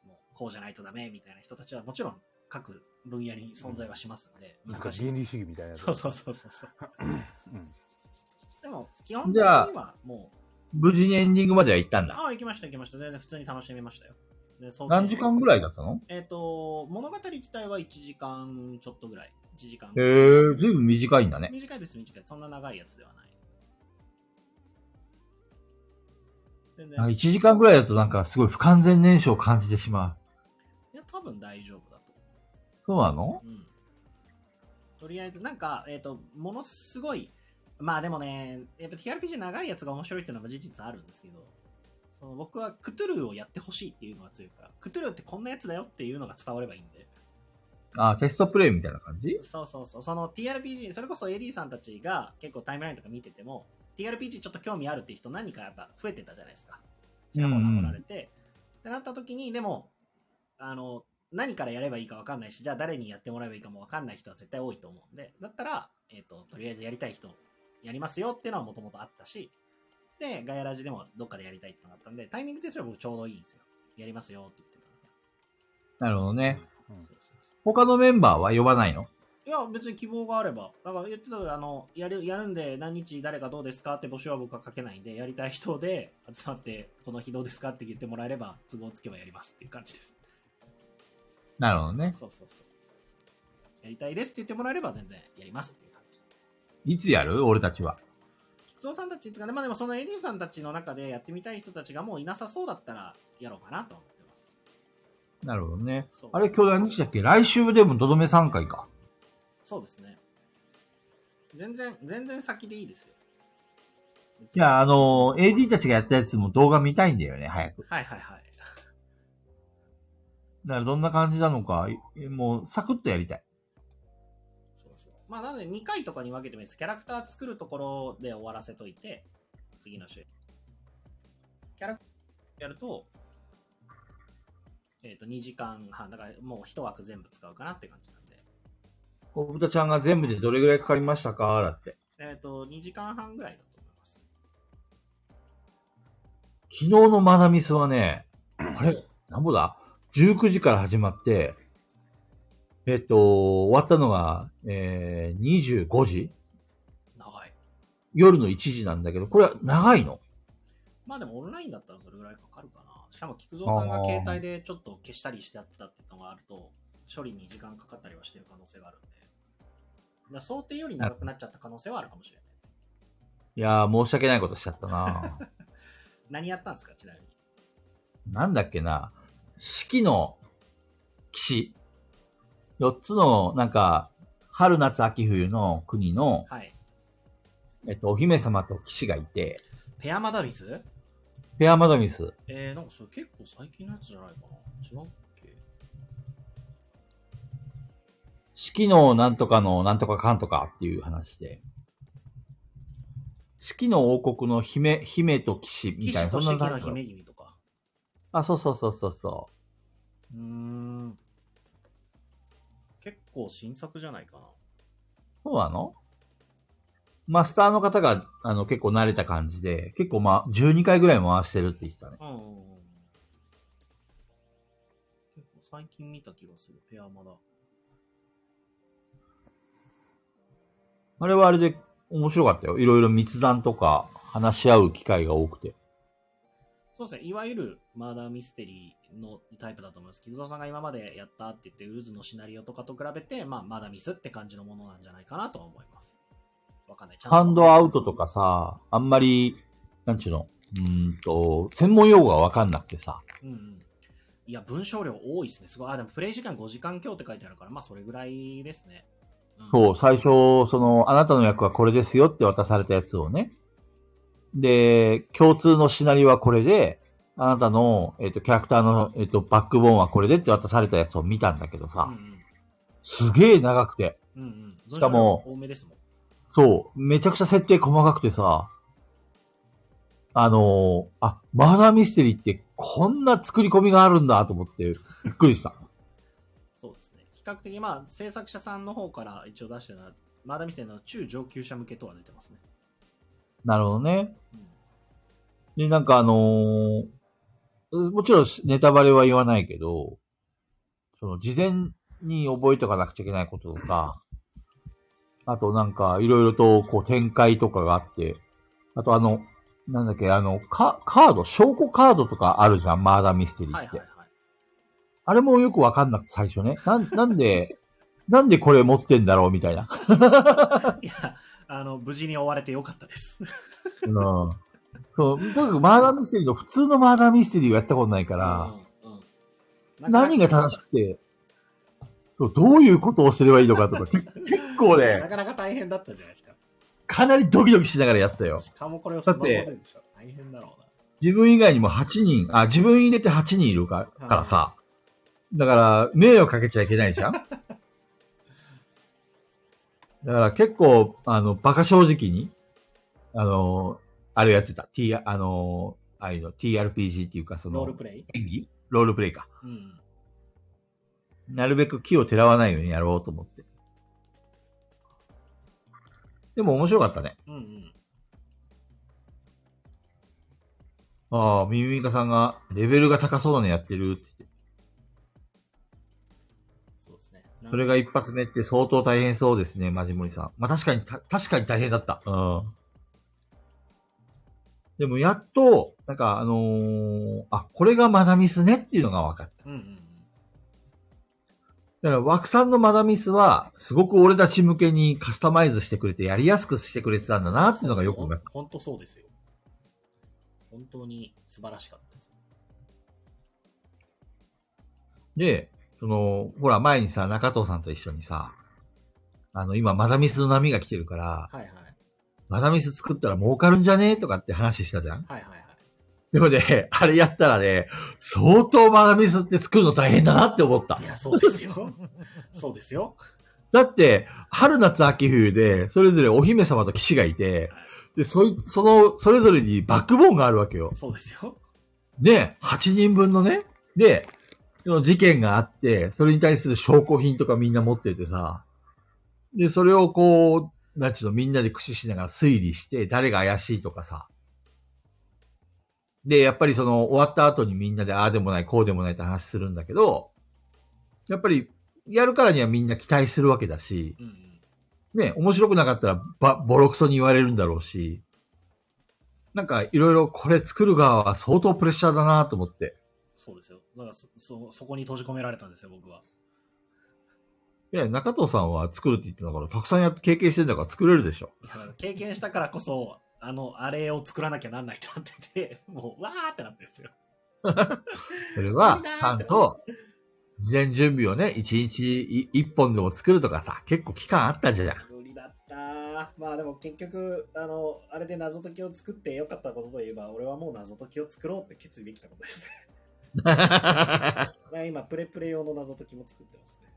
Speaker 2: もうこうじゃないとダメみたいな人たちはもちろん各分野に存在はしますんで、
Speaker 1: なん
Speaker 2: 難
Speaker 1: か
Speaker 2: しい。
Speaker 1: 原理主義みたいなやつ。
Speaker 2: そうそうそうそうそう。
Speaker 1: うん
Speaker 2: でも基本的にはもう、
Speaker 3: 無事にエンディングまでは行ったんだ。
Speaker 2: ああ、行きました行きました。全然普通に楽しみましたよ。でそう
Speaker 3: 何時間ぐらいだったの
Speaker 2: えっ、と、物語自体は1時間ちょっとぐらい。1時間
Speaker 3: へえー、ずいぶん短いんだね。
Speaker 2: 短いです、短い。そんな長いやつではない。全然、
Speaker 3: あ
Speaker 2: い、
Speaker 3: 1時間ぐらいだとなんかすごい不完全燃焼を感じてしま
Speaker 2: や、多分大丈夫だと。
Speaker 3: う。そうなの
Speaker 2: うん。とりあえず、なんか、えっ、と、ものすごい、まあでもね、やっぱ TRPG 長いやつが面白いっていうのは事実あるんですけど、その僕はクトゥルーをやってほしいっていうのが強いから、クトゥルーってこんなやつだよっていうのが伝わればいいんで。
Speaker 3: あ、テストプレイみたいな感じ
Speaker 2: そうそうそう。その TRPG、それこそ AD さんたちが結構タイムラインとか見てても、TRPG ちょっと興味あるって人何かやっぱ増えてたじゃないですか。ちらほら来られて。ってなった時に、でも、あの、何からやればいいか分かんないし、じゃあ誰にやってもらえばいいかも分かんない人は絶対多いと思うんで、だったら、えっ、と、とりあえずやりたい人、やりますよっていうのはもともとあったし、で、ガヤラジでもどっかでやりたいってのがあったんで、タイミングとしては僕ちょうどいいんですよ。やりますよって言ってたんで。
Speaker 3: なるほどね。他のメンバーは呼ばないの
Speaker 2: いや、別に希望があれば。だから言ってた通り、あの、やる、やるんで何日誰かどうですかって募集は僕はかけないんで、やりたい人で集まって、この日どうですかって言ってもらえれば、都合つけばやりますっていう感じです。
Speaker 3: なるほどね。
Speaker 2: そうそうそう。やりたいですって言ってもらえれば全然やりますっていう感じ。
Speaker 3: いつやる俺たちは。
Speaker 2: キツオさんたちですかね、まあでもそのエリーさんたちの中でやってみたい人たちがもういなさそうだったら、やろうかなと思ってま
Speaker 3: なるほどね。
Speaker 2: す。そう
Speaker 3: あれ、今日何日だっけ来週でもとどめ3回か。
Speaker 2: そうですね。全然、全然先でいいですよ。
Speaker 3: いや、あのー、AD たちがやったやつも動画見たいんだよね、早く。
Speaker 2: はいはいはい。
Speaker 3: だからどんな感じなのか、いもう、サクッとやりたい。
Speaker 2: そうそう。まあ、なので2回とかに分けてもいいです。キャラクター作るところで終わらせといて、次の週。キャラクターやると、えっ、と、2時間半。だからもう1枠全部使うかなって感じなんで。
Speaker 3: おぶたちゃんが全部でどれぐらいかかりましたかだって。
Speaker 2: えっ、と、2時間半ぐらいだと思います。
Speaker 3: 昨日のマダミスはね、あれなんぼだ ?19 時から始まって、えっと、終わったのが、えー、25時
Speaker 2: 長い。
Speaker 3: 夜の1時なんだけど、これは長いの
Speaker 2: まあでもオンラインだったらそれぐらいかかるかな。しかも菊蔵さんが携帯でちょっと消したりしてやってたっていうのがあると、処理に時間かかったりはしてる可能性があるんで。だから想定より長くなっちゃった可能性はあるかもしれないです。
Speaker 3: いやー、申し訳ないことしちゃったな
Speaker 2: 何やったんですか、ちなみに。
Speaker 3: なんだっけな四季の騎士。四つの、なんか、春夏秋冬の国の、
Speaker 2: はい。
Speaker 3: えっと、お姫様と騎士がいて、
Speaker 2: ペアマダミス
Speaker 3: ペアマドミス。
Speaker 2: えー、なんかそれ結構最近のやつじゃないかな。違うっけ
Speaker 3: 四季のなんとかのなんとかかんとかっていう話で、四季の王国の姫、姫と騎士み
Speaker 2: 騎
Speaker 3: た
Speaker 2: 士
Speaker 3: いな、
Speaker 2: と
Speaker 3: そん
Speaker 2: 四季
Speaker 3: な
Speaker 2: の
Speaker 3: 感じ
Speaker 2: 姫君とか。
Speaker 3: あ、そうそうそうそうそう
Speaker 2: ーん。結構新作じゃないかな。
Speaker 3: う。そうなのマスターの方が、あの、結構慣れた感じで、結構まあ、12回ぐらい回してるって言ってたね。
Speaker 2: うんうんうん。結構最近見た気がする、ペアマダ。
Speaker 3: あれはあれで面白かったよ。いろいろ密談とか話し合う機会が多くて。
Speaker 2: そうですね、いわゆるマーダーミステリーのタイプだと思います。菊蔵さんが今までやったって言って、渦のシナリオとかと比べて、まあ、マーダーミスって感じのものなんじゃないかなとは思います。わかんない。ちゃんと
Speaker 3: ハンドアウトとかさ、あんまり、なんちゅうの、うーんと、専門用語がわかんなくてさ。
Speaker 2: うんうん。いや、文章量多いですね。すごい。あ、でもプレイ時間5時間強って書いてあるから、まあ、それぐらいですね。
Speaker 3: そう、最初、その、あなたの役はこれですよって渡されたやつをね。で、共通のシナリオはこれで、あなたの、えっ、と、キャラクターの、えっ、と、バックボーンはこれでって渡されたやつを見たんだけどさ、すげえ長くて、
Speaker 2: うんうん。
Speaker 3: しかも
Speaker 2: 文章量多めですもん。
Speaker 3: そう、めちゃくちゃ設定細かくてさ、あのーあ、マーダーミステリーってこんな作り込みがあるんだと思って、びっくりした。
Speaker 2: そうですね。比較的、まあ、制作者さんの方から一応出してるのは、マーダーミステリーの中上級者向けとは出てますね。
Speaker 3: なるほどね。で、なんかあのーうもちろんネタバレは言わないけど、その事前に覚えとかなくちゃいけないこととか、あとなんかいろいろとこう展開とかがあって、あとあの、なんだっけ、あの、カカード、証拠カードとかあるじゃん、マーダーミステリーって。あれもよくわかんなくて最初ね。なん、なんで、なんでこれ持ってんだろうみたいな。
Speaker 2: いや、あの、無事に追われてよかったです。
Speaker 3: うん。そう、とにかくマーダーミステリーの普通のマーダーミステリーをやったことないから、何が正しくて、そう、どういうことをすればいいのかとか、結結構
Speaker 2: な
Speaker 3: ね、
Speaker 2: かなか大変だったじゃないですか。
Speaker 3: かなりドキドキしながらやってたよ。
Speaker 2: しかもこれをスマホででしょ。大変だろうな。
Speaker 3: 自分以外にも8人、あ、自分入れて8人いるかからさ、だから、迷惑かけちゃいけないじゃん だから結構、あの、馬鹿正直に、あの、あれやってた。T、あの、ああいうの、TRPG っていうか、その、
Speaker 2: ロールプレイ
Speaker 3: 演技ロールプレイか。
Speaker 2: うん。
Speaker 3: なるべく木をてらわないようにやろうと思って。でも面白かったね。
Speaker 2: うんうん。
Speaker 3: ああ、ミミミカさんが、レベルが高そうなのやってるって言って
Speaker 2: そうですね。なんか
Speaker 3: それが一発目って相当大変そうですね、マジモリさん。まあ確かに、た確かに大変だった。うん。でもやっと、なんかあのーあ、これがマダミスねっていうのが分かった。
Speaker 2: うんうん。
Speaker 3: だから、枠さんのマダミスは、すごく俺たち向けにカスタマイズしてくれて、やりやすくしてくれてたんだなっていうのがよく分かった。
Speaker 2: 本当そうですよ。本当に素晴らしかったです。
Speaker 3: で、その、ほら、前にさ、中藤さんと一緒にさ、あの、今、マダミスの波が来てるから、
Speaker 2: はいはい。
Speaker 3: マダミス作ったら儲かるんじゃねとかって話したじゃん
Speaker 2: はいはいはい。
Speaker 3: でもね、 あれやったらね、相当マダミスって作るの大変だなって思った
Speaker 2: い。や、そうです よ。そうですよ。
Speaker 3: だって、春夏秋冬で、それぞれお姫様と騎士がいて、で、そい、その、それぞれにバックボーンがあるわけよ。
Speaker 2: そうですよ。
Speaker 3: で、8人分のね、で、その事件があって、それに対する証拠品とかみんな持っててさ、で、それをこう、なんちゅうの、みんなで駆使しながら推理して、誰が怪しいとかさ。で、やっぱりその、終わった後にみんなで、ああでもない、こうでもないって話するんだけど、やっぱり、やるからにはみんな期待するわけだし、
Speaker 2: うんうん。
Speaker 3: ね、面白くなかったら、ば、ボロクソに言われるんだろうし、なんか、いろいろこれ作る側は相当プレッシャーだなと思って。
Speaker 2: そうですよ。だからそ、そ、そこに閉じ込められたんですよ、僕は。
Speaker 3: いや、中藤さんは作るって言ってたから、たくさんやって経験してんだから作れるでしょ。
Speaker 2: いやだから経験したからこそ、あの、あれを作らなきゃなんないってなってて、もう、わーってなってるんですよ。
Speaker 3: それは、
Speaker 2: 無理
Speaker 3: ち
Speaker 2: だー
Speaker 3: ゃんと、事前準備をね、一日い一本でも作るとかさ、結構期間あったじゃん。
Speaker 2: 無理だったーまあでも結局あのあれで謎解きを作ってよかったことといえば俺はもう謎解きを作ろうって決意できたことですね まあ今プレプレ用の謎解きも作ってますね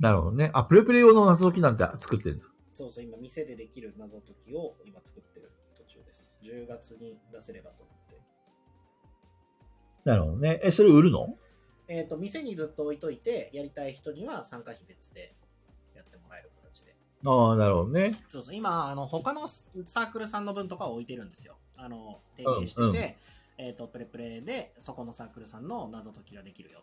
Speaker 3: なるほどね。あ、プレプレ用の謎解きなんて作ってるんだ。
Speaker 2: そうそう今店でできる謎解きを今作ってる途中です10月に出せればと思って
Speaker 3: なるほどね。え、それ売るの
Speaker 2: えっ、と店にずっと置いといてやりたい人には参加費別でやってもらえる形で
Speaker 3: ああ、なるほどね。
Speaker 2: そうそう、今、あの他のサークルさんの分とかを置いてるんですよ。あの提携してて、
Speaker 3: うんうん
Speaker 2: えっ、と、プレプレで、そこのサークルさんの謎解きができるよ。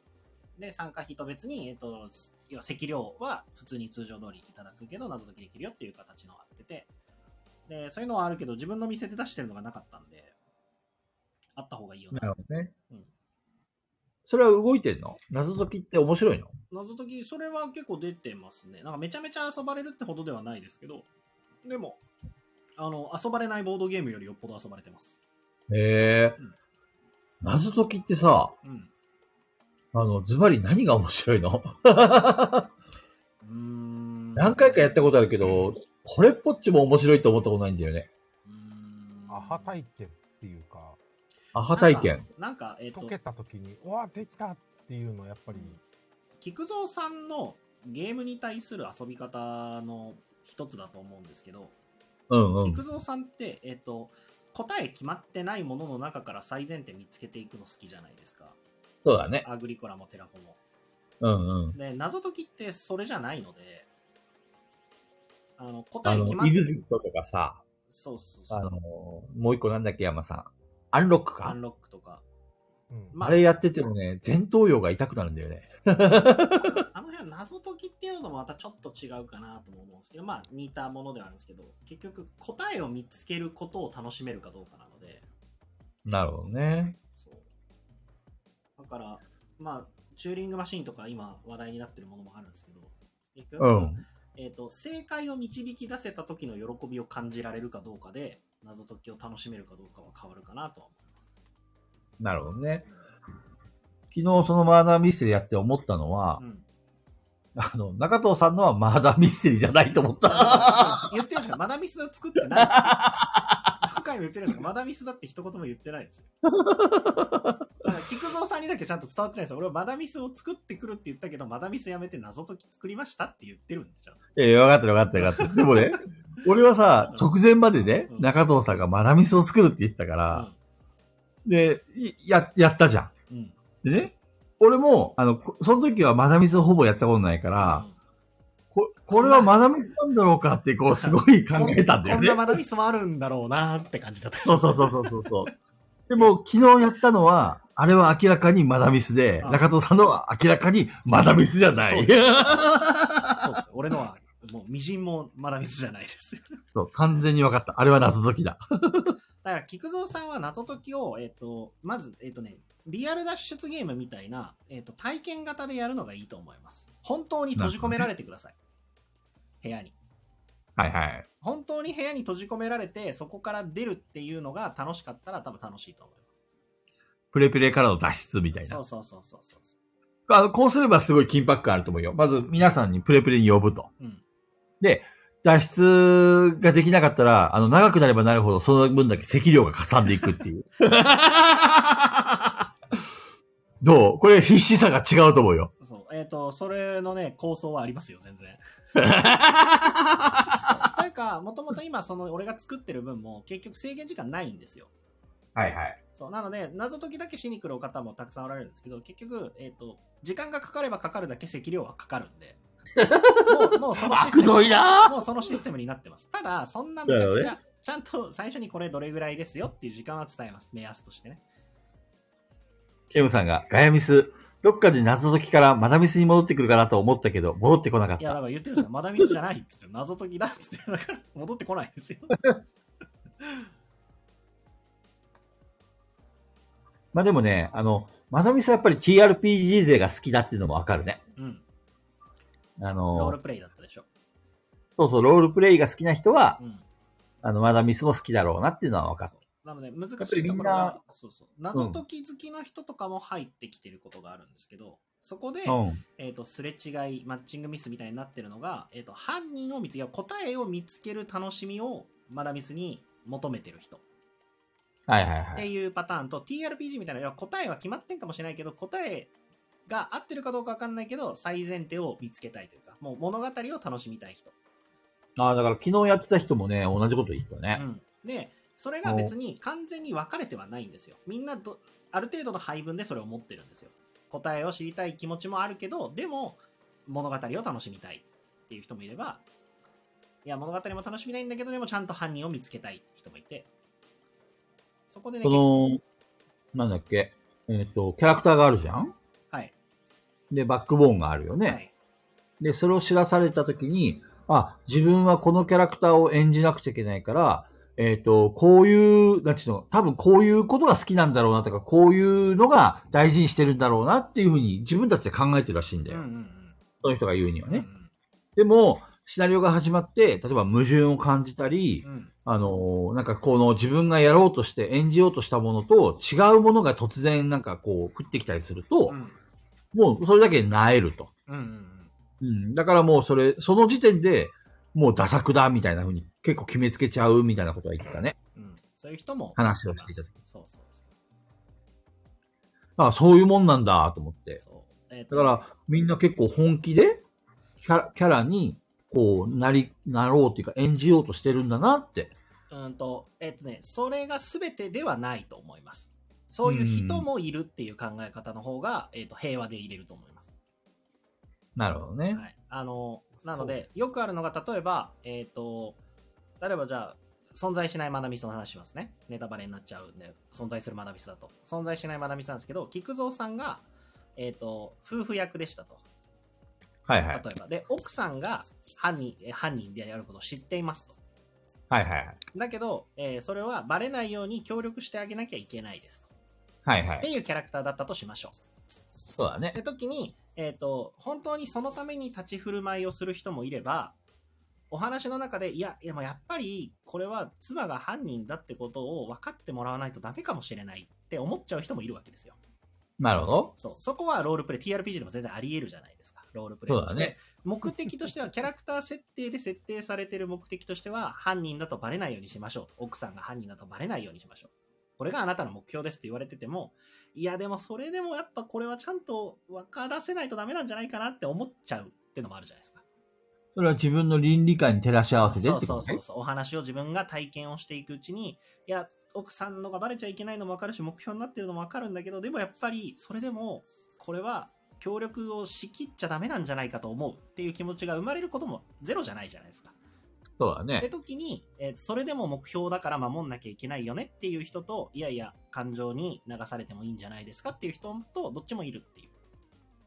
Speaker 2: で、参加費と別に、えっ、と、要は席料は普通に通常通りいただくけど、謎解きできるよっていう形のあってて、で、そういうのはあるけど、自分の店で出してるのがなかったんで、あった方がいいよ
Speaker 3: なるほどね。
Speaker 2: うん
Speaker 3: それは動いてんの謎解きって面白いの
Speaker 2: 謎解き、それは結構出てますね。なんかめちゃめちゃ遊ばれるってほどではないですけど、でも、あの、遊ばれないボードゲームよりよっぽど遊ばれてます。
Speaker 3: へえ。謎解きってさ、
Speaker 2: うん。
Speaker 3: あの、ズバリ何が面白いの何回かやったことあるけど、これっぽっちも面白いと思ったことないんだよね。
Speaker 1: アハ体験っていうか、
Speaker 3: アハ体験。
Speaker 2: なんか、えっ、と
Speaker 1: 解、けた時に、うわ、できたっていうのはやっぱり、
Speaker 2: 菊蔵さんのゲームに対する遊び方の一つだと思うんですけど、
Speaker 3: うんうん。
Speaker 2: 菊蔵さんって、えっ、と、答え決まってないものの中から最前提見つけていくの好きじゃないですか。
Speaker 3: そうだね。
Speaker 2: アグリコラもテラフォも。
Speaker 3: うんうん。
Speaker 2: で、謎解きってそれじゃないので、あの、
Speaker 3: あ
Speaker 2: 答え
Speaker 3: の
Speaker 2: 決ま、っ
Speaker 3: イグジットとかさ、
Speaker 2: そうそうそ
Speaker 3: あの
Speaker 2: う。、
Speaker 3: もう一個なんだっけ、山さん。アンロック
Speaker 2: ア
Speaker 3: か
Speaker 2: ン。ロックとか。 ま
Speaker 3: あれやっててもね、前頭葉が痛くなるんだよね。
Speaker 2: あの辺は謎解きっていうのもまたちょっと違うかなとも思うんですけど、まあ似たものではあるんですけど、結局答えを見つけることを楽しめるかどうかなので、
Speaker 3: なるほどね。
Speaker 2: そう。だから、まあ、チューリングマシーンとか今話題になってるものもあるんですけど、結局
Speaker 3: うん
Speaker 2: えっ、と、正解を導き出せた時の喜びを感じられるかどうかで、謎解きを楽しめるかどうかは変わるかなとは思
Speaker 3: なるほどね。昨日そのマーダーミステリーやって思ったのは、
Speaker 2: うん
Speaker 3: あの、中藤さんのはマーダーミステリーじゃないと思った。
Speaker 2: う。言ってるんですかマダミスを作ってない。何回も言ってるんですかマダミスだって一言も言ってないですよ。だから菊蔵さんにだけちゃんと伝わってないですよ。俺はマダミスを作ってくるって言ったけど、マダミスやめて謎解き作りましたって言ってるんでしょ。
Speaker 3: ええ、わかったよかったよ かった。でもね、俺はさ、直前までね、中藤さんがマダミスを作るって言ってたから、で、いや、やったじゃん。
Speaker 2: うん
Speaker 3: でね、俺も、あの、こその時はマダミスをほぼやったことないから、ここれはマダミスなんだろうかって、こう、すごい考えたんだよ
Speaker 2: こん
Speaker 3: ね
Speaker 2: な。マダミスもあるんだろうなーって感じだった。
Speaker 3: そうそうそうそうそうそう。でも、昨日やったのは、あれは明らかにマダミスで、中藤さんのは明らかにマダミスじゃな い。
Speaker 2: そうですよ。俺のは、もう、みじんもマダミスじゃないですよ。
Speaker 3: そう、完全に分かった。あれは謎解きだ。
Speaker 2: だから、菊蔵さんは謎解きを、えっ、と、まず、えっ、とね、リアル脱出ゲームみたいな、えっ、と、体験型でやるのがいいと思います。本当に閉じ込められてください。部屋に。
Speaker 3: はいはい。
Speaker 2: 本当に部屋に閉じ込められて、そこから出るっていうのが楽しかったら多分楽しいと思い
Speaker 3: プレプレからの脱出みた
Speaker 2: ま
Speaker 3: い
Speaker 2: す。
Speaker 3: な
Speaker 2: そ。うそうそうそうそう。
Speaker 3: あの、こうすればすごい緊迫感あると思うよ。まず、皆さんにプレプレに呼ぶと。
Speaker 2: うん
Speaker 3: で、脱出ができなかったら、あの、長くなればなるほど、その分だけ積量がかさんでいくっ ていう。どうこれ必死さが違うと思うよ。
Speaker 2: そう。えっ、と、それのね、構想はありますよ、全 然。というか、もともと今、その、俺が作ってる分も、結局制限時間ないんですよ。
Speaker 3: はいはい。
Speaker 2: そう。なので、謎解きだけしに来るお方もたくさんおられるんですけど、結局、えっ、と、時間がかかればかかるだけ積量はかかるんで。もう、もうそのシステ
Speaker 3: あくどいな
Speaker 2: ム、もうそのシステムになってます。ただ、そんなめちゃく
Speaker 3: だ
Speaker 2: ち
Speaker 3: よ
Speaker 2: ゃ、ちゃんと最初にこれどれぐらいですよっていう時間は伝えます。目安としてね。
Speaker 3: ケムさんが、ガヤミス、どっかで謎解きからマダミスに戻ってくるかなと思ったけど、戻ってこなかっ
Speaker 2: いや、だ
Speaker 3: た。
Speaker 2: から言ってるじゃん。まだミスじゃないっつって、謎解きだっつって、だから戻ってこないんですよ。
Speaker 3: まあでもね、あの、マダミスはやっぱり TRPG 勢が好きだっていうのもわかるね。
Speaker 2: うん。
Speaker 3: あの、
Speaker 2: ロールプレイだったでしょ。
Speaker 3: そうそう、ロールプレイが好きな人は、
Speaker 2: うん
Speaker 3: あの、まだミスも好きだろうなっていうのは分かった。
Speaker 2: なので、難し
Speaker 3: ぱり
Speaker 2: い
Speaker 3: み
Speaker 2: と
Speaker 3: ん
Speaker 2: こ
Speaker 3: な
Speaker 2: ろが、そうそう。
Speaker 3: ん
Speaker 2: 謎解き好きの人とかも入ってきてることがあるんですけど、そこで、
Speaker 3: うん
Speaker 2: えっ、と、すれ違い、マッチングミスみたいになってるのが、えっ、と、犯人を見つけ、答えを見つける楽しみを、まだミスに求めてる人っ
Speaker 3: はいはいは
Speaker 2: て
Speaker 3: い。
Speaker 2: いうパターンと、TRPG みたいな、いや答えは決まってんかもしれないけど、答えが合ってるかどうかわかんないけど、最前提を見つけたいというか、もう物語を楽しみたい人。
Speaker 3: ああ、だから昨日やってた人もね、同じこと言ったね。
Speaker 2: で、それが別に完全に分かれてはないんですよ。みんなど、ある程度の配分でそれを持ってるんですよ。答えを知りたい気持ちもあるけど、でも、物語を楽しみたいっていう人もいれば、いや、物語も楽しみたいんだけど、でもちゃんと犯人を見つけたい人もいて、そこでね、
Speaker 3: この、なんだっけ、えっ、と、キャラクターがあるじゃん
Speaker 2: はい。
Speaker 3: で、バックボーンがあるよね。で、それを知らされたときに、あ、自分はこのキャラクターを演じなくちゃいけないから、えっ、と、こういう、なんちゅうの、多分こういうことが好きなんだろうなとか、こういうのが大事にしてるんだろうなっていうふうに自分たちで考えてるらしいんだよ。その人が言うにはね。でも、シナリオが始まって、例えば矛盾を感じたり、あのーなんかこの自分がやろうとして演じようとしたものと違うものが突然なんかこう降ってきたりすると、もうそれだけで萎えると。うん。だからもうそれ、その時点で、もう打作だみたいな風に結構決めつけちゃうみたいなことは言ってたね。
Speaker 2: そういう人も
Speaker 3: 話をしていただいて
Speaker 2: そうそう
Speaker 3: あそういうもんなんだと思って。
Speaker 2: えっ
Speaker 3: だからみんな結構本気でキャラキャラにこうなり、なろうというか演じようとしてるんだなって。
Speaker 2: うんと、えっ、とね、それが全てではないと思います。そういう人もいるっていう考え方の方が、えっ、と、平和でいれると思います。
Speaker 3: なるほどね。
Speaker 2: はい。あの、なの
Speaker 3: そう
Speaker 2: で、よくあるのが、例えば、えっ、と、例えばじゃあ、存在しないマナミスの話しますね。ネタバレになっちゃうんで、存在するマナミスだと。存在しないマナミスなんですけど、菊蔵さんが、えっ、と、夫婦役でしたと。
Speaker 3: はいはい。
Speaker 2: 例えば。で、奥さんが犯人、え犯人であることを知っていますと。
Speaker 3: はいはいはい。
Speaker 2: だけど、えーそれはバレないように協力してあげなきゃいけないです。
Speaker 3: はいは
Speaker 2: って
Speaker 3: い。
Speaker 2: いうキャラクターだったとしましょ
Speaker 3: そうだ
Speaker 2: う。っ
Speaker 3: ね。
Speaker 2: て時に、えっ、と、本当にそのために立ち振る舞いをする人もいれば、お話の中で、いや、でもやっぱり、これは妻が犯人だってことを分かってもらわないとダメかもしれないって思っちゃう人もいるわけですよ。
Speaker 3: なるほど。
Speaker 2: そう。そこはロールプレイ、TRPG でも全然あり得るじゃないですか。ロールプレイとし
Speaker 3: そう
Speaker 2: て。
Speaker 3: だね
Speaker 2: 目的としては、キャラクター設定で設定されてる目的としては、犯人だとバレないようにしましょうと。奥さんが犯人だとバレないようにしましょう。これがあなたの目標ですって言われてても、いや、でもそれでもやっぱこれはちゃんと分からせないとダメなんじゃないかなって思っちゃうってのもあるじゃないですか。
Speaker 3: それは自分の倫理観に照らし合わせて
Speaker 2: そ
Speaker 3: っ
Speaker 2: う
Speaker 3: て
Speaker 2: そ
Speaker 3: こ
Speaker 2: う
Speaker 3: と
Speaker 2: そ
Speaker 3: ね
Speaker 2: う。そう。お話を自分が体験をしていくうちに、いや、奥さんのがバレちゃいけないのもわかるし、目標になってるのもわかるんだけど、でもやっぱり、それでも、これは、協力をしきっちゃダメなんじゃないかと思うっていう気持ちが生まれることもゼロじゃないじゃないですか。
Speaker 3: そうだ
Speaker 2: って
Speaker 3: ね。
Speaker 2: 時に、えーそれでも目標だから守んなきゃいけないよねっていう人と、いやいや、感情に流されてもいいんじゃないですかっていう人と、どっちもいるっていう。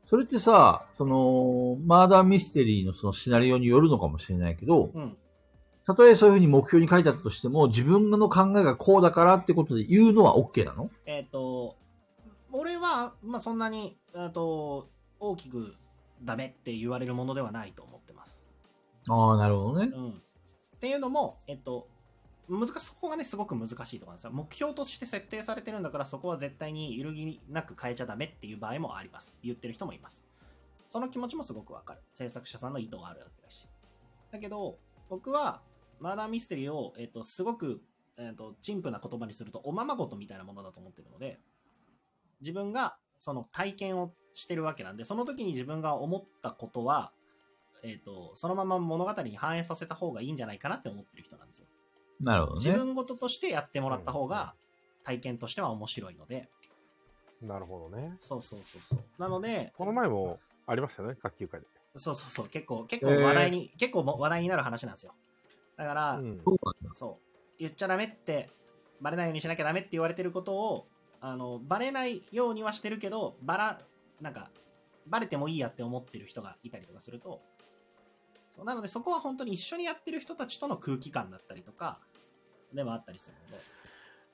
Speaker 3: それってさ、その、マーダーミステリーのそのシナリオによるのかもしれないけど、
Speaker 2: うん。
Speaker 3: たとえそういうふうに目標に書いてあったとしても、自分の考えがこうだからってことで言うのは OK なの
Speaker 2: えっ、と、俺は、まあ、そんなに、えっと、大きくダメって言われるものではないと思ってます。
Speaker 3: ああ、なるほどね。
Speaker 2: うん。っていうのも、えっ、と、難し、そこがね、すごく難しいところなんですよ。目標として設定されてるんだから、そこは絶対に揺るぎなく変えちゃダメっていう場合もあります。言ってる人もいます。その気持ちもすごくわかる。制作者さんの意図があるわけだし。だけど、僕は、マーダーミステリーを、えっ、と、すごく、えっ、と、陳腐な言葉にすると、おままごとみたいなものだと思ってるので、自分がその体験をしてるわけなんで、その時に自分が思ったことは、えっ、と、そのまま物語に反映させた方がいいんじゃないかなって思ってる人なんですよ。
Speaker 3: なるほど
Speaker 2: 自
Speaker 3: ね。
Speaker 2: 分事としてやってもらった方が、体験としては面白いので、
Speaker 1: なるほどね。
Speaker 2: そうそうそうそう。なので、
Speaker 1: この前もありましたね、学級会で。
Speaker 2: そうそうそう、結構、結構話題に、結構も話題になる話なんですよ。だから、
Speaker 1: うん
Speaker 3: そうなんだ。
Speaker 2: そう、言っちゃダメって、バレないようにしなきゃダメって言われてることを、あの、バレないようにはしてるけど、バラ、なんか、バレてもいいやって思ってる人がいたりとかすると、そうなのでそこは本当に一緒にやってる人たちとの空気感だったりとか、でもあったりするので、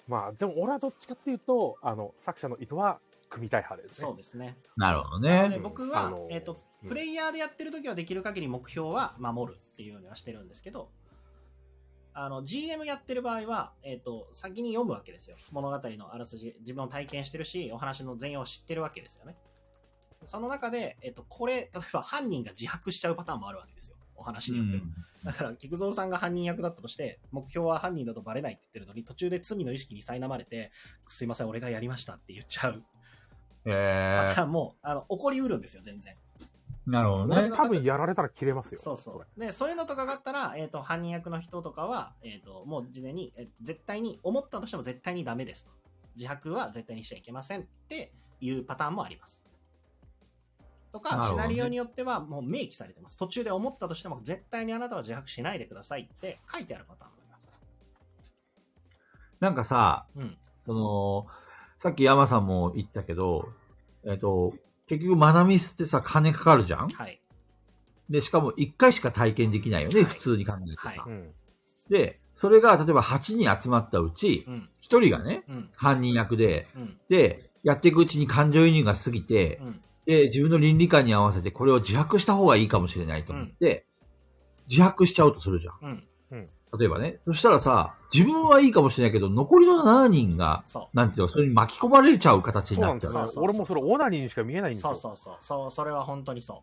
Speaker 1: まあ、でも俺はどっちかっていうと、あの、作者の意図は組みたい派ですね。
Speaker 2: そうですね。
Speaker 3: なるほど
Speaker 2: なので
Speaker 3: ね。
Speaker 2: 僕は、
Speaker 1: あのー
Speaker 2: えっと
Speaker 1: うん
Speaker 2: プレイヤーでやってる時はできる限り目標は守るっていうようにはしてるんですけどあの GM やってる場合は、えっと先に読むわけですよ物語のあらすじ自分を体験してるしお話の全容を知ってるわけですよねその中で、えっとこれ例えば犯人が自白しちゃうパターンもあるわけですよお話によっては、だから菊蔵さんが犯人役だったとして目標は犯人だとバレないって言ってるのに途中で罪の意識に苛まれてすいません俺がやりましたって言っちゃうパ
Speaker 3: え
Speaker 2: ターンもあの起こりうるんですよ全然
Speaker 3: ー、なるほど
Speaker 1: 俺
Speaker 3: ね。
Speaker 1: 多分やられたら切れますよ。
Speaker 2: そう
Speaker 1: れ
Speaker 2: そう。で、そういうのとかがあったら、えっ、と、犯人役の人とかは、えっ、と、もう事前に、えー絶対に、思ったとしても絶対にダメですと。自白は絶対にしちゃいけませんっていうパターンもあります。と
Speaker 3: なる
Speaker 2: か、
Speaker 3: ほ
Speaker 2: シ
Speaker 3: どね
Speaker 2: ナリオによってはもう明記されてます。途中で思ったとしても、絶対にあなたは自白しないでくださいって書いてあるパターンもあります。
Speaker 3: なんかさ、
Speaker 2: うん。
Speaker 3: その、さっき山さんも言ってたけど、えっ、と、結局、マナミスってさ、金かかるじゃん
Speaker 2: はい。
Speaker 3: で、しかも1回しか体験できないよね、普通に考えてさ。
Speaker 1: うん。
Speaker 3: で、それが、例えば8人集まったうち、
Speaker 2: うん。
Speaker 3: 1人がね、
Speaker 2: うん。
Speaker 3: 犯人役で、
Speaker 2: うん。
Speaker 3: で、やっていくうちに感情移入が過ぎて
Speaker 2: う、ん。
Speaker 3: で、自分の倫理観に合わせてこれを自白した方がいいかもしれないと思って、自白しちゃうとするじゃん。
Speaker 2: うん。
Speaker 3: 例えばね。そしたらさ、自分はいいかもしれないけど、残りの7人が、
Speaker 2: そ
Speaker 3: なんていうの、それに巻き込まれちゃう形に
Speaker 1: そう
Speaker 3: な
Speaker 1: な
Speaker 3: っ
Speaker 1: ん
Speaker 3: ち
Speaker 1: で
Speaker 3: ゃう
Speaker 1: す
Speaker 2: そ
Speaker 1: よ
Speaker 2: う
Speaker 1: ね
Speaker 2: そう。そう
Speaker 1: 俺もそれオナニーにしか見えないん
Speaker 2: う。
Speaker 1: ですよ。
Speaker 2: そうそうそう。そう、それは本当にそう。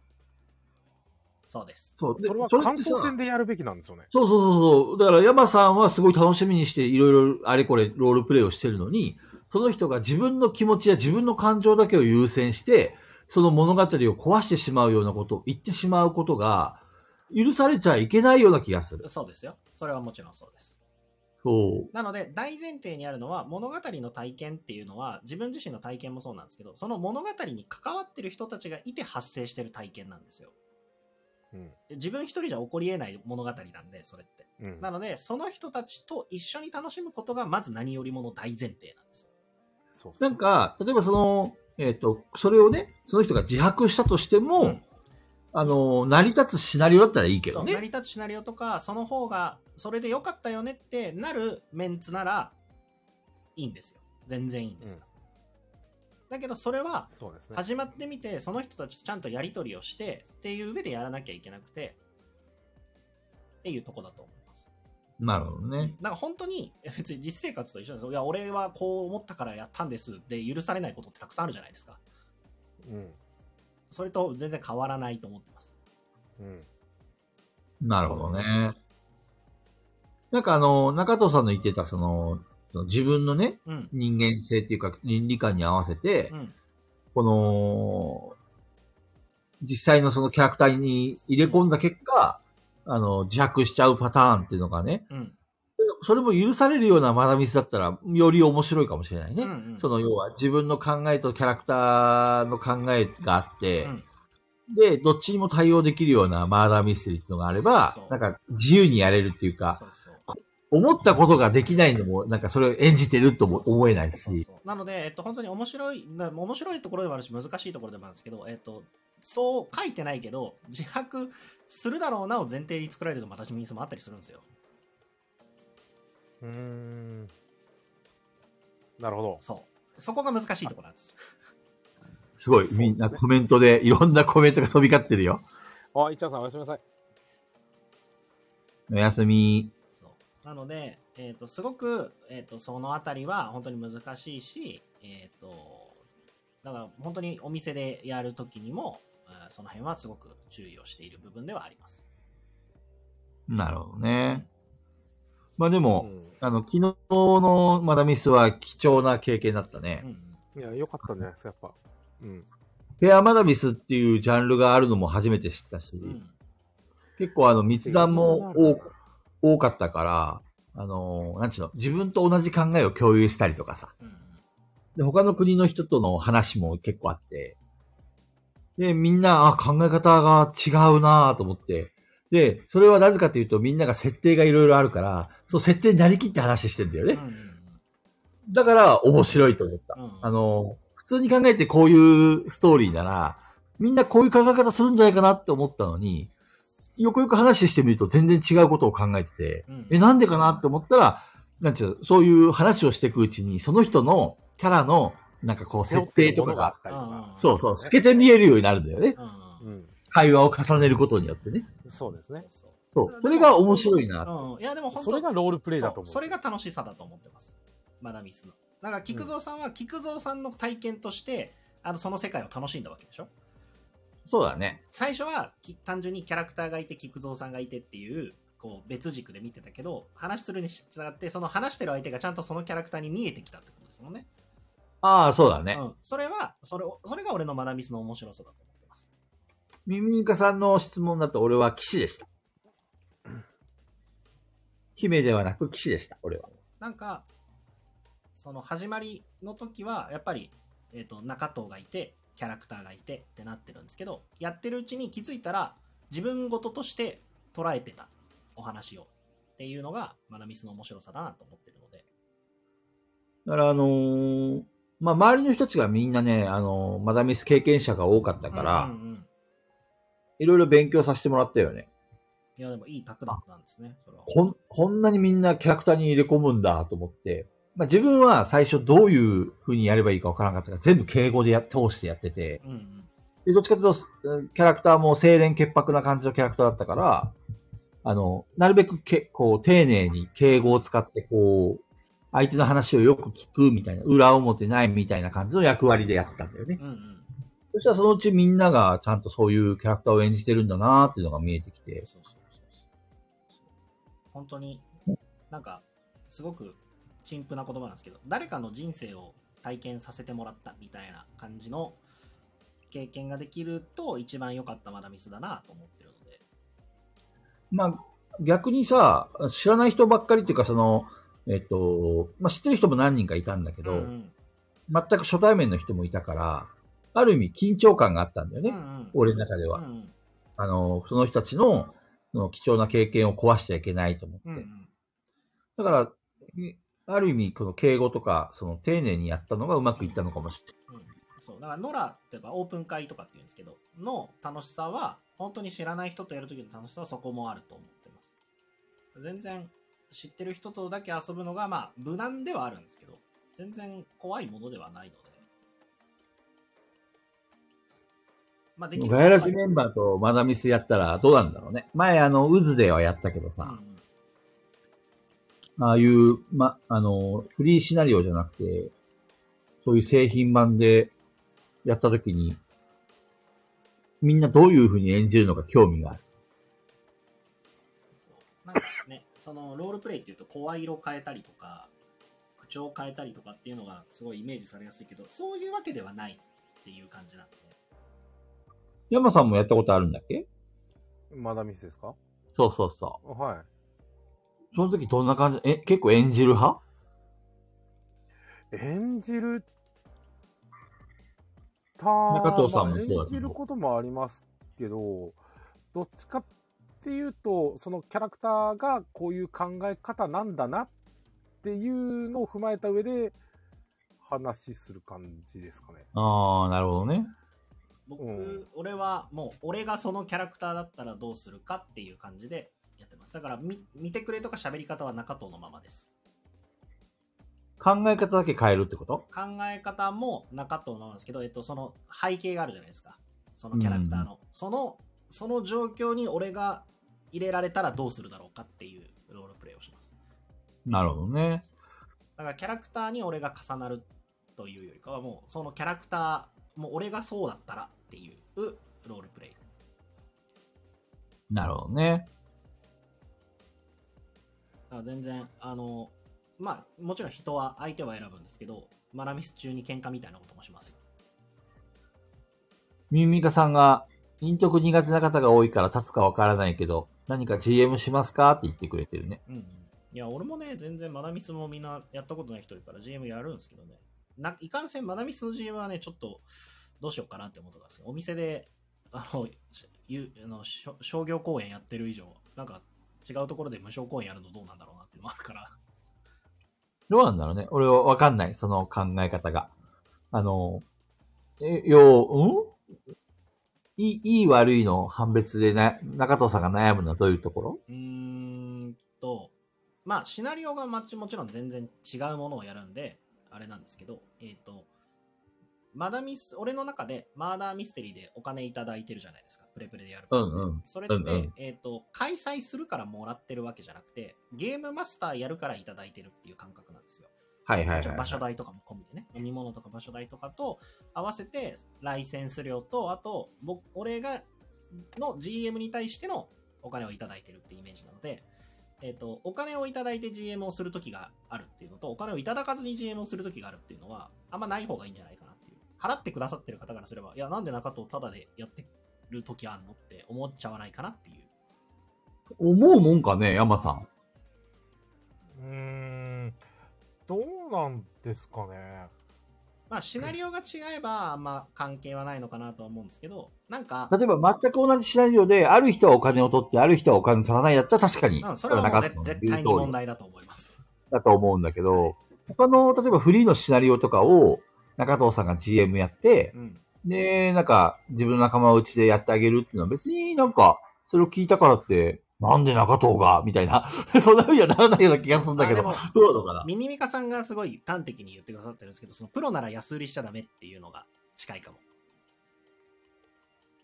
Speaker 2: そうです。
Speaker 3: そう。で
Speaker 1: それは
Speaker 3: それっ
Speaker 1: 感
Speaker 3: て
Speaker 1: 想
Speaker 3: さ
Speaker 1: 戦でやるべきなんですよね。
Speaker 3: そうそうそうそう。だから、山さんはすごい楽しみにして、いろいろあれこれロールプレイをしてるのに、その人が自分の気持ちや自分の感情だけを優先して、その物語を壊してしまうようなことを言ってしまうことが、許されちゃいけないような気がする。
Speaker 2: そうですよ。それはもちろんそうです。
Speaker 3: そう。
Speaker 2: なので、大前提にあるのは、物語の体験っていうのは、自分自身の体験もそうなんですけど、その物語に関わってる人たちがいて発生してる体験なんですよ。
Speaker 1: うん。
Speaker 2: 自分一人じゃ起こり得ない物語なんで、それって。
Speaker 1: うん。
Speaker 2: なので、その人たちと一緒に楽しむことが、まず何よりもの大前提なんです。
Speaker 1: そうそう
Speaker 3: なん、か、例えばその、えっ、と、それをね、その人が自白したとしても、
Speaker 2: うん
Speaker 3: あの、成り立つシナリオだったらいいけど
Speaker 2: そう成
Speaker 3: ね。
Speaker 2: り立つシナリオとか、その方が、それで良かったよねってなるメンツなら、いいんですよ。全然いいんですよ。だけど、それは、
Speaker 1: そうですね。
Speaker 2: 始まってみて、その人たちとちゃんとやり取りをして、っていう上でやらなきゃいけなくて、っていうとこだと思います。
Speaker 3: なるほどね。
Speaker 2: なんか本当に、別に実生活と一緒なんですよ。いや、俺はこう思ったからやったんですで許されないことってたくさんあるじゃないですか。
Speaker 1: うん。
Speaker 2: それと全然変わらないと思ってます。
Speaker 1: うん。
Speaker 3: なるほどね。なんかあの、中藤さんの言ってた、その、その自分のね、
Speaker 2: うん。
Speaker 3: 人間性っていうか、倫理観に合わせて、
Speaker 2: うん。
Speaker 3: この、実際のそのキャラクターに入れ込んだ結果、あの、自白しちゃうパターンっていうのがね、
Speaker 2: うん。
Speaker 3: それも許されるようなマダミスだったら、より面白いかもしれないね。
Speaker 2: うんうん
Speaker 3: その要は自分の考えとキャラクターの考えがあって、
Speaker 2: うん
Speaker 3: で、どっちにも対応できるようなマーダーミステリーっていうのがあれば
Speaker 2: そう、
Speaker 3: なんか自由にやれるっていうか、
Speaker 2: そうそう。
Speaker 3: 思ったことができないのも、なんかそれを演じてるとも
Speaker 2: そうそう
Speaker 3: 思えないし。
Speaker 2: そうそうなので、えっと、本当に面白い、な面白いところでもあるし、難しいところでもあるんですけど、えっと、そう書いてないけど、自白するだろうなを前提に作られてるマダミスもあったりするんですよ。
Speaker 1: うーん。なるほど。
Speaker 2: そう。そこが難しいところなんです。
Speaker 3: すごい、みんなコメントで、いろんなコメントが飛び交ってるよ。
Speaker 1: あ、いっちゃんさんおやすみなさい。
Speaker 3: おやすみ。
Speaker 2: そうなので、えっとすごく、えっとそのあたりは本当に難しいし、えっとだから本当にお店でやるときにもあーその辺はすごく注意をしている部分ではあります。
Speaker 3: なるほどね。まあでも、
Speaker 1: う
Speaker 3: あの、昨日のマダミスは貴重な経験だったね。
Speaker 2: うんうん、
Speaker 1: ん。いや、よかったんじゃないですか、やっぱ。うん。
Speaker 3: ペアマダミスっていうジャンルがあるのも初めて知ったし、
Speaker 2: うん
Speaker 3: 結構あの、密談も多多かったから、あのーなんちゅうの、自分と同じ考えを共有したりとかさ、
Speaker 2: うん
Speaker 3: で他の国の人との話も結構あって、で、みんな、あ、考え方が違うなぁと思って、で、それはなぜかというと、みんなが設定がいろいろあるから、そう、設定になりきって話してんだよね。
Speaker 2: うん
Speaker 3: だから、面白いと思った。
Speaker 2: うんうん
Speaker 3: あの、普通に考えてこういうストーリーなら、みんなこういう考え方するんじゃないかなって思ったのに、よくよく話してみると全然違うことを考えてて、
Speaker 2: うん
Speaker 3: え、なんでかなって思ったら、なんちゅうの、そういう話をしていくうちに、その人のキャラの、なんかこう、設定と
Speaker 1: 背負ってるも
Speaker 3: かが、
Speaker 1: のがあったりとか。
Speaker 3: そうそう、透けて見えるようになるんだよね。
Speaker 2: うんうん
Speaker 1: うん。
Speaker 3: 会話を重ねることによってね。
Speaker 1: そうですね。
Speaker 2: そう
Speaker 3: そう。それが面白いな。
Speaker 2: そううん、いやでも本当
Speaker 1: それがロールプレイだと思う
Speaker 2: そそれが楽しさだと思ってます。マダミスの。だから菊蔵さんは菊蔵さんの体験として、あのその世界を楽しんだわけでしょ
Speaker 3: そうだね。
Speaker 2: 最初はき単純にキャラクターがいて菊蔵さんがいてっていうこう別軸で見てたけど話するに従ってその話してる相手がちゃんとそのキャラクターに見えてきたってことですもんね。
Speaker 3: ああ、そうだね
Speaker 2: う。ん、それはそれをそれが俺のマダミスの面白さだと思ってます。
Speaker 3: ミミイカさんの質問だと俺は騎士でした。姫ではなく騎士でした、俺は。
Speaker 2: なんかその始まりの時はやっぱり、えー、と中藤がいてキャラクターがいてってなってるんですけどやってるうちに気づいたら自分事として捉えてたお話をっていうのがマダミスの面白さだなと思ってるので。
Speaker 3: だからあのーまあ、周りの人たちがみんなね、あの、マダミス経験者が多かったから、
Speaker 2: うんうんうん
Speaker 3: いろいろ勉強させてもらったよね。
Speaker 2: いや、でもいい卓だったんですね、それは。
Speaker 3: こん、こんなにみんなキャラクターに入れ込むんだと思って、まあ、自分は最初どういう風にやればいいかわからなかったから、全部敬語でやっ通してやってて、
Speaker 2: うんうん。
Speaker 3: で、どっちかというと、うんキャラクターも清廉潔白な感じのキャラクターだったから、あの、なるべくけ、こう、丁寧に敬語を使って、こう、相手の話をよく聞くみたいな、裏表ないみたいな感じの役割でやってたんだよね。
Speaker 2: うんうん。
Speaker 3: そしたらそのうちみんながちゃんとそういうキャラクターを演じてるんだなーっていうのが見えてきて。
Speaker 2: そうそうそうそう。本当に、なんか、すごく、陳腐な言葉なんですけど、誰かの人生を体験させてもらったみたいな感じの経験ができると、一番良かったマダミスだなと思ってるので。
Speaker 3: まあ、逆にさ、知らない人ばっかりっていうか、その、えっと、まあ、知ってる人も何人かいたんだけど、
Speaker 2: うん
Speaker 3: 全く初対面の人もいたから、ある意味緊張感があったんだよ
Speaker 2: う
Speaker 3: ね。
Speaker 2: ん。うん
Speaker 3: 俺の中で
Speaker 2: う
Speaker 3: は。
Speaker 2: んうん。
Speaker 3: あの、その人たちの、その貴重な経験を壊しちゃいけないと思って。
Speaker 2: うんうん。
Speaker 3: だから、えある意味、この敬語とか、その丁寧にやったのがうまくいったのかもしれない。
Speaker 2: うんそうだからノラっていうかオープン会とかって言うんですけどの楽しさは本当に知らない人とやるときの楽しさはそこもあると思ってます全然知ってる人とだけ遊ぶのがまあ無難ではあるんですけど全然怖いものではないのでまあできる
Speaker 3: ガヤラジメンバーとマダミスやったらどうなんだろうね。前、あの、渦ではやったけど
Speaker 2: う
Speaker 3: さ、
Speaker 2: ん
Speaker 3: ああいう、ま、あの、フリーシナリオじゃなくて、そういう製品版でやったときに、みんなどういう風に演じるのか興味がある。
Speaker 2: そうなんかね、 そのロールプレイっていうと声色変えたりとか、口調変えたりとかっていうのがすごいイメージされやすいけど、そういうわけではないっていう感じなんで、
Speaker 3: 山さんもやったことあるんだっけ
Speaker 1: まだミスですか
Speaker 3: そうそうそ
Speaker 1: は
Speaker 3: う。その時どんな感じ、え、結構演じる派
Speaker 1: い。演じる、た
Speaker 3: 中藤さんもそうだけど
Speaker 1: まあ演じることもありますけど、どっちかっていうと、そのキャラクターがこういう考え方なんだなっていうのを踏まえた上で、話する感じですかね。
Speaker 3: ああ、なるほどね。
Speaker 2: 僕、
Speaker 1: うん
Speaker 2: 俺はもう俺がそのキャラクターだったらどうするかっていう感じでやってます。だから見見てくれとか喋り方は中藤のままです。
Speaker 3: 考え方だけ変えるってこと
Speaker 2: 考え方も中藤のままですけど、えっと、その背景があるじゃないですか。そのキャラクターの。その、その状況に俺が入れられたらどうするだろうかっていうロールプレイをします。
Speaker 3: なるほどね。
Speaker 2: だからキャラクターに俺が重なるというよりかはもうそのキャラクターもう俺がそうだったらっていうロールプレイ
Speaker 3: なるほどね。
Speaker 2: だから全然あのまあもちろん人は相手は選ぶんですけどマラミス中に喧嘩みたいなこともしますよ
Speaker 3: ミミカさんが、陰徳苦手な方が多いから立つかわからないけど、何か GM しますかって言ってくれてるね。
Speaker 2: うんうんいや俺もね全然マダミスもみんなやったことない人いるから GM やるんですけどねないかんせんマダミスの GM はねちょっとどうしようかなって思ってたんですけどお店であのしゆあのしょ商業公演やってる以上なんか違うところで無償公演やるのどうなんだろうなっていうのもあるから
Speaker 3: どうなんだろうね。俺はわかんない。その考え方が。あの、え、よう、んいい、いい悪いの判別でな、中藤さんが悩むのはどういうところ
Speaker 2: うーんと、まあ、シナリオがまちもちろん全然違うものをやるんで、あれなんですけど、えっ、と、マダミス、俺の中でマーダーミステリーでお金いただいてるじゃないですか、プレプレでやる分
Speaker 3: うんうん
Speaker 2: それって、
Speaker 3: うんうん
Speaker 2: えっ、と、開催するからもらってるわけじゃなくて、ゲームマスターやるからいただいてるっていう感覚なんですよ。
Speaker 3: はいはい
Speaker 2: もちろ
Speaker 3: は
Speaker 2: ん
Speaker 3: い。
Speaker 2: 場所代とかも込みでね、飲み物とか場所代とかと合わせて、ライセンス料と、あと、僕、俺が、の GM に対してのお金をいただいてるってイメージなので、えっ、と、お金をいただいて GM をするときがあるっていうのと、お金をいただかずに GM をするときがあるっていうのは、あんまない方がいいんじゃないかなっていう。払ってくださってる方からすれば、いや、なんで中藤ただでやってるときあんのって思っちゃわないかなっていう。
Speaker 3: 思うもんかね、山さん。
Speaker 1: うーん、どうなんですかね。
Speaker 2: まあ、シナリオが違えば、あんま関係はないのかなとは思うんですけど、なんか、
Speaker 3: 例えば全く同じシナリオで、ある人はお金を取って、ある人はお金を取らないだったら確かに、
Speaker 2: うん、それはもうぜ
Speaker 3: 中藤さんの
Speaker 2: 絶対に
Speaker 3: 言う通り
Speaker 2: 問題だと思います。
Speaker 3: だと思うんだけど、他の、例えばフリーのシナリオとかを、中藤さんが GM やって、で、なんか、自分の仲間をうちでやってあげるっていうのは別になんか、それを聞いたからって、なんで中藤がみたいな、 そんな風にはならないような気がするんだけど、どうな のかな
Speaker 2: ミニミカさんがすごい端的に言ってくださってるんですけど、そのプロなら安売りしちゃダメっていうのが近いかも。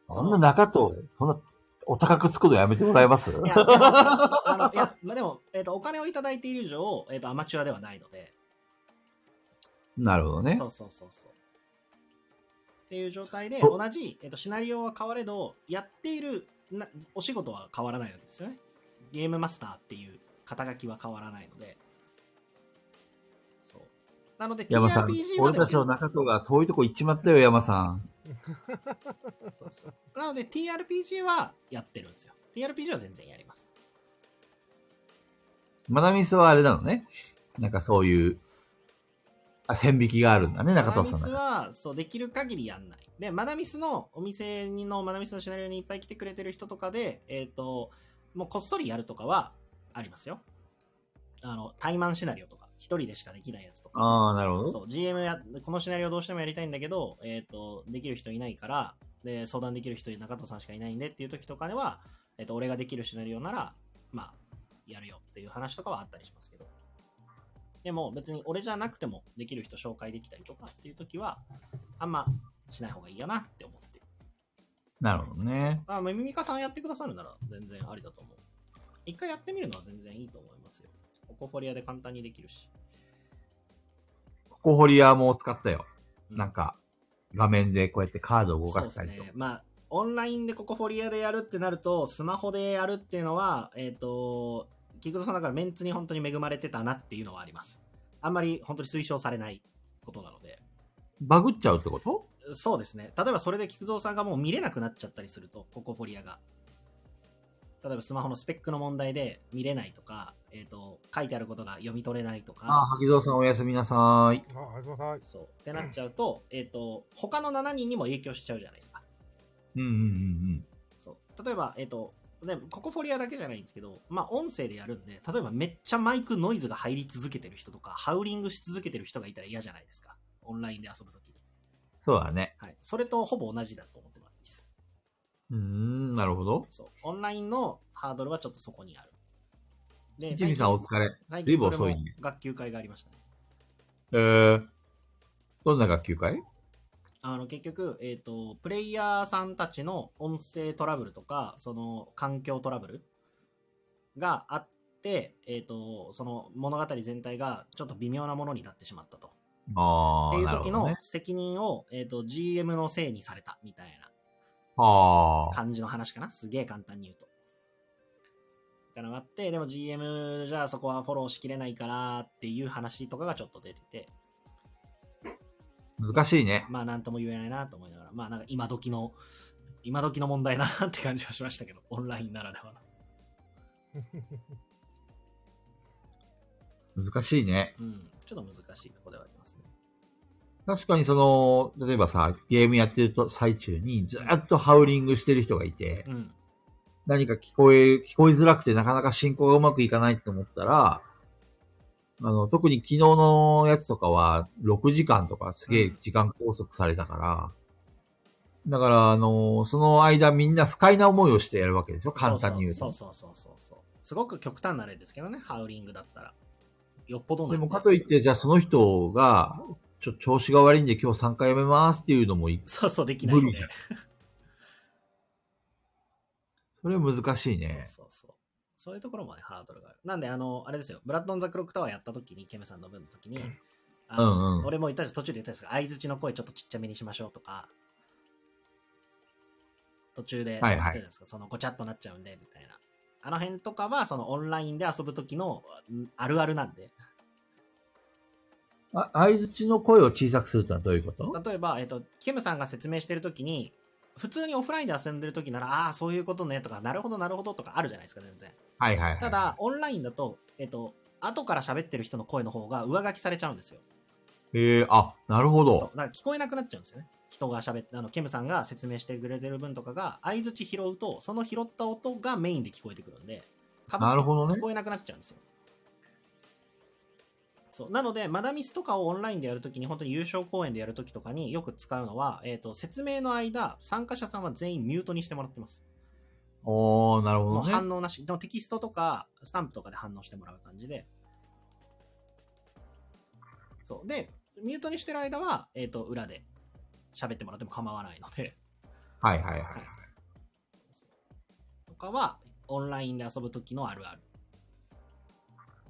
Speaker 3: そんな中藤、そんな、お高くつくのやめてもら えます
Speaker 2: いや、あのいやまあ、でも、えっ、と、お金をいただいている以上、えっ、と、アマチュアではないので、
Speaker 3: なるほどね。
Speaker 2: そうそうそうそう。っていう状態で、同じ、えっ、と、シナリオは変われど、やっているなお仕事は変わらないわけですよね。ゲームマスターっていう肩書きは変わらないので。そう。なので、
Speaker 3: 山さん
Speaker 2: TRPG、ま
Speaker 3: 俺
Speaker 2: では
Speaker 3: たちの中藤が遠いとこ行っちまったよ、山さん。
Speaker 2: なので TRPG はやってるんですよ。TRPG は全然やります。
Speaker 3: マナミスはあれなのね。なんかそういう、あ、線引きがあるんだね、
Speaker 2: マ
Speaker 3: 中
Speaker 2: ナ
Speaker 3: 藤
Speaker 2: ミ
Speaker 3: さ
Speaker 2: ス
Speaker 3: んの中で。
Speaker 2: は、そう、できる限りやんない。で、マナミスのお店にの、マナミスのシナリオにいっぱい来てくれてる人とかで、えっ、と、もうこっそりやるとかはありますよ。あの、怠慢シナリオとか、一人でしかできないやつとか。
Speaker 3: ああ、なるほ
Speaker 2: そう
Speaker 3: ど。、
Speaker 2: GM や、このシナリオどうしてもやりたいんだけど、えっ、と、できる人いないから、で、相談できる人中藤さんしかいないんでっていう時とかでは、えっ、と、俺ができるシナリオなら、まあ、やるよっていう話とかはあったりしますけど。でも別に俺じゃなくてもできる人紹介できたりとかっていう時は、あんましない方がいいよなって思ってる。
Speaker 3: なるほどね。
Speaker 2: あ、ミミカさんやってくださるなら全然ありだと思う。一回やってみるのは全然いいと思いますよ。ココフォリアで簡単にできるし。
Speaker 3: ここホリアも使ったよ。なんか、画面でこうやってカードを動
Speaker 2: そう
Speaker 3: か
Speaker 2: で
Speaker 3: した
Speaker 2: す
Speaker 3: りとか。
Speaker 2: ね。まあ、オンラインでここフォリアでやるってなると、スマホでやるっていうのは、えっ、と、菊蔵さんだからメンツに本当に恵まれてたなっていうのはあります。あんまり本当に推奨されないことなので。
Speaker 3: バグっちゃうってこと
Speaker 2: そうですね。例えばそれで菊蔵さんがもう見れなくなっちゃったりすると、ココフォリアが。例えばスマホのスペックの問題で見れないとか、えっ、と、書いてあることが読み取れないとか。
Speaker 3: ああ、萩蔵さんおやすみなさーい。
Speaker 1: あ、はじまさん。
Speaker 2: そう。ってなっちゃうと、えっ、と、他の7人にも影響しちゃうじゃないですか。
Speaker 3: うんうんうん
Speaker 2: そう例えば、えっとでここフォリアだけじゃないんですけど、まあ、音声でやるんで例えばめっちゃマイクノイズが入り続けてる人とかハウリングし続けてる人がいたら嫌じゃないですかオンラインで遊ぶときに、
Speaker 3: そうだね。
Speaker 2: はい、それとほぼ同じだと思ってもらっていいです
Speaker 3: うーん、なるほど。
Speaker 2: そうオンラインのハードルはちょっとそこにあるで
Speaker 3: 一味さんお疲れ
Speaker 2: 最。
Speaker 3: ずい
Speaker 2: 近
Speaker 3: ぶん
Speaker 2: それ
Speaker 3: 遅
Speaker 2: も
Speaker 3: いね。
Speaker 2: 学級会がありましたね
Speaker 3: えー、どんな学級会
Speaker 2: あの結局、えっとプレイヤーさんたちの音声トラブルとかその環境トラブルがあって、えっとその物語全体がちょっと微妙なものになってしまったと。
Speaker 3: あ
Speaker 2: っ
Speaker 3: あ、
Speaker 2: ていう
Speaker 3: なるほ
Speaker 2: 時
Speaker 3: ど
Speaker 2: の
Speaker 3: ね。
Speaker 2: 責任を、えっと GM のせいにされたみたい
Speaker 3: あ
Speaker 2: な
Speaker 3: あ、
Speaker 2: 感じの話かなすげえ簡単に言うと。からがあってでも GM じゃあそこはフォローしきれないからっていう話とかがちょっと出てて
Speaker 3: 難しいね。
Speaker 2: まあなんとも言えないなと思いながら、まあなんか今時の、今時の問題だな って感じはしましたけど、オンラインならではの。
Speaker 3: 難しいね。
Speaker 2: うん、ちょっと難しいとこではありますね。
Speaker 3: 確かにその、例えばさ、ゲームやってると最中にずーっとハウリングしてる人がいて、
Speaker 2: うん、
Speaker 3: 何か聞こえ、聞こえづらくてなかなか進行がうまくいかないって思ったら、あの、特に昨日のやつとかは6時間とかすげえ時間拘束されたから、だからあの、その間みんな不快な思いをしてやるわけでしょ簡単に言うと。
Speaker 2: そうそうそうそうそうそう。すごく極端な例ですけどね、ハウリングだったら。よっぽどな
Speaker 3: で
Speaker 2: ん
Speaker 3: もかといって、じゃあその人が、ちょ、調子が悪いんで今日参加やめますっていうのもい
Speaker 2: そうそう、できないの
Speaker 3: 無
Speaker 2: で
Speaker 3: 理。それ難しいね。
Speaker 2: そうそうそう。そういうところもね、ハードルがある。なんで、あの、あれですよ、ブラッドオン・ザ・クロックタワーやった時に、ケメさんの分の時に、あの
Speaker 3: うんうん
Speaker 2: 俺も言ったんです途中で言ったんですが、相づちの声ちょっとちっちゃめにしましょうとか、途中で
Speaker 3: はいはい
Speaker 2: 言ったじゃなですか、そのごちゃっとなっちゃうんで、みたいな。あの辺とかは、そのオンラインで遊ぶ時のうんあるあるなんで、
Speaker 3: あ、相づちの声を小さくするとはどういうこと
Speaker 2: 例えば、えっと、ケムさんが説明してる時に、普通にオフラインで遊んでる時なら、ああー、そういうことねとか、なるほど、なるほどとかあるじゃないですか、全然。
Speaker 3: はいはいはい。
Speaker 2: ただ、オンラインだと、えっと、後から喋ってる人の声の方が上書きされちゃうんですよ。
Speaker 3: へえあ、なる
Speaker 2: そ
Speaker 3: ほ
Speaker 2: う。
Speaker 3: ど。
Speaker 2: だから聞こえなくなっちゃうんですよね。人が喋って、あの、ケムさんが説明してくれてる分とかが、相づち拾うと、その拾った音がメインで聞こえてくるんで、被って
Speaker 3: なるほどね
Speaker 2: 聞こえなくなっちゃうんですよ。そうなので、マダミスとかをオンラインでやるときに、本当に優勝公演でやるときとかによく使うのは、えっ、と、説明の間、参加者さんは全員ミュートにしてもらってます。
Speaker 3: おー、なるほ
Speaker 2: も
Speaker 3: ど
Speaker 2: う
Speaker 3: ね。
Speaker 2: 反応なし。でもテキストとか、スタンプとかで反応してもらう感じで。そう。で、ミュートにしてる間は、えっ、と、裏で喋ってもらっても構わないので、
Speaker 3: はいはいはい。
Speaker 2: とかは、オンラインで遊ぶときのあるある。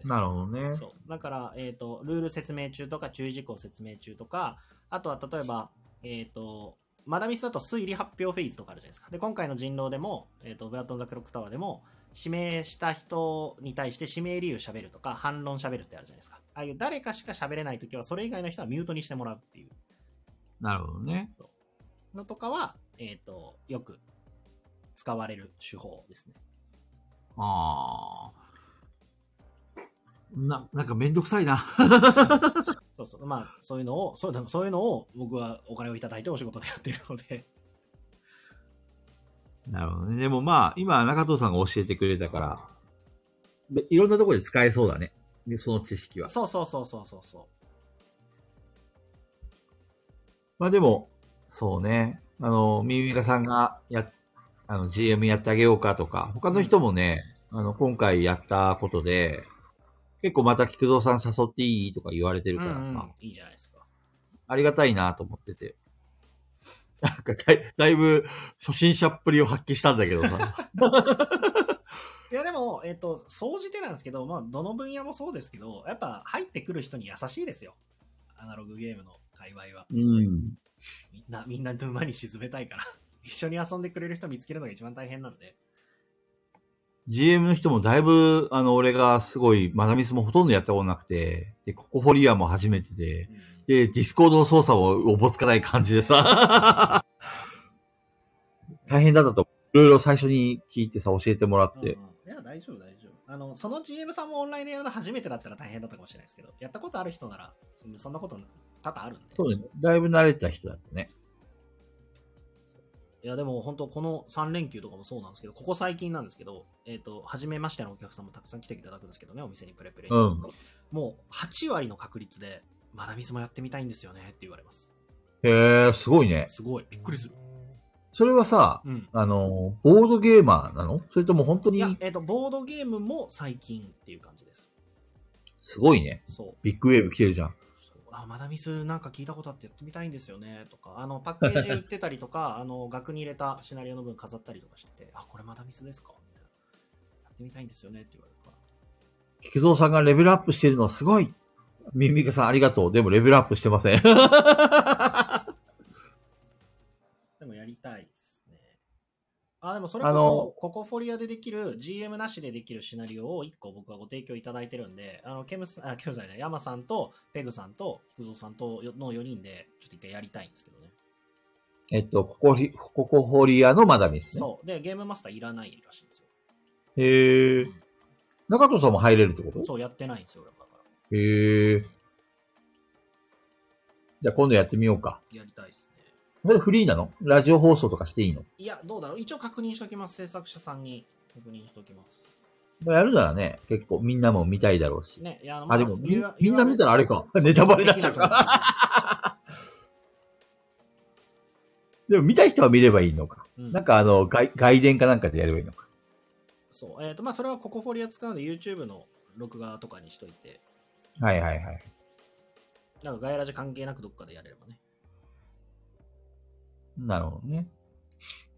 Speaker 3: なるほどね。
Speaker 2: そうだから、えーと、ルール説明中とか注意事項説明中とか、あとは例えば、えー、とマダミスだと推理発表フェーズとかあるじゃないですか。で、今回の人狼でも、えー、とブラッド・ザ・クロック・タワーでも、指名した人に対して指名理由喋るとか、反論喋るってあるじゃないですか。ああいう誰かしか喋れないときは、それ以外の人はミュートにしてもらうっていう
Speaker 3: なるほどね。
Speaker 2: のとかは、えー、とよく使われる手法ですね。
Speaker 3: あー。な、なんかめんどくさいな。
Speaker 2: そうそう。まあ、そういうのを、そうでもそういうのを僕はお金をいただいてお仕事でやってるので。
Speaker 3: なるほどね。でもまあ、今中藤さんが教えてくれたから、でいろんなところで使えそうだね。でその知識は。
Speaker 2: そうそうそうそうそうそう。
Speaker 3: まあでも、そうね。あの、ミミカさんがや、あの、GM やってあげようかとか、他の人もね、あの、今回やったことで、結構また菊蔵さん誘っていいとか言われてるから、
Speaker 2: うんうん
Speaker 3: まあ
Speaker 2: いいじゃないですか。
Speaker 3: ありがたいなと思ってて。なんかだい、だいぶ初心者っぷりを発揮したんだけどさ。
Speaker 2: いやでも、えっ、と、総じてなんですけど、まあ、どの分野もそうですけど、やっぱ入ってくる人に優しいですよ。アナログゲームの界隈は。
Speaker 3: うん。
Speaker 2: みんな、みんな沼に沈めたいから。 一緒に遊んでくれる人見つけるのが一番大変なので。
Speaker 3: GM の人もだいぶ、あの、俺がすごい、マダミスもほとんどやったことなくて、で、ココフォリアも初めてで、で、ディスコードの操作もおぼつかない感じで さ、大変だったと。いろいろ最初に聞いてさ、教えてもらって。
Speaker 2: いや、大丈夫、大丈夫。あの、その GM さんもオンラインでやるの初めてだったら大変だったかもしれないですけど、やったことある人なら、そそんなこと多々あるんで。
Speaker 3: そうね。だいぶ慣れた人だったね。
Speaker 2: いや、でも本当この3連休とかもそうなんですけど、ここ最近なんですけど、えっ、と、初めましてのお客さんもたくさん来ていただくんですけどね、お店にプレプレに。
Speaker 3: うん
Speaker 2: もう8割の確率で、まだミスもやってみたいんですよねって言われます。
Speaker 3: へえ、すごいね。
Speaker 2: すごい、びっくりする。
Speaker 3: それはさ、あの、ボードゲーマーなのそれとも本当
Speaker 2: いや
Speaker 3: に、
Speaker 2: えっ、と、ボードゲームも最近っていう感じです。
Speaker 3: すごいね。
Speaker 2: そう
Speaker 3: ビッグウェーブ来てるじゃん。
Speaker 2: あ、まだミスなんか聞いたことあってやってみたいんですよねとか、あの、パッケージ売ってたりとか、 あの、額に入れたシナリオの分飾ったりとかしてて、あ、これまだミスですかみたいなやってみたいんですよねって言われるから。
Speaker 3: 菊蔵さんがレベルアップしてるのはすごい。ミミカさんありがとう。でもレベルアップしてません。
Speaker 2: でもやりたいですね。あ、でもそれ
Speaker 3: あ
Speaker 2: こ
Speaker 3: の
Speaker 2: そ、ココフォリアでできる、GM なしでできるシナリオを1個僕はご提供いただいてるんで、あの、ケムさん、あ、ケムさんじゃない、ヤマさんと、ペグさんと、菊蔵さんとよの4人で、ちょっと一回やりたいんですけどね。
Speaker 3: えっと、ここり、ここホリアのマダミスね。
Speaker 2: そう。で、ゲームマスターいらないらしいんですよ。
Speaker 3: へえ。中藤さんも入れるってこと
Speaker 2: そう、やってないんですよ、俺は。
Speaker 3: へえ。じゃあ今度やってみようか。
Speaker 2: やりたいですね。
Speaker 3: それフリーなのラジオ放送とかしていいの
Speaker 2: いや、どうだろう。一応確認しておきます。制作者さんに確認しておきます。
Speaker 3: やるならね、結構みんなも見たいだろうし。
Speaker 2: ねいやまあ
Speaker 3: あ、でもみ
Speaker 2: UR
Speaker 3: みんな見たらあれか。ネタバレになっちゃうか。でも見たい人は見ればいいのか。
Speaker 2: うん
Speaker 3: なんかあの、外外伝かなんかでやればいいのか。
Speaker 2: そう。えっ、と、まあ、それはココフォリア使うので、YouTube の録画とかにしといて、
Speaker 3: はいはいはい。
Speaker 2: なんかガイラジ関係なくどっかでやれればね。
Speaker 3: なるほどね。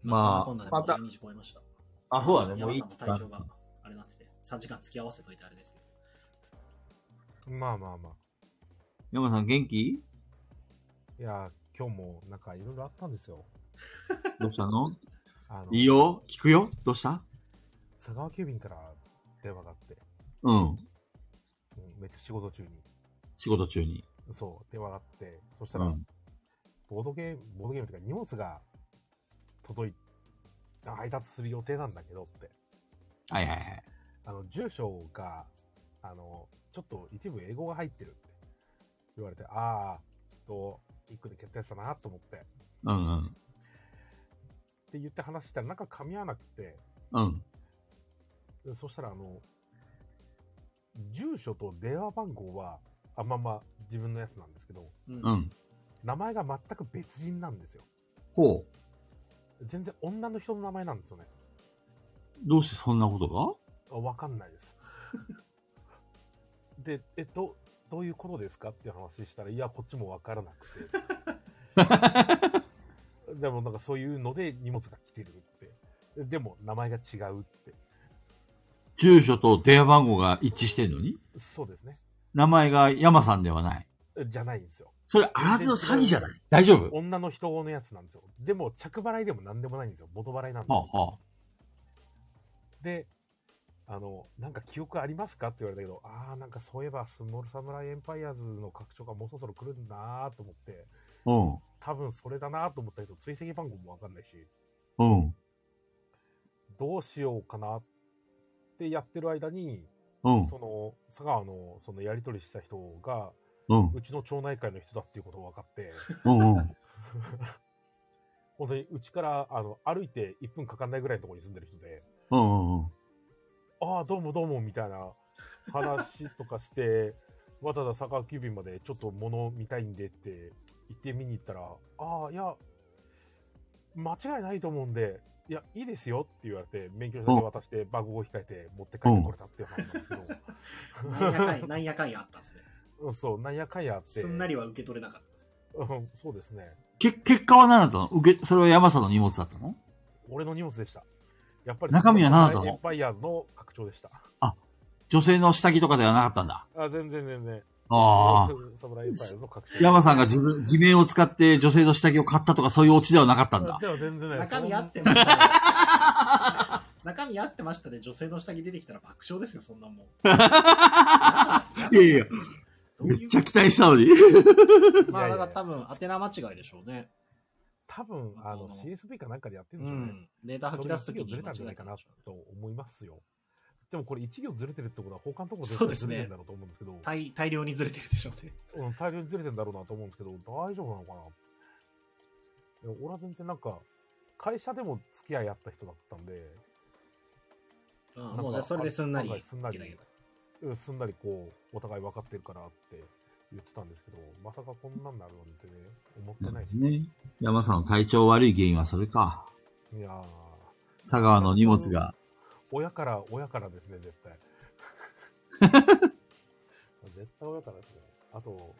Speaker 2: まあ、
Speaker 3: ま
Speaker 2: そんな
Speaker 3: あ、
Speaker 2: こ
Speaker 3: ま
Speaker 2: んな
Speaker 3: た
Speaker 2: でもう12時超えました。
Speaker 3: あそうだねも
Speaker 2: 山
Speaker 3: ういい
Speaker 2: さんの体調があれなってて、3時間付き合わせといてあれですけど。
Speaker 1: まあまあまあ。
Speaker 3: 山さん元気
Speaker 1: いやー、今日もなんかいろいろあったんですよ。
Speaker 3: どうしたの
Speaker 1: あの
Speaker 3: いいよ聞くよどうした
Speaker 1: 佐川急便から電話があって、
Speaker 3: う
Speaker 1: う
Speaker 3: ん。
Speaker 1: んめっちゃ仕事中に。
Speaker 3: 仕事中に。
Speaker 1: そう、電話があって、そしたら、
Speaker 3: うん
Speaker 1: ボードゲーム、ボードゲームというか荷物が届い、あ配達する予定なんだけどって。
Speaker 3: はいはいはい。
Speaker 1: あの、住所が、あの、ちょっと一部英語が入ってるって言われて、ああ、きっと、一個で決定したなと思って。っ
Speaker 3: うんうん。
Speaker 1: て言って話したら、なんか噛み合わなくて、
Speaker 3: うん。
Speaker 1: そしたら、あの、住所と電話番号はあ、まあまあ、自分のやつなんですけど、
Speaker 3: うん。
Speaker 1: 名前が全く別人なんですよ。
Speaker 3: ほう。
Speaker 1: 全然女の人の名前なんですよね。
Speaker 3: どうしてそんなことが
Speaker 1: あわかんないです。で、えっと、どういうことですかっていう話したら、いや、こっちもわからなくて。でもなんかそういうので荷物が来てるって。でも名前が違うって。
Speaker 3: 住所と電話番号が一致してんのに
Speaker 1: そうですね。
Speaker 3: 名前が山さんではない。
Speaker 1: じゃないんですよ。
Speaker 3: それ、あらずの詐欺じゃない大丈夫
Speaker 1: 女の人のやつなんですよ。でも、着払いでも何でもないんですよ。元払いなんですよ。
Speaker 3: はあ、はあ。
Speaker 1: で、あの、なんか記憶ありますかって言われたけど、ああ、なんかそういえば、スモールサムライエンパイアーズの拡張がもうそろそろ来るんだなーと思って、
Speaker 3: うん。
Speaker 1: 多分それだなーと思ったけど、追跡番号もわかんないし、
Speaker 3: うん。
Speaker 1: どうしようかなってやってる間に、
Speaker 3: うん
Speaker 1: その、佐川の、そのやり取りした人が、
Speaker 3: うん
Speaker 1: ちの町内会の人だっていうことを分か って、
Speaker 3: うんうん。
Speaker 1: 本当にうちから、あの、歩いて1分かかんないぐらいのところに住んでる人で、
Speaker 3: うんうんうん。
Speaker 1: ああ、どうもどうも、みたいな話とかして、 わざわざ佐川急便までちょっと物見たいんでって言って見に行ったら、ああ、いや、間違いないと思うんで、いや、いいですよって言われて、免許証だけ渡して、番号を控えて持って帰ってこれたっていう話なんですけど。
Speaker 2: なんやか んやなんやかんやあったんですね。
Speaker 1: うんそう、なんやかんやあって。
Speaker 2: すんなりは受け取れなかったです。
Speaker 1: うんそうですね。
Speaker 3: け、結果は何だったの受け、それは山さんの荷物だったの
Speaker 1: 俺の荷物でした。やっぱり、
Speaker 3: 中身は何だったの
Speaker 1: エンパイアーズの拡張でした。
Speaker 3: 女性の下着とかではなかったんだ。
Speaker 1: あ、全然全然。
Speaker 3: ああ。
Speaker 1: サムライエンパイアーズの拡張。
Speaker 3: 山さんが自分、自明を使って女性の下着を買ったとかそういうオチではなかったんだ。
Speaker 1: では全然ないです
Speaker 2: 中身合ってましたね。 中身合ってましたで、女性の下着出てきたら爆笑ですよ、そんなもん。
Speaker 3: いやいや、めっちゃ期待したのに。
Speaker 2: まあ、だから多分、宛名間違いでしょうね。
Speaker 1: 多分、あの、CSV かなんかでやってるんでしょうね
Speaker 2: うん。データ吐き出す
Speaker 1: そ
Speaker 2: と
Speaker 1: れ
Speaker 2: き
Speaker 1: が一行ず
Speaker 2: に
Speaker 1: れたんじゃないかなと思いますよ。でもこれ1行ずれてるってことは他のところ
Speaker 2: そうです
Speaker 1: ずれて
Speaker 2: ね
Speaker 1: るんだろうと思うんですけど、
Speaker 2: 大。大量にずれてるでしょうね。
Speaker 1: うん、大量にずれてるんだろうなと思うんですけど、大丈夫なのかないや俺は全然なんか、会社でも付き合いあった人だったんで、
Speaker 2: うん
Speaker 1: なんか
Speaker 2: もうじゃあそれですんなり
Speaker 1: 案外すんなり
Speaker 2: ゲラゲラ
Speaker 1: うんすんなりこう、お互い分かってるからって言ってたんですけど、まさかこんなんなるなんてね、思ってないし。
Speaker 3: ね。山さんの体調悪い原因はそれか。
Speaker 1: いやー
Speaker 3: 佐川の荷物が。
Speaker 1: 親から、親からですね、絶対。 絶対親からですね。あと、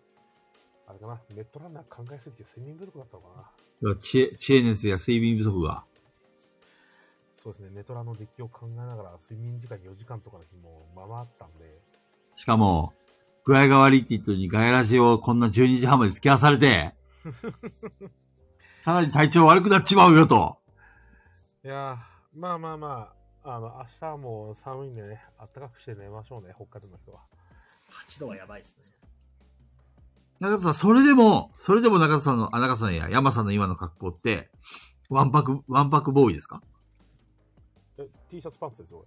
Speaker 1: あれかな、ネットランナー考えすぎて睡眠不足だったのかな。
Speaker 3: 知恵、知恵熱や睡眠不足が。
Speaker 1: そうですね、ネトラのデッキを考えながら睡眠時間4時間とかの日もまあまああったんで、
Speaker 3: しかも、具合が悪いって言ったのにガヤラジをこんな12時半まで付き合わされて、さらに体調悪くなっちまうよと。
Speaker 1: いやー、まあまあまあ、あの、明日も寒いんでね、暖かくして寝ましょうね、北海道の人は。
Speaker 2: 8度はやばいですね。
Speaker 3: 中田さん、それでも、それでも中田さんの、あ、中田さんや山さんの今の格好って、ワンパク、ワンパクボーイですか
Speaker 1: え T シャツパンツですよ、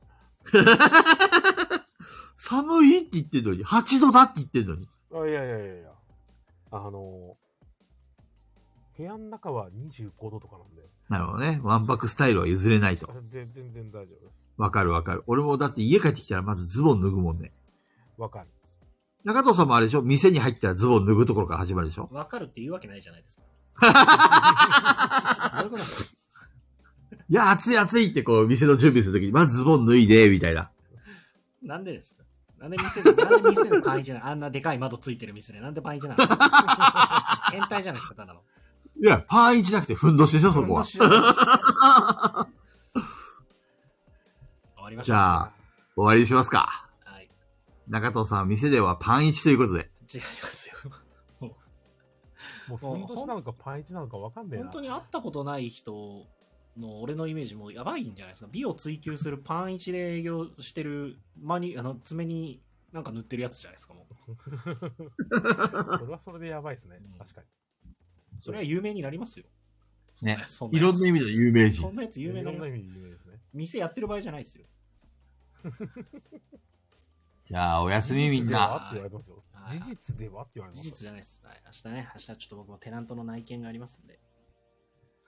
Speaker 3: 寒いって言ってんのに、8度だって言ってんのに。
Speaker 1: 俺。あいやいやいやいや。あのー部屋の中は25度とかなんで、
Speaker 3: なるほどね。ワンパクスタイルは譲れないと。
Speaker 1: で全然大丈夫です。
Speaker 3: わかるわかる。俺もだって家帰ってきたらまずズボン脱ぐもんね。
Speaker 1: わかる。
Speaker 3: 中藤さんもあれでしょ店に入ったらズボン脱ぐところから始まるでしょ
Speaker 2: わかるって言うわけないじゃないですか。どういうことなんですか
Speaker 3: いや、暑い暑いってこう、店の準備するときに、まずズボン脱いで、みたいな。
Speaker 2: なんでですかなんで店で、なんで店のパンイチなのあんなでかい窓ついてる店で、なんでパンイチなの変態じゃないですか、ただの。
Speaker 3: いや、パンイチなくてふんどしでしょ、そこは。
Speaker 2: 終わりまし
Speaker 3: じ
Speaker 2: た。
Speaker 3: ゃあ、終わりにしますか。
Speaker 2: はい。
Speaker 3: 中藤さん、店ではパンイチということで。
Speaker 2: 違いますよ。
Speaker 1: もう、ふんどしなのかパンイチなのかわかんねえな。
Speaker 2: 本当に会ったことない人の俺のイメージもやばいんじゃないですか美を追求するパン一で営業してるマニあの爪になんか塗ってるやつじゃないですかもう
Speaker 1: それはそれでやばいですね。確かに。
Speaker 2: それは有名になりますよ
Speaker 3: ね
Speaker 2: そ。んないやつ
Speaker 3: ろんな意味で有名
Speaker 2: そ
Speaker 3: 人
Speaker 2: ん。なやつ有名になります
Speaker 1: いろんな意味で有名ですね。
Speaker 2: 店やってる場合じゃないですよ
Speaker 3: じゃあ、おやすみみんな。
Speaker 1: 事実ではって言われてますよ。事実ではって言われて
Speaker 2: 事
Speaker 1: ますよ。
Speaker 2: 実じゃないです、はい、明日ね明日ちょっと僕もテナントの内見がありますんで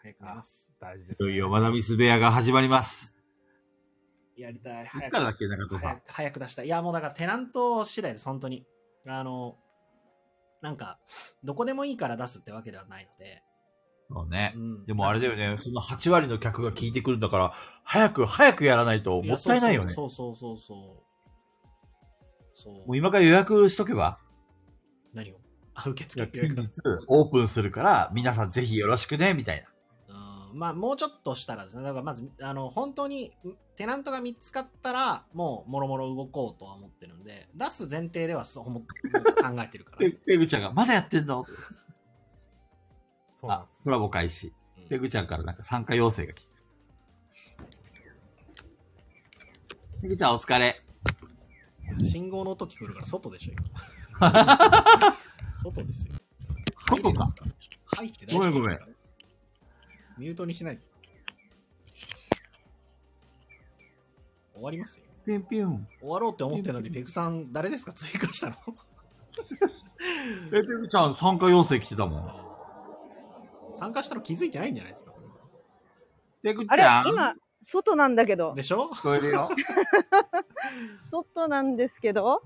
Speaker 2: 早く寝ます
Speaker 1: 大事で
Speaker 3: いよいよ、まなみす部屋が始まります。
Speaker 2: やりたい。
Speaker 3: いつからだっけ中藤さん
Speaker 2: 早く早く出したい。いや、もうだからテナント次第です、本当に。あの、なんか、どこでもいいから出すってわけではないので、
Speaker 3: そうね。でもあれだよね、その8割の客が聞いてくるんだから、早く、早くやらないともったいないよね。
Speaker 2: そうそうそうそうそう。そう
Speaker 3: もう今から予約しとけば、
Speaker 2: 何をあ、受付って
Speaker 3: 近
Speaker 2: いうか
Speaker 3: 日オープンするから、皆さんぜひよろしくね、みたいな。
Speaker 2: まあ、もうちょっとしたらですね、だからまず、あの、本当に、テナントが見つかったら、もう、もろもろ動こうとは思ってるんで、出す前提ではそう思っ考えてるから。
Speaker 3: で、ペグちゃんが、まだやってんのあ、コラボ開始。ペグちゃんからなんか参加要請が来て。ペグちゃんお疲れ。
Speaker 2: 信号の音聞こえるから、外でしょ、今。外ですよ。
Speaker 3: 外か。
Speaker 2: 入ってない
Speaker 3: ごめんごめん。
Speaker 2: ミュートにしないと。終わりますよ。
Speaker 3: ピュンピュン。
Speaker 2: 終わろうって思ってるのに、ペグさん、誰ですか追加 したの
Speaker 3: え、ペグちゃん参加要請来てたもん。
Speaker 2: 参加したの気づいてないんじゃないですかこれさ
Speaker 3: ペグち
Speaker 6: あれ
Speaker 3: ゃん。
Speaker 6: 今外なんだけど
Speaker 2: でしょ
Speaker 3: 聞こえるよ。
Speaker 6: 外なんですけど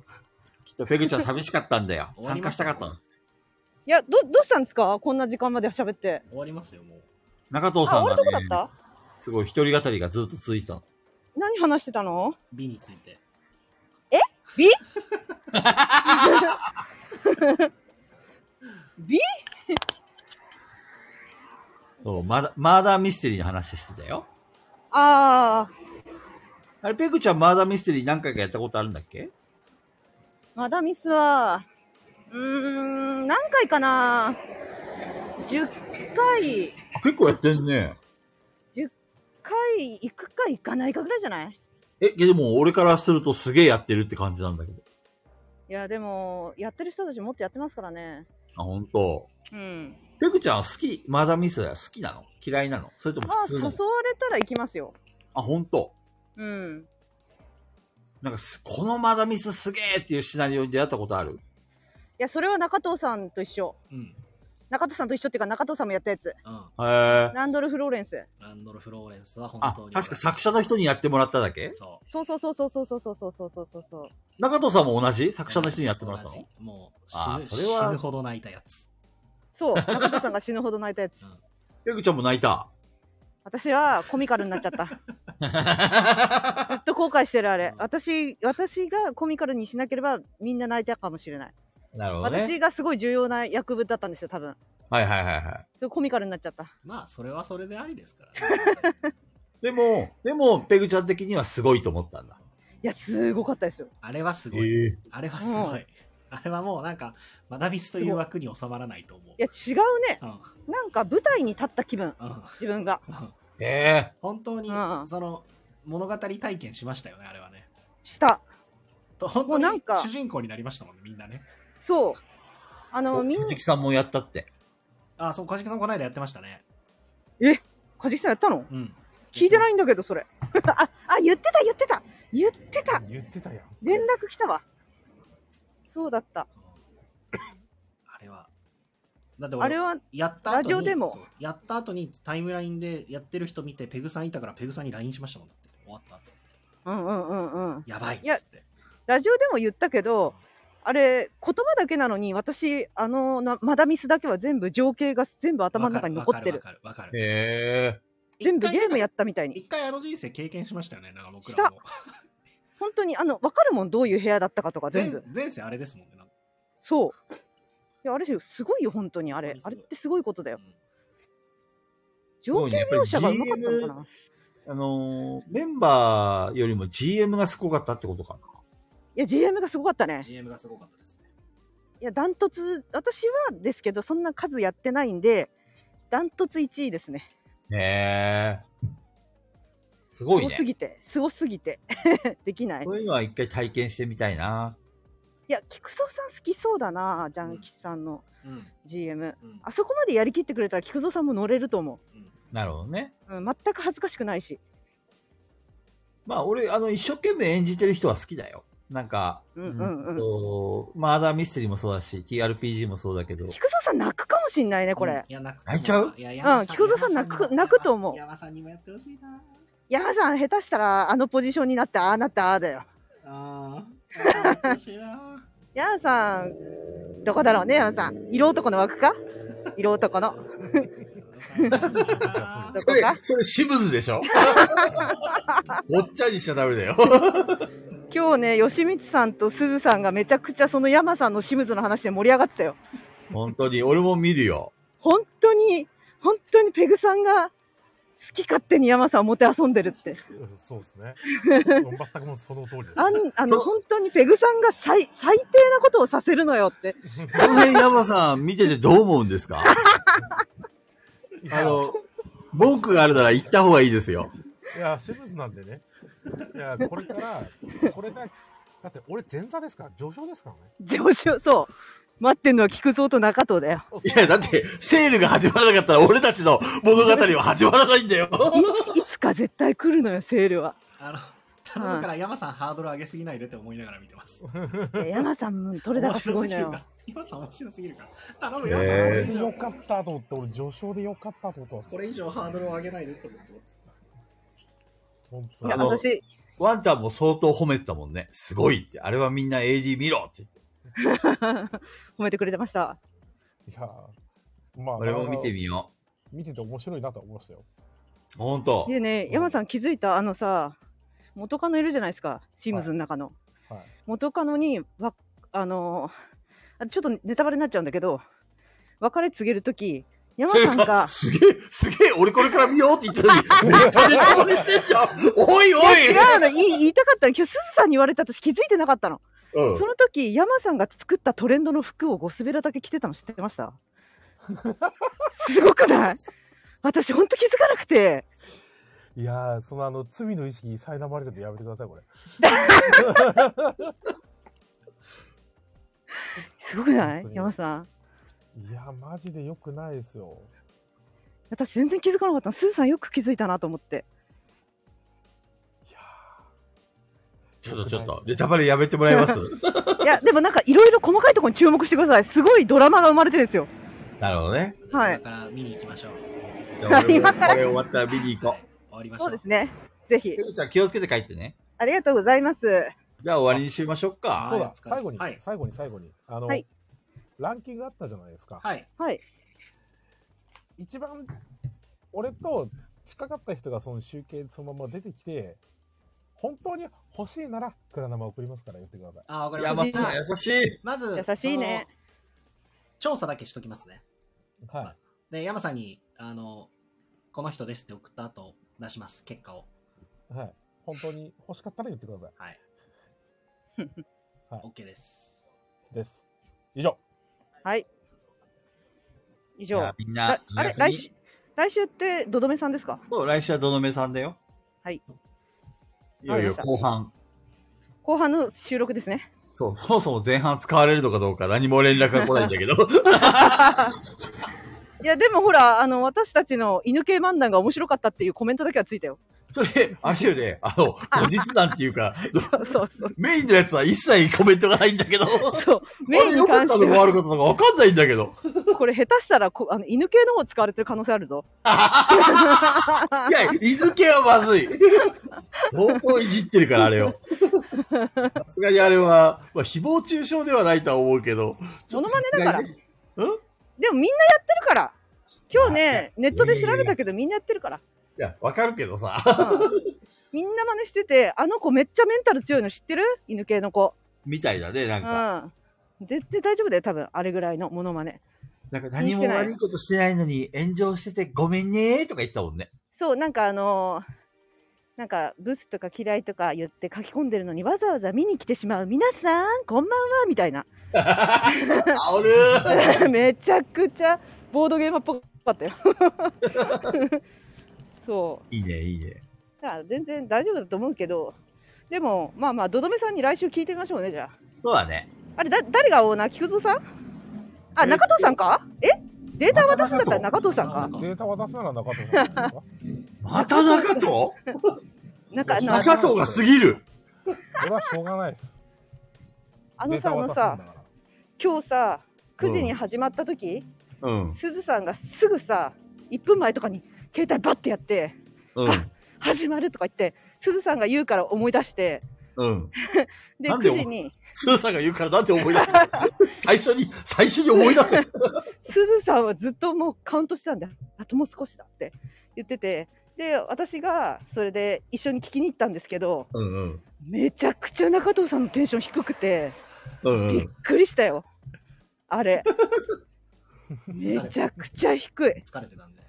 Speaker 3: きっとペグちゃん寂しかったんだよ。
Speaker 2: わり
Speaker 3: 参
Speaker 2: ま
Speaker 3: 加
Speaker 2: し
Speaker 3: したたかったの。
Speaker 6: いやどどうしたんですかこんな時間まで喋って
Speaker 2: 終わりますよ、もう。
Speaker 3: 中藤さん
Speaker 6: あ俺
Speaker 3: が
Speaker 6: どこ
Speaker 3: ね
Speaker 6: だっ、
Speaker 3: すごい一人語りがずっと続いてたの。
Speaker 6: 何話してたの
Speaker 2: 美について。
Speaker 6: え美美
Speaker 3: そう、マダマーダーミステリーの話してたよ。
Speaker 6: ああ
Speaker 3: あれ、ペグちゃんマーダーミステリー何回かやったことあるんだっけ
Speaker 6: マダミスはうーん何回かな10回
Speaker 3: あ結構やってんね。
Speaker 6: 10回行くか行かないかぐらいじゃない
Speaker 3: え、いやでも俺からするとすげえやってるって感じなんだけど。
Speaker 6: いやでもやってる人たちもっとやってますからね
Speaker 3: あ、ほんと。
Speaker 6: うん
Speaker 3: ペグちゃんは好き、マーダーミステリーは好きなの嫌いなのそれとも
Speaker 6: まあ
Speaker 3: 普
Speaker 6: 誘
Speaker 3: 通な
Speaker 6: われ
Speaker 3: の
Speaker 6: たら行きますよ
Speaker 3: あ、ほんと。
Speaker 6: うん
Speaker 3: なんかす、このマーダーミスすげえっていうシナリオに出会ったことある
Speaker 6: いやそれは中藤さんと一緒
Speaker 2: うん。
Speaker 6: 中藤さんと一緒っていうか中藤さんもやったやつ
Speaker 2: うん。
Speaker 3: へえ。
Speaker 6: ランドル・フローレンス
Speaker 2: ランドル・フローレンスは本
Speaker 3: あ、
Speaker 2: 当に。
Speaker 3: 確か作者の人にやってもらっただけ
Speaker 2: そう。
Speaker 6: そうそうそうそうそうそうそうそうそうそうそう
Speaker 3: 中藤さんも同じ作者の人にやってもらっ
Speaker 2: 同
Speaker 3: たの
Speaker 2: じもう死
Speaker 3: あ
Speaker 2: ぬ、
Speaker 3: それは
Speaker 2: 死ぬほど泣いたやつ。
Speaker 6: そう中藤さんが死ぬほど泣いたやつ
Speaker 3: ペグちゃんも泣いた。
Speaker 6: 私はコミカルになっちゃった ずっと後悔してるあれ私私がコミカルにしなければみんな泣いたかもしれない
Speaker 3: なるほど
Speaker 6: 私
Speaker 3: ね。
Speaker 6: がすごい重要な役分だったんですよ多分
Speaker 3: はいはいはいはい。
Speaker 6: そうコミカルになっちゃった
Speaker 2: まあ、それはそれでありですからね。
Speaker 3: でも、でも、ペグちゃん的にはすごいと思ったんだ。
Speaker 6: いやすごかったですよ
Speaker 2: あれはすごい。
Speaker 3: ええ
Speaker 2: あれはすご
Speaker 6: う
Speaker 2: い。あれはもうなんか、マダミスという枠に収まらないと思う
Speaker 6: い。や違うね
Speaker 2: うん。
Speaker 6: なんか舞台に立った気分
Speaker 2: うん。
Speaker 6: 自分が
Speaker 3: ええ
Speaker 2: 本当に、
Speaker 6: うん
Speaker 2: その、物語体験しましたよね、あれはね。
Speaker 6: した
Speaker 2: と本
Speaker 6: も
Speaker 2: 当
Speaker 6: う
Speaker 2: に
Speaker 6: なんか
Speaker 2: 主人公になりましたもんね、みんなね。
Speaker 6: そうあのみんな
Speaker 3: 藤木さんもやったって。
Speaker 2: あ、そう、梶木さんこの間やってましたね。
Speaker 6: え梶木さんやったの
Speaker 2: うん。
Speaker 6: 聞いて
Speaker 2: い
Speaker 6: ないんだけ どそれああ言ってた言ってた言ってた
Speaker 1: 言ってたやん。
Speaker 6: 連絡来たわそうだった
Speaker 2: あれは。だって俺、
Speaker 6: あれは
Speaker 2: やった後に
Speaker 6: ラジオでも
Speaker 2: そうやった後にタイムラインでやってる人見て、ペグさんいたからペグさんに LINE しましたもんだって。終わった後。
Speaker 6: うんうんうんうん
Speaker 2: やばいっつ
Speaker 6: いや
Speaker 2: って。
Speaker 6: ラジオでも言ったけどあれ言葉だけなのに私あのなマダミスだけは全部情景が全部頭の中に残ってる
Speaker 2: わかるわかるわかる。
Speaker 3: へえ
Speaker 6: 全部ゲームや
Speaker 2: っ
Speaker 6: ったみたいに
Speaker 2: 一回あの人生経験しましたよね、なんか僕らも。
Speaker 6: 本当にあの分かるもんどういう部屋だったかとか全
Speaker 2: 前
Speaker 6: 部
Speaker 2: 前世あれですもんね。なんか
Speaker 6: そういやあれすごいよ本当にあれ
Speaker 2: 本当
Speaker 6: あ
Speaker 2: にすごい
Speaker 6: れってすごいことだよ
Speaker 2: うん
Speaker 6: 情景描写がうまかったのかな、
Speaker 3: あのーメンバーよりも GM がすごかったってことかな。
Speaker 6: いや GM がすごかったね
Speaker 2: GM がすごかったですね。
Speaker 6: いやダントツ私はですけどそんな数やってないんでダントツ1位ですね
Speaker 3: へえすごい
Speaker 6: 多す
Speaker 3: ね。
Speaker 6: ぎてすごすぎて できない
Speaker 3: そういうのは一回体験してみたいな。
Speaker 6: いや菊蔵さん好きそうだなジャンキチさんの
Speaker 2: うん。
Speaker 6: GM
Speaker 2: うん。
Speaker 6: あそこまでやりきってくれたら菊蔵さんも乗れると思
Speaker 3: なるほどね。
Speaker 6: う、うん、全く恥ずかしくないし
Speaker 3: まあ俺、あの、一生懸命演じてる人は好きだよ。なんか、
Speaker 6: うんうんうん
Speaker 3: とマーダーミステリーもそうだし、TRPG もそうだけど、
Speaker 6: 菊蔵さん泣くかもしんないねこれ、
Speaker 2: うんいや、泣くと
Speaker 3: 泣いちゃう
Speaker 2: いや、
Speaker 6: うん菊蔵さん泣く泣くと思う
Speaker 2: 山さんにもやってほしいな。
Speaker 6: 山さん下手したらあのポジションになってああなったああだよ
Speaker 2: ああ。やってほしいな。
Speaker 6: ヤンさん、どこだろうね、ヤンさん。色男の枠か色男の。
Speaker 3: それ、それ、シムズでしょ おっちゃんにしちゃダメだよ。
Speaker 6: 今日ね、吉光さんと鈴さんがめちゃくちゃその山さんのシムズの話で盛り上がってたよ。
Speaker 3: 本当に、俺も見るよ。
Speaker 6: 本当に、本当にペグさんが好き勝手に山さんをもて遊んでるって。
Speaker 1: そうです ね。全くもうその通りです。
Speaker 6: あん あの本当にペグさんが最最低なことをさせるのよって。
Speaker 3: その辺、山さん見ててどう思うんですか あの、文句があるなら行った方がいいですよ。
Speaker 1: いや、私物なんでね。いや、これから、これだ、だって俺前座ですから、上昇ですからね。
Speaker 6: 上昇、そう。待ってんのは菊蔵と中藤だよ。
Speaker 3: いや、だって、セールが始まらなかったら俺たちの物語は始まらないん だよ。
Speaker 6: いつか絶対来るのよ、セールは。
Speaker 2: あの頼むから山さんハードル上げすぎないでって思いながら見てます。
Speaker 6: いや山さん、取れ高すごいのよ。
Speaker 2: 山さん面白すぎるから。頼む山さん、
Speaker 1: 俺でよかったと思って、俺上昇でよかったと思った。
Speaker 2: これ以上ハードルを上げないでって思ってます。
Speaker 1: 本当
Speaker 6: いや、
Speaker 3: あの
Speaker 6: 私、
Speaker 3: ワンちゃんも相当褒めてたもんね。すごいって。あれはみんな AD 見ろって。
Speaker 6: 褒めてくれてました。
Speaker 1: いや、まあ、
Speaker 3: 俺も見てみよ
Speaker 1: 見てて面白いなとは思いましたよ。
Speaker 3: う。ほんと。
Speaker 6: でね、山さん気づいたあのさ、元カノいるじゃないですか、シームズの中の。
Speaker 1: はい。
Speaker 6: 元カノにわ、あのーあちょっとネタバレになっちゃうんだけど、別れ告げるとき、山
Speaker 3: それ
Speaker 6: さん
Speaker 3: か
Speaker 6: が、
Speaker 3: すげえ、すげえ、俺これから見ようって言ってたのに、めっちゃネタバレしてんじゃん。おいお
Speaker 6: いや
Speaker 3: い。
Speaker 6: 違うの言い言いたかったの今日すずさんに言われて私気づいてなかったの、
Speaker 3: うん
Speaker 6: その時山さんが作ったトレンドの服をゴスベラだけ着てたの知ってました すごくない私ほんと気づかなくて
Speaker 1: いやー、そのあの、罪の意識に苛まれてるのやめてください、これ。
Speaker 6: すごくな
Speaker 1: 本
Speaker 6: い
Speaker 1: 当に
Speaker 6: 山さん
Speaker 1: いやー、マジで良くないですよ。
Speaker 6: 私全然気づかなかったのすずさんよく気づいたなと思って
Speaker 3: ちょっとちょっと、ネタバレやめてもらえます
Speaker 6: いやでもなんかいろいろ細かいところに注目してくださいすごいドラマが生まれてるんですよ
Speaker 3: なるほどね。
Speaker 6: は
Speaker 2: だ
Speaker 6: い
Speaker 2: から見に行きましょう。
Speaker 3: じゃあ俺も
Speaker 6: 今
Speaker 3: これ終わったら見に行こう。
Speaker 2: 終わりましょ
Speaker 6: そう
Speaker 2: う。
Speaker 6: ですねぜひ
Speaker 3: ペグちゃん気をつけて帰ってね。
Speaker 6: ありがとうございます
Speaker 3: じゃあ終わりにしましょうか。
Speaker 1: そうだ、
Speaker 2: お疲れ様
Speaker 1: 最後に、
Speaker 2: はい
Speaker 1: 最後に最後に、あの、
Speaker 6: はい
Speaker 1: ランキングあったじゃないですか。
Speaker 2: はい。
Speaker 6: はい
Speaker 1: 一番、俺と近かった人がその集計そのまま出てきて、本当に欲しいなら、クラナマ送りますから言ってください。
Speaker 2: あ、わかりまし
Speaker 3: 山
Speaker 2: た。
Speaker 3: さん優しい。
Speaker 2: まず、
Speaker 6: 優しいね
Speaker 2: その。調査だけしときますね。
Speaker 1: はい。
Speaker 2: で、山さんに、あの、この人ですって送った後、出します、結果を。
Speaker 1: はい。本当に欲しかったら言ってくださ
Speaker 2: はい。OK です。
Speaker 1: い。です。以上。
Speaker 6: はい以
Speaker 3: じ
Speaker 6: 上
Speaker 3: ゃあみんな
Speaker 6: あ、あれ
Speaker 3: おや
Speaker 6: 来
Speaker 3: すみ
Speaker 6: 週来週ってどどめさんですか
Speaker 3: そう来週はどのめさんだよ。
Speaker 6: はい。
Speaker 3: いよいよ後半。
Speaker 6: 後半の収録ですね
Speaker 3: そう、そもそも前半使われるのかどうか何も連絡が来ないんだけど。
Speaker 6: いやでもほらあの私たちの犬系漫談が面白かったっていうコメントだけはついたよ
Speaker 3: それ、あれだよね、あの、後日談っていうか、
Speaker 6: そうそう
Speaker 3: メインのやつは一切コメントがないんだけど、
Speaker 6: そう
Speaker 3: あ
Speaker 6: メイ
Speaker 3: れ
Speaker 6: ンに
Speaker 3: 良かっ
Speaker 6: 関
Speaker 3: た
Speaker 6: して
Speaker 3: のか
Speaker 6: は
Speaker 3: 悪かったのかわかんないんだけど。
Speaker 6: これ下手したらこあの犬系の方使われてる可能性ある ぞ
Speaker 3: いや、犬系はまずい。相当いじってるから、あれ を。さすがにあれは、まあ、誹謗中傷ではないとは思うけど。
Speaker 6: モノマネだから
Speaker 3: さすがにねうん
Speaker 6: でもみんなやってるから今日ねネットで調べたけどみんなやってるから、
Speaker 3: いや、わかるけどさ。
Speaker 6: うんみんな真似しててあの子めっちゃメンタル強いの知ってる犬系の子
Speaker 3: みたいだね、なん
Speaker 6: う
Speaker 3: か。
Speaker 6: ん絶対大丈夫だよ多分あれぐらいのモノマネ
Speaker 3: なんか何も悪いことしてないのに炎上しててごめんねーとか言ってたもんね。
Speaker 6: そう、なんかあのーなんかブスとか嫌いとか言って書き込んでるのにわざわざ見に来てしまう皆さんこんばんはみたい な
Speaker 3: あお るー
Speaker 6: めちゃくちゃボードゲームっぽか ったよそ
Speaker 3: いいね、いいね。
Speaker 6: うだから全然大丈夫だと思うけどでもまあまあどどめさんに来週聞いてみましょうねじゃあ
Speaker 3: そうだね。
Speaker 6: あれだ誰がオーナー菊蔵さんあ中藤さんかえデータ渡すんだったら中藤さんか
Speaker 1: データ渡すなら中藤さんです か
Speaker 3: また中藤
Speaker 6: なんかあの
Speaker 3: 中藤が過ぎる。
Speaker 1: 俺はしょうがないです。
Speaker 6: あ
Speaker 1: デ
Speaker 6: の
Speaker 1: ー
Speaker 6: さ
Speaker 1: タ渡す
Speaker 6: あの
Speaker 1: んだ
Speaker 6: さ
Speaker 1: から。
Speaker 6: 今日さ9時に始まった時、
Speaker 3: うん。
Speaker 6: すずさんがすぐさ1分前とかに携帯バッてやって
Speaker 3: うん。
Speaker 6: 始まるとか言ってすずさんが言うから思い出して
Speaker 3: うん。
Speaker 6: で、
Speaker 3: なんで
Speaker 6: 9時に、
Speaker 3: スーさんが言うからなんで思い出す 最初に、最初に思い出せ。
Speaker 6: すずさんはずっともうカウントしてたんで、あともう少しだって言ってて、で、私がそれで一緒に聞きに行ったんですけど、
Speaker 3: うんうん。
Speaker 6: めちゃくちゃ中藤さんのテンション低くて、
Speaker 3: うんうん。
Speaker 6: びっくりしたよ。あれ。めちゃくちゃ低い。
Speaker 2: 疲れてたんで。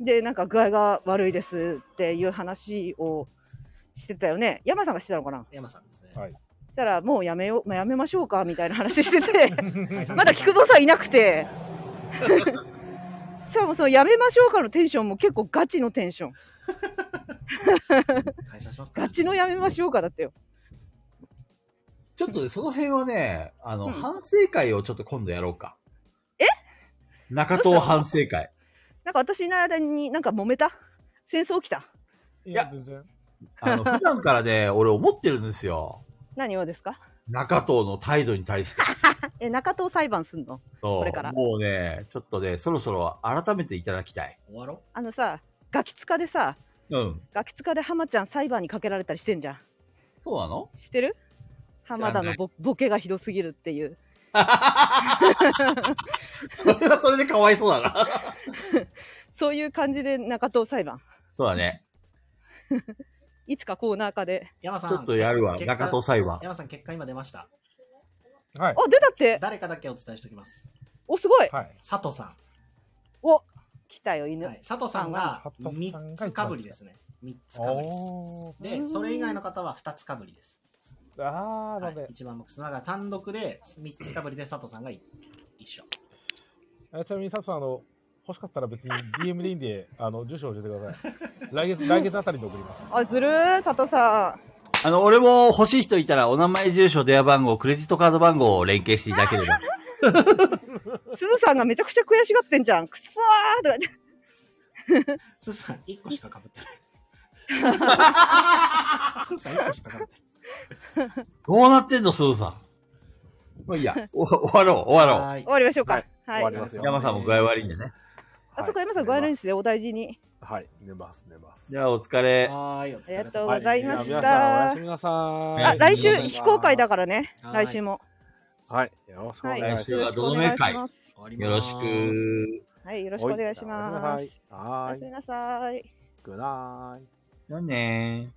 Speaker 6: で、なんか具合が悪いですっていう話をしてたよね。山さんがしてたのかな
Speaker 2: 山さんですね。
Speaker 1: はい。
Speaker 6: そしたら、もうやめよう、まあやめましょうかみたいな話してて、 まだ菊蔵さんいなくて、 しかもそのやめましょうかのテンションも結構ガチのテンション。ガチのやめましょうかだったよ。
Speaker 3: ちょっとね、その辺はね、あの、
Speaker 6: うん
Speaker 3: 反省会をちょっと今度やろうか。え中東反省会。
Speaker 6: なんか私の間になんか揉めた戦争起きた
Speaker 1: いや、全然。
Speaker 3: あ の、普段からね、俺思ってるんですよ。
Speaker 6: 何をですか
Speaker 3: 中東の態度に対 して。
Speaker 6: え、中東裁判すんの
Speaker 3: そう
Speaker 6: これから。
Speaker 3: もうね、ちょっとね、そろそろ改めていただきたい。
Speaker 2: 終わろ
Speaker 6: あのさ、ガキ使でさ、
Speaker 3: うん。
Speaker 6: ガキ使でハマちゃん裁判にかけられたりしてんじゃん。
Speaker 3: そうなの
Speaker 6: 知ってる浜田
Speaker 3: 知らな
Speaker 6: の
Speaker 3: い
Speaker 6: ボボケがひどすぎるっていう。
Speaker 3: それはそ れでかわいそうだな。
Speaker 6: そういう感じで中東裁判。
Speaker 3: そうだね。
Speaker 6: いつかコーナー化で。
Speaker 2: 山さん。
Speaker 3: ちょっとやるわ
Speaker 2: 結果
Speaker 3: 中藤裁判
Speaker 2: 山さん、結果今出ました。
Speaker 1: はい。
Speaker 6: あ、出たって。
Speaker 2: 誰かだけお伝えしておきます。
Speaker 6: お、すごい。
Speaker 2: 佐藤さん。
Speaker 6: お、来たよ、犬。
Speaker 2: 佐藤さんが3つかぶりですね。3つかぶ
Speaker 1: お
Speaker 2: り。で、それ以外の方は2つかぶりです。
Speaker 1: ああ、
Speaker 2: なんで。一番僕、砂が単独で3つかぶりで佐藤さんが一緒。
Speaker 1: あちなみに佐藤さん、あの、欲しかったら別に DM でいいんで、あの、住所教えてください。来 月、来月あたりで送ります。
Speaker 6: あ、ずるー、佐藤さ
Speaker 3: あの、俺も欲しい人いたら、お名前、住所、電話番号、クレジットカード番号を連携していただければ。
Speaker 6: ん。すずさんがめちゃくちゃ悔しがってんじゃん。くそーとか言って。
Speaker 2: すずさん、1個しかかぶって ない。すずさん、1個しかかぶってない。
Speaker 3: どうなってんの、すずさん。まあいいや、 お終わろう、終わろう。
Speaker 6: 終わりましょうか。はい。
Speaker 3: 山さんも具合悪いんでね。
Speaker 6: あそこ山さんご挨拶ですね。お大事に。
Speaker 1: はい、寝ます、寝ます。
Speaker 3: じゃあ、お疲れ。
Speaker 2: はい、お
Speaker 6: ありがとうございまし
Speaker 1: はい皆さんお
Speaker 6: た。
Speaker 1: やすみなさい
Speaker 6: あ、来週非公開だからね。
Speaker 1: はい
Speaker 6: 来週も。
Speaker 1: はい、よろしくお願いします。
Speaker 3: 来週はどのめ会。
Speaker 6: よ
Speaker 3: よ
Speaker 1: ろ
Speaker 3: ろ
Speaker 1: し
Speaker 3: し
Speaker 1: くお願いし
Speaker 3: く。
Speaker 6: はい、よろしくお願いします。
Speaker 1: は
Speaker 6: お
Speaker 1: い
Speaker 6: やすみなさい。
Speaker 1: グナイ
Speaker 3: じゃあねー。